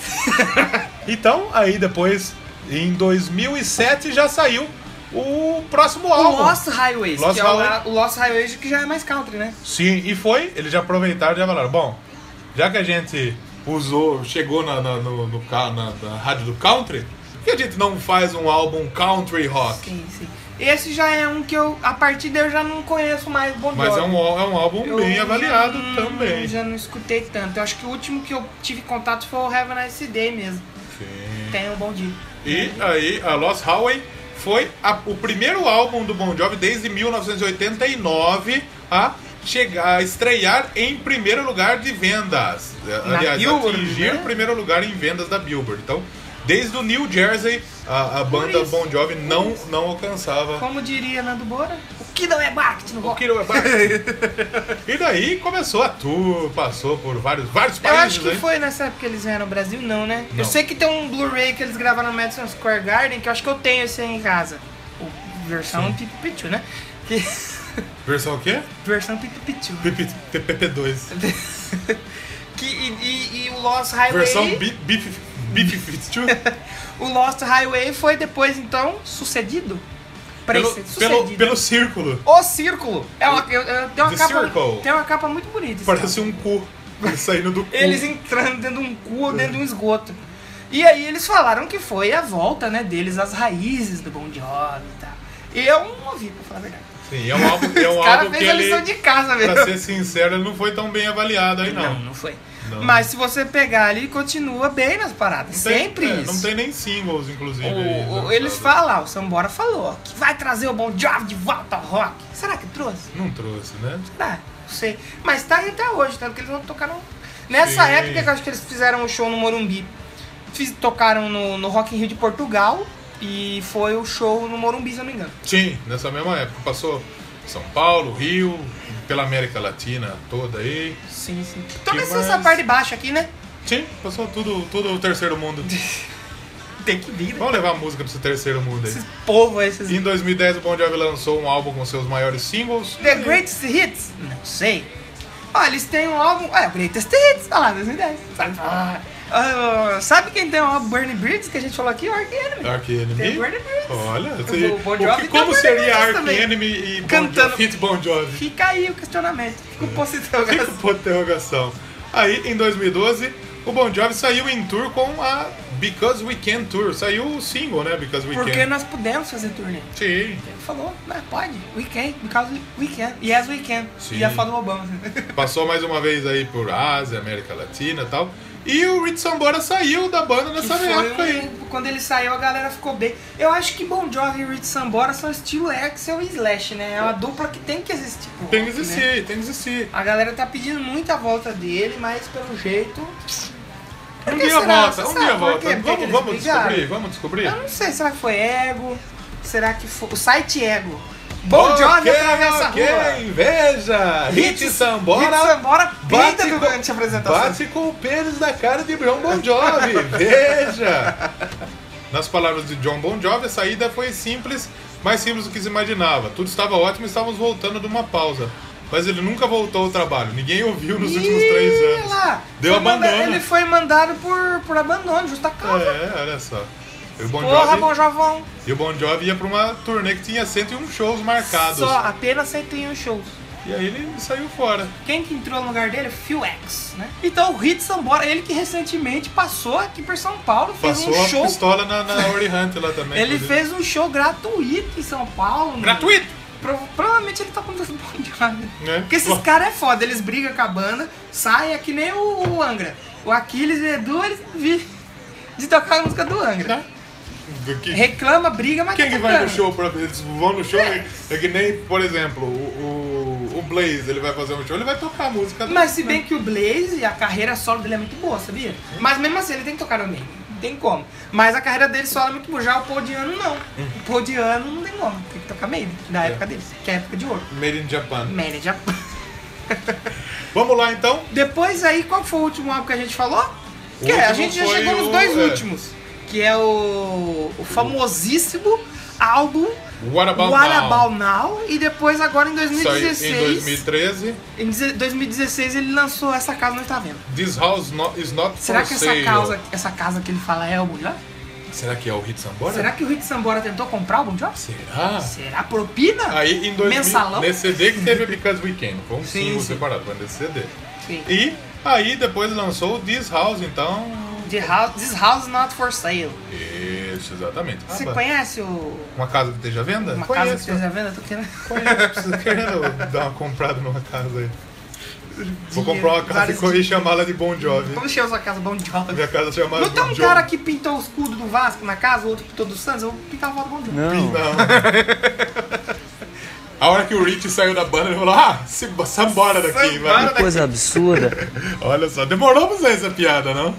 Speaker 2: Então, aí depois, em 2007, já saiu o próximo
Speaker 1: O
Speaker 2: álbum.
Speaker 1: Lost Highways,
Speaker 2: Lost
Speaker 1: que é o,
Speaker 2: Highway.
Speaker 1: o Lost Highways que já é mais country, né?
Speaker 2: Sim, e foi, eles já aproveitaram e já falaram, bom, já que a gente usou, chegou na, na- no, no ca- na, na rádio do country, por que a gente não faz um álbum country rock?
Speaker 1: Sim, sim. Esse já é um que eu, a partir dele, eu já não conheço mais Bon
Speaker 2: Mas
Speaker 1: Jovi.
Speaker 2: é um, ál- é um álbum
Speaker 1: Eu um
Speaker 2: bem
Speaker 1: já
Speaker 2: avaliado
Speaker 1: não-
Speaker 2: também.
Speaker 1: Já não escutei tanto. Eu acho que o último que eu tive contato foi o Have a Nice Day mesmo.
Speaker 2: Sim.
Speaker 1: Tem um bom dia.
Speaker 2: E aí, a Lost Highway foi a- o primeiro álbum do Bon Jovi desde 1989 a chegar a estrear em primeiro lugar de vendas. Eh,
Speaker 1: Na
Speaker 2: Aliás,
Speaker 1: Billboard,
Speaker 2: atingir
Speaker 1: né?
Speaker 2: o primeiro lugar em vendas da Billboard. Então, desde o New Jersey, a, a banda
Speaker 1: isso,
Speaker 2: Bon Jovi não, não alcançava.
Speaker 1: Como diria Nando Bora, o que não é Bart no
Speaker 2: o
Speaker 1: rock.
Speaker 2: que não
Speaker 1: *laughs*
Speaker 2: é barato. e daí começou a tour, passou por vários, vários
Speaker 1: Eu
Speaker 2: países.
Speaker 1: acho que
Speaker 2: hein?
Speaker 1: foi nessa época que eles vieram ao Brasil, não, né?
Speaker 2: né? Não.
Speaker 1: Eu sei que tem um Blu-ray que eles gravaram no Madison Square Garden, que eu acho que eu tenho esse aí em casa. O versão Pipipichu, né? Que- *laughs*
Speaker 2: Versão o quê?
Speaker 1: versão Pipipichu. *laughs*
Speaker 2: PP2.
Speaker 1: Que, e, e- e o Lost Highway.
Speaker 2: Versão
Speaker 1: *laughs*
Speaker 2: Beef 2.
Speaker 1: O Lost Highway foi depois, então, sucedido. Pra
Speaker 2: pelo,
Speaker 1: esse-
Speaker 2: pelo,
Speaker 1: sucedido.
Speaker 2: pelo círculo.
Speaker 1: O Círculo. É uma, eu- eu- tem, uma
Speaker 2: The
Speaker 1: capa,
Speaker 2: Circle.
Speaker 1: tem uma capa muito bonita. esse
Speaker 2: Parece um cu *laughs* saindo do cu.
Speaker 1: Eles entrando dentro de um cu ou dentro de um esgoto. E aí eles falaram que foi a volta, né, deles, às raízes do Bon Jovi e tal. E eu não ouvi, pra falar a verdade.
Speaker 2: Sim, é um álbum,
Speaker 1: *laughs*
Speaker 2: é um
Speaker 1: O cara
Speaker 2: álbum que
Speaker 1: fez a
Speaker 2: ele,
Speaker 1: lição de casa mesmo.
Speaker 2: pra ser sincero, ele não foi tão bem avaliado aí não.
Speaker 1: Não, não foi.
Speaker 2: Não.
Speaker 1: Mas se você pegar ali, continua bem nas paradas.
Speaker 2: Tem-
Speaker 1: Sempre
Speaker 2: é,
Speaker 1: isso.
Speaker 2: Não tem nem singles, inclusive.
Speaker 1: O-
Speaker 2: aí, né,
Speaker 1: o-
Speaker 2: lançado.
Speaker 1: eles falam, o Sambora falou, que vai trazer o Bon Jovi de volta ao rock. Será que trouxe?
Speaker 2: Não trouxe, né?
Speaker 1: Tá, não sei. Mas tá aí até hoje, tanto que eles não tocaram. Nessa
Speaker 2: Sim.
Speaker 1: época que eu acho que eles fizeram o show no Morumbi. Fiz- tocaram no, no Rock in Rio de Portugal e foi o show no Morumbi, se eu não me engano.
Speaker 2: Sim, nessa mesma época. Passou São Paulo, Rio, pela América Latina toda aí.
Speaker 1: Sim, sim. Toda
Speaker 2: Que
Speaker 1: Então essa,
Speaker 2: mais?
Speaker 1: essa parte de baixo aqui, né?
Speaker 2: Sim, passou tudo, tudo o terceiro
Speaker 1: *laughs*
Speaker 2: mundo.
Speaker 1: Tem que vir, né?
Speaker 2: Vamos levar a música pra esse terceiro mundo aí.
Speaker 1: Esses povo, esses.
Speaker 2: Em 2010, o Bon Jovi lançou um álbum com seus maiores singles.
Speaker 1: The Greatest Hits? Não sei. Ó, eles têm um álbum. É, Greatest Hits, olha lá, 2010. Sabe, Ah, ah, sabe quem tem um álbum Bernie Bridges que a gente falou aqui? O Ark Enemy.
Speaker 2: Dark Enemy.
Speaker 1: Tem Burning Bridge.
Speaker 2: Olha,
Speaker 1: O
Speaker 2: se-
Speaker 1: Bon
Speaker 2: o
Speaker 1: Jovi
Speaker 2: que-
Speaker 1: tem
Speaker 2: como
Speaker 1: Burning
Speaker 2: seria
Speaker 1: Bridge
Speaker 2: Ark
Speaker 1: também.
Speaker 2: Enemy e Bon
Speaker 1: Cantando.
Speaker 2: Jovi, Fit Bon
Speaker 1: *laughs*
Speaker 2: Jovi?
Speaker 1: Fica aí o questionamento. Fica o ponto de
Speaker 2: Fica
Speaker 1: interrogação.
Speaker 2: por interrogação. Aí, em 2012, o Bon Jovi saiu em tour com a Because We Can Tour. Saiu o single, né? Because We
Speaker 1: Porque
Speaker 2: Can.
Speaker 1: nós pudemos fazer turnê.
Speaker 2: Sim.
Speaker 1: Ele falou, mas pode, we can, because we can. Yes, we can.
Speaker 2: Sim.
Speaker 1: E a foto do Obama.
Speaker 2: Passou mais uma vez aí por Ásia, América Latina e tal. E o Rich Sambora saiu da banda
Speaker 1: Que
Speaker 2: nessa
Speaker 1: foi
Speaker 2: época aí.
Speaker 1: um- Quando ele saiu, a galera ficou bem. Eu acho que Bon Jovi e Rich Sambora são estilo Axel e Slash, né? É uma dupla que tem que existir. pro
Speaker 2: Tem que
Speaker 1: rock, né?
Speaker 2: existir, tem que existir.
Speaker 1: A galera tá pedindo muita volta dele, mas pelo jeito.
Speaker 2: Um
Speaker 1: que
Speaker 2: dia
Speaker 1: será?
Speaker 2: volta, um
Speaker 1: Você
Speaker 2: dia
Speaker 1: sabe por
Speaker 2: volta.
Speaker 1: quê? Por que que
Speaker 2: Vamos,
Speaker 1: eles
Speaker 2: vamos
Speaker 1: brigaram?
Speaker 2: descobrir, vamos descobrir.
Speaker 1: Eu não sei, será que foi ego? Será que foi. O site ego. Bon
Speaker 2: Ok,
Speaker 1: Jovi atravessa
Speaker 2: ok,
Speaker 1: a rua.
Speaker 2: inveja! Hit Sambora!
Speaker 1: Hit Sambora
Speaker 2: bate
Speaker 1: pinta
Speaker 2: com-
Speaker 1: durante a apresentação.
Speaker 2: Bate com o pênis na cara de John
Speaker 1: *laughs*
Speaker 2: Bon Jovi! Veja! Nas palavras de John Bon Jovi, a saída foi simples, mais simples do que se imaginava. Tudo estava ótimo e estávamos voltando de uma pausa. Mas ele nunca voltou ao trabalho. Ninguém ouviu nos últimos três
Speaker 1: Ih,
Speaker 2: anos.
Speaker 1: lá.
Speaker 2: Deu
Speaker 1: Foi manda-
Speaker 2: abandono.
Speaker 1: Ele foi mandado por, por abandono, justa causa.
Speaker 2: É, olha só. E o Bon
Speaker 1: Porra,
Speaker 2: Jovi-
Speaker 1: Bon Jovão.
Speaker 2: E o Bon Jovi ia pra uma turnê que tinha 101 shows marcados.
Speaker 1: Só apenas 101 shows.
Speaker 2: E aí ele saiu fora.
Speaker 1: Quem que entrou no lugar dele? é Phil X, né? Então o Hit Sambora, ele que recentemente passou aqui por São Paulo, fez
Speaker 2: Passou
Speaker 1: um
Speaker 2: a
Speaker 1: show.
Speaker 2: pistola na, na Ori Hunt lá também.
Speaker 1: Ele
Speaker 2: inclusive.
Speaker 1: fez um show gratuito em São Paulo.
Speaker 2: Gratuito!
Speaker 1: Pro- provavelmente ele tá com dois *laughs* bom de nada.
Speaker 2: É.
Speaker 1: Porque esses
Speaker 2: Bom.
Speaker 1: caras é foda, eles brigam com a banda, saem é que nem o, o Angra. O Aquiles e o Edu, eles vivem de tocar a música do Angra.
Speaker 2: Do Né? que-
Speaker 1: Reclama, briga, mas
Speaker 2: Tá. Quem
Speaker 1: tá
Speaker 2: que vai no
Speaker 1: tocando.
Speaker 2: show pra Eles vão no show. É, é que nem, por exemplo, o, o, o Blaze, ele vai fazer um show, ele vai tocar a música do-
Speaker 1: Mas se bem que o Blaze, a carreira solo dele é muito boa, sabia? Mas mesmo assim, ele tem que tocar no meio. Não tem como. Mas a carreira dele solo é muito boa. Já o Podiano, não. O Podiano não tem como. Tem que tocar meio, da época dele, que é a época de ouro.
Speaker 2: Made in Japan.
Speaker 1: Manager.
Speaker 2: Vamos lá então.
Speaker 1: Depois aí, qual foi o último álbum que a gente falou?
Speaker 2: O
Speaker 1: Que é, a
Speaker 2: último
Speaker 1: gente já
Speaker 2: foi
Speaker 1: chegou nos
Speaker 2: o-
Speaker 1: dois
Speaker 2: é.
Speaker 1: últimos. Que é o, o famosíssimo álbum
Speaker 2: What About
Speaker 1: What
Speaker 2: Now?
Speaker 1: About Now. E depois agora em
Speaker 2: Saiu
Speaker 1: 2016.
Speaker 2: em 2013.
Speaker 1: Em deze- 2016 ele lançou Essa Casa Não Está Vendo.
Speaker 2: This House no- is Not
Speaker 1: Será
Speaker 2: for
Speaker 1: que
Speaker 2: sale.
Speaker 1: essa, causa, essa casa que ele fala é o Bon Jovi?
Speaker 2: Será que é o Hit Sambora?
Speaker 1: Será que o Rick Sambora tentou comprar o Bon Jovi?
Speaker 2: Será?
Speaker 1: Será propina?
Speaker 2: Aí em 2000,
Speaker 1: Mensalão?
Speaker 2: nesse CD que teve Because We Can, foi um
Speaker 1: Sim,
Speaker 2: single
Speaker 1: sim.
Speaker 2: separado, foi nesse CD.
Speaker 1: Sim.
Speaker 2: E aí depois lançou o This House, então
Speaker 1: The house, this house is not for sale.
Speaker 2: Isso, exatamente.
Speaker 1: Você
Speaker 2: Ah,
Speaker 1: conhece o,
Speaker 2: Uma casa que esteja à venda?
Speaker 1: uma
Speaker 2: Conheço. né?
Speaker 1: casa que esteja à venda? Eu Tô querendo... *laughs*
Speaker 2: Conheço, preciso querendo dar uma comprada numa casa aí. Vou
Speaker 1: Dinheiro,
Speaker 2: comprar uma casa e
Speaker 1: vários
Speaker 2: correr e chamá-la de Bon Jovi.
Speaker 1: Vamos encher a sua casa, bom job.
Speaker 2: Minha casa chamada
Speaker 1: Não tem
Speaker 2: Bon
Speaker 1: um
Speaker 2: Jovi.
Speaker 1: cara que pintou o escudo do Vasco na casa, o outro pintou do Santos? Eu vou pintar o voto do Bom Jovi.
Speaker 2: Não.
Speaker 12: Não.
Speaker 2: A hora que o Rich saiu da banda, ele falou: Ah, se, sambora daqui,
Speaker 12: Que coisa absurda.
Speaker 2: Olha só, demorou pra sair essa piada, não?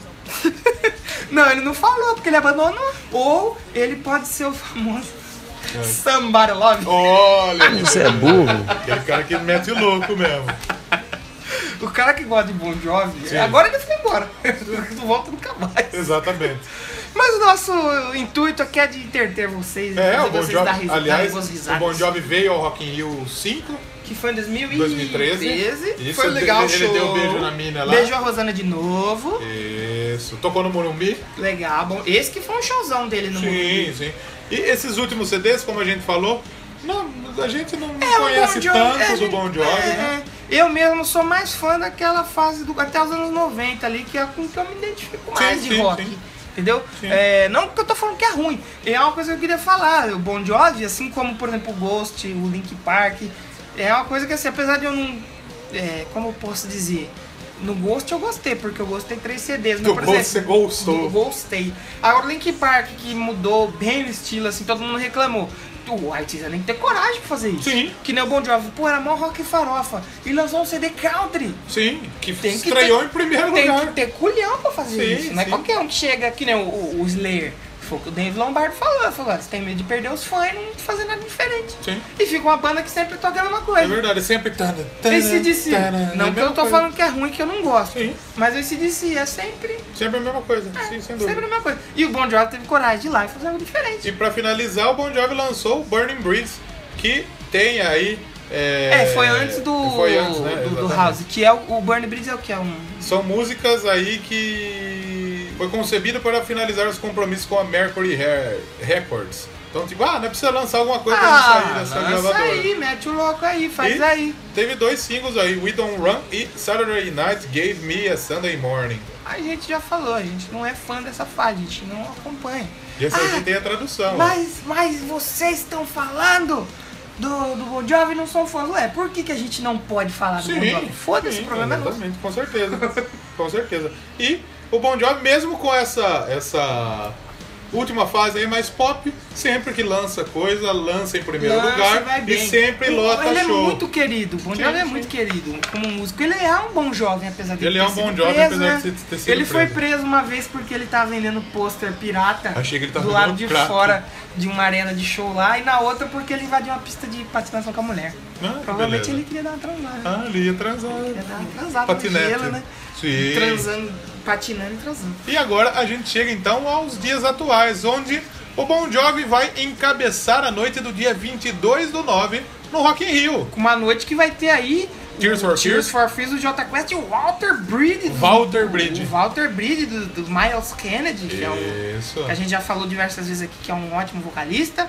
Speaker 1: Não, ele não falou, porque ele abandonou. Ou ele pode ser o famoso
Speaker 2: É.
Speaker 1: Somebody Love.
Speaker 2: Olha,
Speaker 12: Você é burro.
Speaker 2: Aquele cara que mete o louco mesmo.
Speaker 1: O cara que gosta de Bon Jovi,
Speaker 2: Oh. Sim.
Speaker 1: agora ele foi embora. *laughs* não volta nunca mais.
Speaker 2: Exatamente.
Speaker 1: Mas o nosso intuito aqui é de entreter vocês.
Speaker 2: É,
Speaker 1: fazer
Speaker 2: o Bon
Speaker 1: vocês
Speaker 2: Jovi,
Speaker 1: dar ris- darem
Speaker 2: aliás,
Speaker 1: boas
Speaker 2: o
Speaker 1: risadas.
Speaker 2: Bon Jovi veio ao Rock in Rio 5,
Speaker 1: Que foi em 2013.
Speaker 2: 2013. Isso,
Speaker 1: foi
Speaker 2: ele-
Speaker 1: legal o
Speaker 2: ele
Speaker 1: show.
Speaker 2: deu um beijo na mina lá.
Speaker 1: Beijou a Rosana de novo.
Speaker 2: Isso. Tocou no Morumbi?
Speaker 1: Legal. Bom, esse que foi um showzão dele no
Speaker 2: Sim,
Speaker 1: Morumbi.
Speaker 2: sim. E esses últimos CDs, como a gente falou, não, a gente não
Speaker 1: É, o
Speaker 2: conhece
Speaker 1: Bon Jovi,
Speaker 2: tanto
Speaker 1: é,
Speaker 2: do Bon Jovi,
Speaker 1: é,
Speaker 2: né?
Speaker 1: é. Eu mesmo sou mais fã daquela fase do até os anos 90 ali, que é com que eu me identifico mais de
Speaker 2: sim,
Speaker 1: rock.
Speaker 2: sim.
Speaker 1: Entendeu? É, não que eu tô falando que é ruim, é uma coisa que eu queria falar. O Bon Jovi, assim como, por exemplo, o Ghost, o Link Park, é uma coisa que, assim, apesar de eu não. é, como eu posso dizer? No Ghost eu gostei, porque eu gostei três CDs. mas,
Speaker 2: Do
Speaker 1: por
Speaker 2: Ghost
Speaker 1: exemplo,
Speaker 2: você gostou.
Speaker 1: do Gostei. Agora, o Link Park, que mudou bem o estilo, assim, todo mundo reclamou. O artista nem tem coragem pra fazer isso. Sim. Que nem o Bon Jovi. Pô, era mó rock e farofa. E lançou um CD country.
Speaker 2: Sim, que
Speaker 1: Tem que
Speaker 2: estreou
Speaker 1: ter-
Speaker 2: em primeiro
Speaker 1: tem
Speaker 2: lugar.
Speaker 1: que ter culhão pra fazer
Speaker 2: Sim,
Speaker 1: isso. Não é
Speaker 2: sim.
Speaker 1: qualquer um que chega, que nem o, o, o Slayer. Foi o que o Dave Lombardo falou. Falou, "Ah, você tem medo de perder os fãs e não fazer nada diferente.
Speaker 2: Sim.
Speaker 1: E fica uma banda que sempre toca a mesma
Speaker 2: É
Speaker 1: coisa.
Speaker 2: verdade, sempre.
Speaker 1: Esse DC. Não que eu tô falando
Speaker 2: que.
Speaker 1: que é ruim, que eu não gosto. Mas esse DC é sempre.
Speaker 2: Sempre a mesma coisa. sim, sem dúvida.
Speaker 1: É, Sempre a mesma coisa. E o Bon Jovi teve coragem de ir lá e fazer algo diferente.
Speaker 2: E pra finalizar, o Bon Jovi lançou o Burning Breeze, que tem aí. É,
Speaker 1: É, foi antes do,
Speaker 2: Foi antes, né?
Speaker 1: do, do
Speaker 2: Exatamente.
Speaker 1: House, que é o, o Burn Bridge é o que? É um.
Speaker 2: São músicas aí que foi concebida para finalizar os compromissos com a Mercury Hair- Records. Então, tipo, ah, não precisa lançar alguma coisa pra não sair dessa
Speaker 1: Ah, lança
Speaker 2: gravadora.
Speaker 1: aí, mete o louco aí, faz
Speaker 2: E
Speaker 1: aí.
Speaker 2: Teve dois singles aí, We Don't Run e Saturday Night Gave Me a Sunday Morning.
Speaker 1: A gente já falou, a gente não é fã dessa fase, a gente não acompanha. Ah,
Speaker 2: E é essa aqui tem a tradução.
Speaker 1: Mas, mas vocês estão falando do, do Bon Jovi e não são fãs. Ué, por que, que a gente não pode falar do Bon Jovi? Foda-se, o problema é nosso.
Speaker 2: exatamente, com certeza. com certeza. E o Bon Jovi, mesmo com essa, essa última fase aí mais pop, sempre que lança coisa, lança em primeiro
Speaker 1: Lança, vai
Speaker 2: lugar
Speaker 1: bem.
Speaker 2: e sempre
Speaker 1: O-
Speaker 2: lota
Speaker 1: Ele
Speaker 2: show.
Speaker 1: é muito querido, o Bon
Speaker 2: Sim,
Speaker 1: Jovi é
Speaker 2: sim.
Speaker 1: muito querido como músico. Ele é um bom jovem, apesar de
Speaker 2: Ele é um bom jovem, apesar de ter- ter sido
Speaker 1: né? Ele foi
Speaker 2: preso.
Speaker 1: preso uma vez porque ele tava vendendo pôster pirata
Speaker 2: Achei que ele tava
Speaker 1: do lado
Speaker 2: vendendo
Speaker 1: de
Speaker 2: crack.
Speaker 1: fora de uma arena de show lá e na outra porque ele invadiu uma pista de patinação com a mulher.
Speaker 2: Ah, que
Speaker 1: Provavelmente
Speaker 2: beleza.
Speaker 1: ele queria dar uma transada. né?
Speaker 2: Ah, ele ia transar.
Speaker 1: Queria dar uma transada
Speaker 2: Patinete.
Speaker 1: no gelo, né?
Speaker 2: Sim.
Speaker 1: Transando, patinando e transando.
Speaker 2: E agora a gente chega então aos dias atuais, onde o Bon Jovi vai encabeçar a noite do dia 22 do 9 no Rock in Rio.
Speaker 1: Com uma noite que vai ter aí
Speaker 2: Tears
Speaker 1: o
Speaker 2: for
Speaker 1: Tears
Speaker 2: Fears.
Speaker 1: for Fears, o J Quest e o Walter Breed. do-
Speaker 2: Walter Breed.
Speaker 1: O Walter Breed do, do Miles Kennedy, que é um,
Speaker 2: Isso.
Speaker 1: que a gente já falou diversas vezes aqui que é um ótimo vocalista.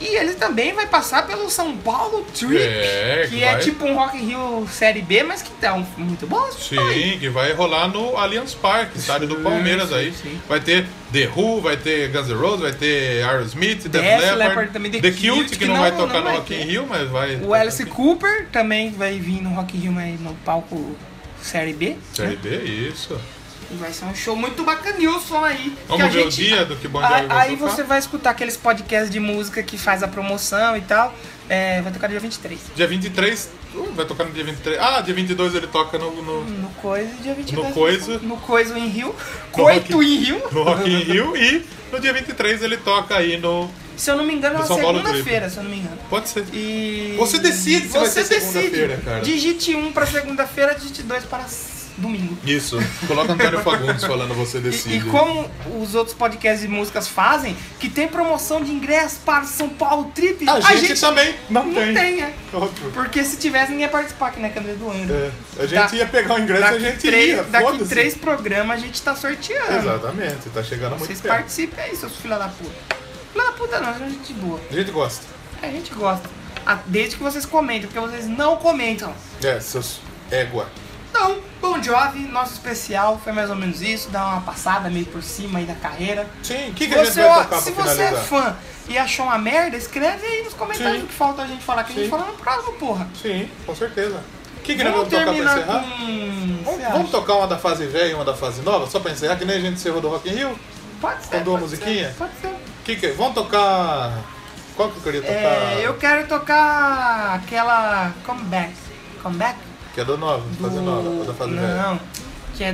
Speaker 1: E ele também vai passar pelo São Paulo Trip,
Speaker 2: É,
Speaker 1: que
Speaker 2: que
Speaker 1: é
Speaker 2: vai-
Speaker 1: tipo um Rock in Rio Série B, mas que tá um- muito bom.
Speaker 2: Sim, que vai rolar no Allianz Parque, estádio do Palmeiras aí. Vai ter The Who, vai ter Guns N' Roses, vai ter Aerosmith, Def,
Speaker 1: Def
Speaker 2: Leppard,
Speaker 1: Leppard também, The
Speaker 2: The,
Speaker 1: Cult,
Speaker 2: Cult, que,
Speaker 1: que
Speaker 2: não,
Speaker 1: não-
Speaker 2: vai
Speaker 1: não
Speaker 2: tocar
Speaker 1: vai
Speaker 2: no Rock in
Speaker 1: ter.
Speaker 2: Rio, mas vai...
Speaker 1: O Alice Cooper também vai vir no Rock in Rio, mas no palco Série B.
Speaker 2: Série B, isso.
Speaker 1: E vai ser um show muito bacanilson aí. que
Speaker 2: Vamos
Speaker 1: a
Speaker 2: ver o
Speaker 1: gente-
Speaker 2: dia do que Bon
Speaker 1: Ah,
Speaker 2: Jovi vai
Speaker 1: Aí
Speaker 2: tocar?
Speaker 1: você vai escutar aqueles podcasts de música que faz a promoção e tal. É, vai tocar dia 23.
Speaker 2: Dia 23, uh, vai tocar no dia 23. Ah, dia 22 ele toca no... no...
Speaker 1: No Coisa e dia 22.
Speaker 2: No Coisa.
Speaker 1: No Coisa em
Speaker 2: *laughs*
Speaker 1: Rio. Coito
Speaker 2: Rock-
Speaker 1: em Rio.
Speaker 2: No Rock in Rio e no dia 23 ele toca aí no...
Speaker 1: Se eu não me engano, é
Speaker 2: No
Speaker 1: uma
Speaker 2: São Paulo
Speaker 1: segunda-feira, se eu não me engano.
Speaker 2: Pode ser.
Speaker 1: E...
Speaker 2: Você decide se vai
Speaker 1: Você
Speaker 2: ser segunda-feira,
Speaker 1: decide.
Speaker 2: cara.
Speaker 1: Digite um pra segunda-feira, digite dois para s- domingo.
Speaker 2: Isso. Coloca Antônio Fagundes falando você decide.
Speaker 1: E como os outros podcasts de músicas fazem, que tem promoção de ingresso para o São Paulo Trip,
Speaker 2: A gente também não tem.
Speaker 1: é.
Speaker 2: Óbvio.
Speaker 1: Porque se tivesse, ninguém ia participar aqui na Câmara do Ano.
Speaker 2: É, a gente ia pegar o ingresso,
Speaker 1: daqui
Speaker 2: a gente
Speaker 1: três,
Speaker 2: ia,
Speaker 1: Daqui
Speaker 2: foda-se.
Speaker 1: três programas a gente tá sorteando.
Speaker 2: Exatamente, tá chegando muito
Speaker 1: Vocês
Speaker 2: perto.
Speaker 1: participem aí, seus filha da puta. Filha da puta não, a gente é boa.
Speaker 2: A gente gosta.
Speaker 1: A gente gosta. Ah, Desde que vocês comentem, porque vocês não comentam.
Speaker 2: É, seus égua.
Speaker 1: Não, Então, Bon Jovi, nosso especial foi mais ou menos isso, dar uma passada meio por cima aí da carreira.
Speaker 2: Sim,
Speaker 1: o
Speaker 2: que que a gente vai tocar pra
Speaker 1: Se você é
Speaker 2: finalizar?
Speaker 1: fã e achou uma merda, escreve aí nos comentários o que falta a gente falar, que a gente fala no próximo, porra.
Speaker 2: Sim, com certeza. O que, que nós
Speaker 1: Vamos
Speaker 2: vamos tocar pra
Speaker 1: terminar
Speaker 2: encerrar?
Speaker 1: com...
Speaker 2: Vamos,
Speaker 1: você acha?
Speaker 2: vamos tocar uma da fase velha e uma da fase nova, só pra encerrar, que nem a gente encerrou do Rock in Rio?
Speaker 1: Pode ser.
Speaker 2: Com duas
Speaker 1: pode ser,
Speaker 2: musiquinhas?
Speaker 1: Pode ser.
Speaker 2: Que que, vamos tocar... Qual que eu queria tocar?
Speaker 1: É, eu quero tocar aquela Comeback. Comeback?
Speaker 2: Que é do nova, da fase nova, da fase velha.
Speaker 1: Não, que é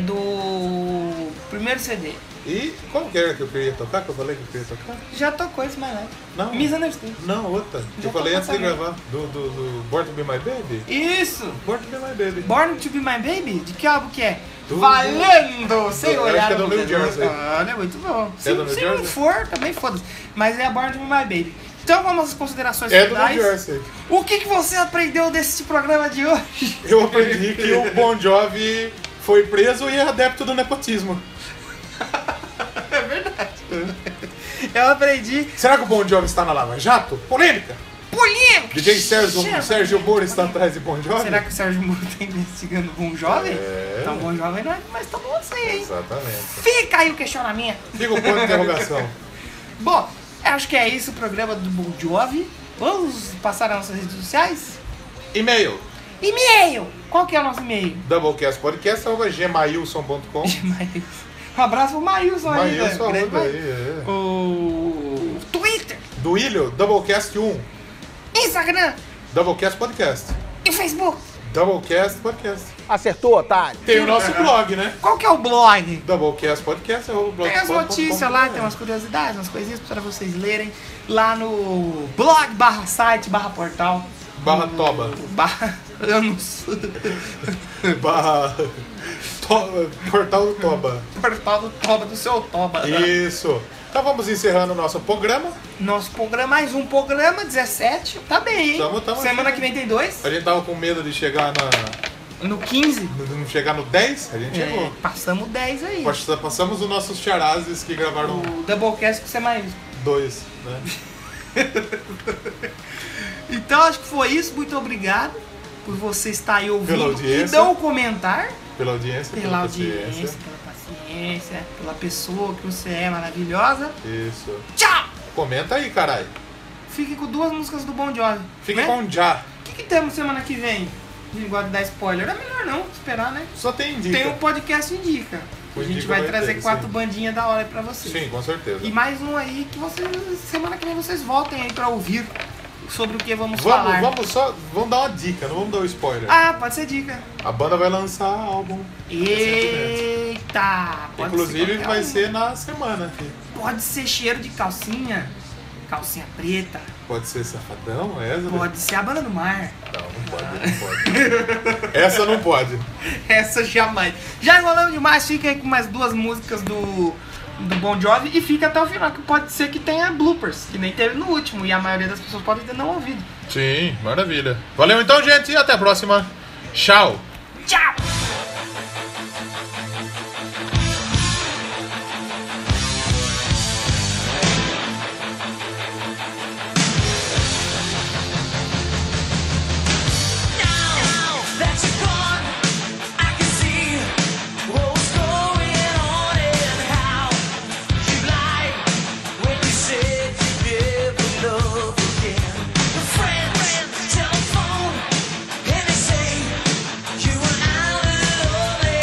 Speaker 1: do primeiro CD.
Speaker 2: E qual que era que eu queria tocar, que eu falei que eu queria tocar?
Speaker 1: Já tocou esse My Life.
Speaker 2: Não.
Speaker 1: Misunderstood.
Speaker 2: Não, outra. Que
Speaker 1: Já
Speaker 2: eu falei
Speaker 1: tocou
Speaker 2: antes de
Speaker 1: também.
Speaker 2: gravar. Do, do, do Born to Be My Baby.
Speaker 1: Isso!
Speaker 2: Born to Be My Baby.
Speaker 1: Born to be my baby? De que álbum que é?
Speaker 2: Do-
Speaker 1: Valendo! Sem
Speaker 2: Eu acho
Speaker 1: olhar
Speaker 2: que é do
Speaker 1: no
Speaker 2: New
Speaker 1: dedo.
Speaker 2: Jersey.
Speaker 1: Ah, não é muito bom. Se,
Speaker 2: do New
Speaker 1: se não
Speaker 2: Jersey?
Speaker 1: for, também foda-se. Mas é a Born to be my baby. Então vamos às considerações
Speaker 2: É do New
Speaker 1: finais.
Speaker 2: Jersey.
Speaker 1: O que, que você aprendeu desse programa de hoje? *laughs*
Speaker 2: Eu aprendi que o Bon Jovi foi preso e é adepto do nepotismo.
Speaker 1: Eu aprendi
Speaker 2: Será que o Bon Jovi está na Lava Jato? Polêmica!
Speaker 1: polêmica.
Speaker 2: DJ Sérgio,
Speaker 1: Cheiro.
Speaker 2: Sérgio Moro está atrás de Bon Jovi?
Speaker 1: Será que o Sérgio Moro tá investigando um jovem?
Speaker 2: É.
Speaker 1: Então bom jovem não é, mas tá bom assim, hein?
Speaker 2: Exatamente.
Speaker 1: Fica aí o questionamento.
Speaker 2: Fica o ponto
Speaker 1: *laughs*
Speaker 2: de interrogação.
Speaker 1: Bom, acho que é isso o programa do Bon Jovi. Vamos passar nas nossas redes sociais?
Speaker 2: E-mail.
Speaker 1: E-mail! Qual que é o nosso e-mail? *laughs*
Speaker 2: Doublecastpodcast.gmailson.com
Speaker 1: Um abraço pro Maílson *laughs* aí, né?
Speaker 2: Maílson,
Speaker 1: velho.
Speaker 2: manda aí, é.
Speaker 1: O Twitter,
Speaker 2: Do Ilho, Doublecast1.
Speaker 1: Instagram
Speaker 2: Doublecast Podcast.
Speaker 1: e Facebook.
Speaker 2: Doublecast Podcast.
Speaker 4: Acertou, otário?
Speaker 2: Tem o nosso blog, né?
Speaker 1: Qual que é o blog?
Speaker 2: Doublecast Podcast. é
Speaker 1: Tem as notícias lá, tem umas curiosidades, umas coisinhas pra vocês lerem lá no blog barra site barra portal
Speaker 2: Barra Toba. *laughs*
Speaker 1: barra *laughs* anos
Speaker 2: Barra... To- Portal do Toba.
Speaker 1: portal do Toba, do seu Toba.
Speaker 2: Isso. Então vamos encerrando o nosso programa.
Speaker 1: Nosso programa, mais um programa, 17. Tá bem, hein?
Speaker 2: Tamo, tamo
Speaker 1: Semana
Speaker 2: junto.
Speaker 1: que vem tem dois.
Speaker 2: A gente tava com medo de chegar na...
Speaker 1: No 15.
Speaker 2: Não chegar no 10, a gente
Speaker 1: É,
Speaker 2: chegou.
Speaker 1: passamos 10 aí.
Speaker 2: Pass- Passamos os nossos charazes que gravaram
Speaker 1: O Doublecast com C maiúsculo.
Speaker 2: dois, né?
Speaker 1: Então acho que foi isso. Muito obrigado por você estar aí
Speaker 2: Pela
Speaker 1: ouvindo.
Speaker 2: audiência.
Speaker 1: E dão um comentar
Speaker 2: Pela audiência, pela,
Speaker 1: pela audiência,
Speaker 2: paciência.
Speaker 1: pela paciência, pela pessoa que você é maravilhosa.
Speaker 2: Isso.
Speaker 1: Tchau!
Speaker 2: Comenta aí, caralho.
Speaker 1: Fique com duas músicas do Bon Jovi.
Speaker 2: Fica
Speaker 1: né?
Speaker 2: com um já.
Speaker 1: O que, que temos semana que vem? A gente gosta de dar spoiler. É melhor não esperar, né?
Speaker 2: Só tem dica.
Speaker 1: Tem um podcast Indica.
Speaker 2: O
Speaker 1: a gente
Speaker 2: Indica
Speaker 1: vai
Speaker 2: vai
Speaker 1: trazer
Speaker 2: ter,
Speaker 1: quatro
Speaker 2: sim.
Speaker 1: bandinhas da hora aí pra vocês.
Speaker 2: Sim, com certeza.
Speaker 1: E mais um aí que vocês, semana que vem vocês voltem aí pra ouvir sobre o que vamos, falar.
Speaker 2: Vamos, vamos só. Vamos dar uma dica, não vamos dar um spoiler.
Speaker 1: Ah, pode ser dica.
Speaker 2: A banda vai lançar álbum.
Speaker 1: Eita! Pode
Speaker 2: Inclusive
Speaker 1: qualquer
Speaker 2: vai
Speaker 1: um.
Speaker 2: ser na semana. aqui.
Speaker 1: Pode ser cheiro de calcinha, calcinha preta,
Speaker 2: Pode ser Safadão, essa? né?
Speaker 1: pode ser a banda do mar. *laughs*
Speaker 2: Não, não pode, não pode. *laughs* essa não pode.
Speaker 1: Essa jamais. Já enrolamos demais, fica aí com mais duas músicas do, do Bon Jovi e fica até o final, que pode ser que tenha bloopers, que nem teve no último, e a maioria das pessoas pode ter não ouvido.
Speaker 2: Sim, maravilha. Valeu então, gente, e até a próxima. Tchau!
Speaker 1: Tchau!
Speaker 3: That you're gone, I can see what's going on and how you lied when you said you'd never love again. The friends telephone and they say you and I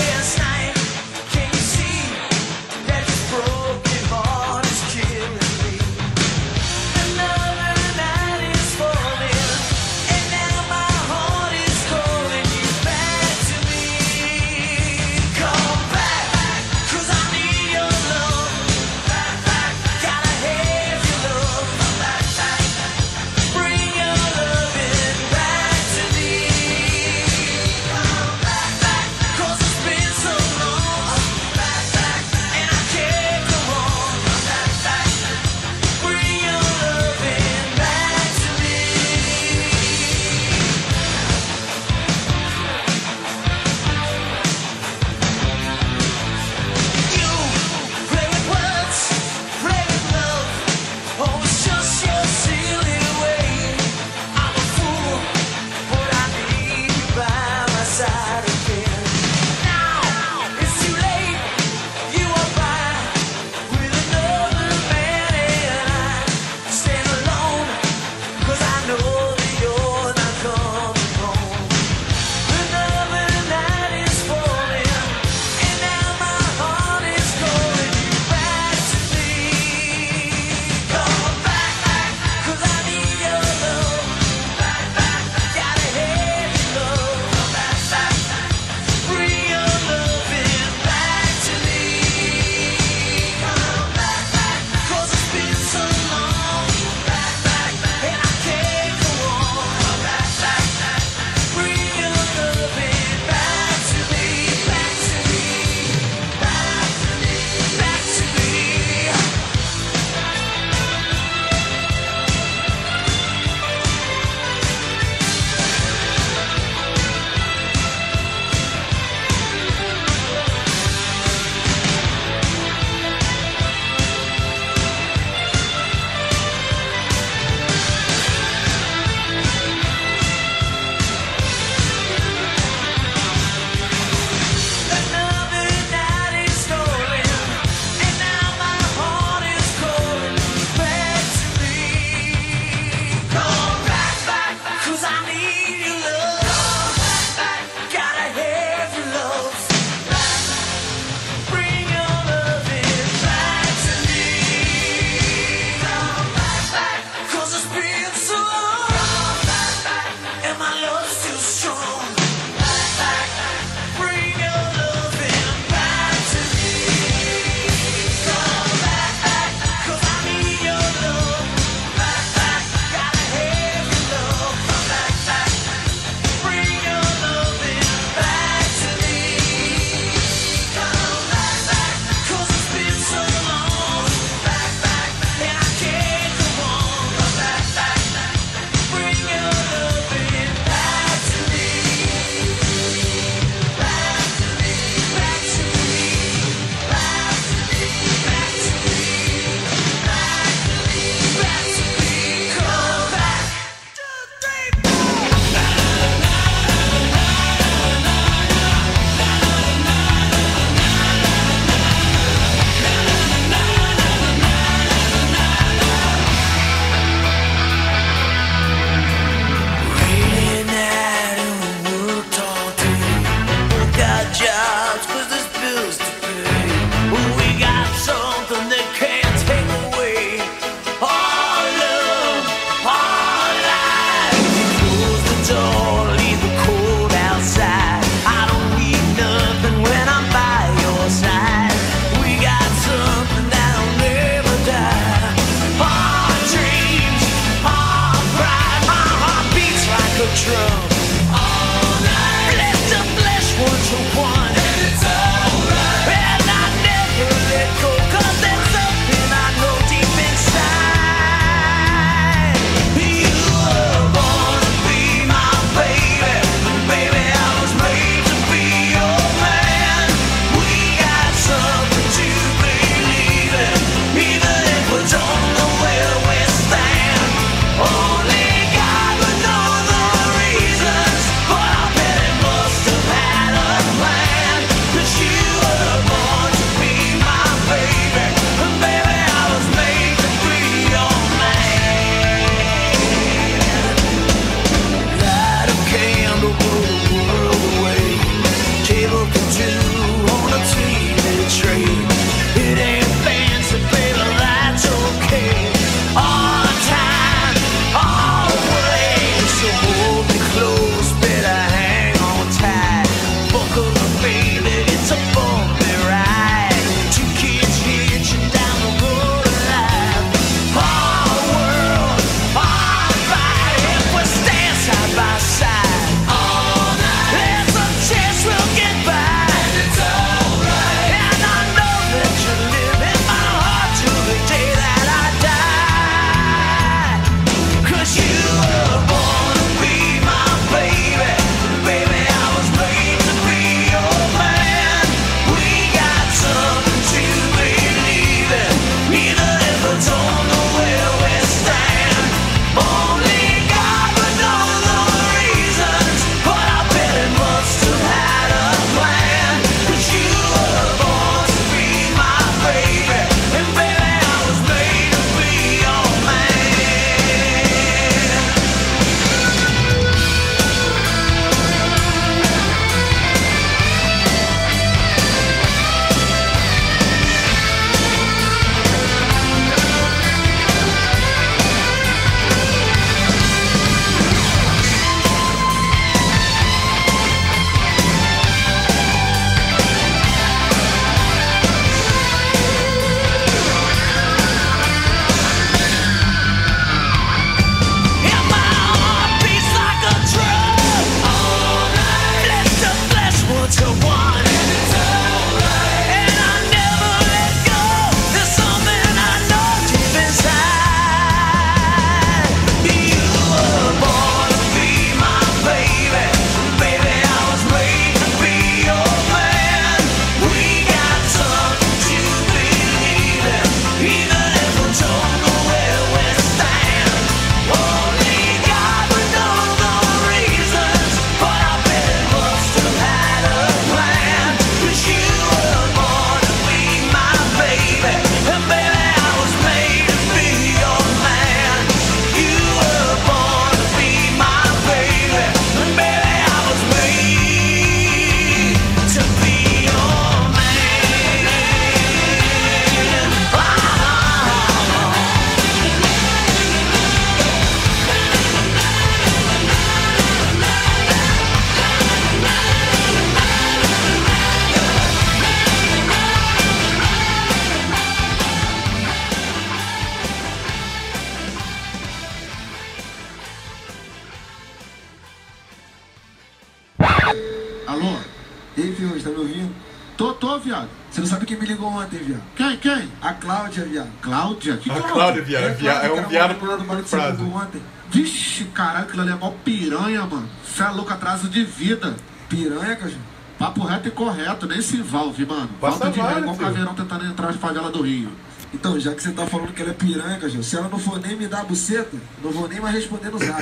Speaker 9: ligou, viado? Você não sabe quem me ligou ontem, viado? Quem, quem? A Cláudia, viado. Cláudia? Que
Speaker 2: A
Speaker 9: que é
Speaker 2: Cláudia,
Speaker 9: ontem?
Speaker 2: viado.
Speaker 9: É, Cláudia,
Speaker 2: É um
Speaker 9: que era
Speaker 2: viado
Speaker 9: uma
Speaker 2: por-
Speaker 9: mulher do Mário de
Speaker 2: por frase.
Speaker 9: Friburgo ontem. Vixe, caralho, aquilo ali é mó piranha, mano. Você é louco, atraso de vida. Piranha, cara. Papo reto e correto, nem se envolve, mano.
Speaker 2: Passa
Speaker 9: Falta de
Speaker 2: várias,
Speaker 9: ver igual
Speaker 2: tio.
Speaker 9: caveirão tentando entrar na favela do Rio. Então, já que você tá falando que ela é piranha, Cajão, se ela não for nem me dar a buceta, não vou nem mais responder no zap.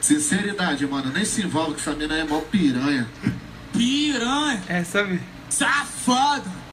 Speaker 9: Sinceridade, mano, nem se envolve que essa mina é mó piranha.
Speaker 13: Piranha.
Speaker 1: É, sabe?
Speaker 13: Safado.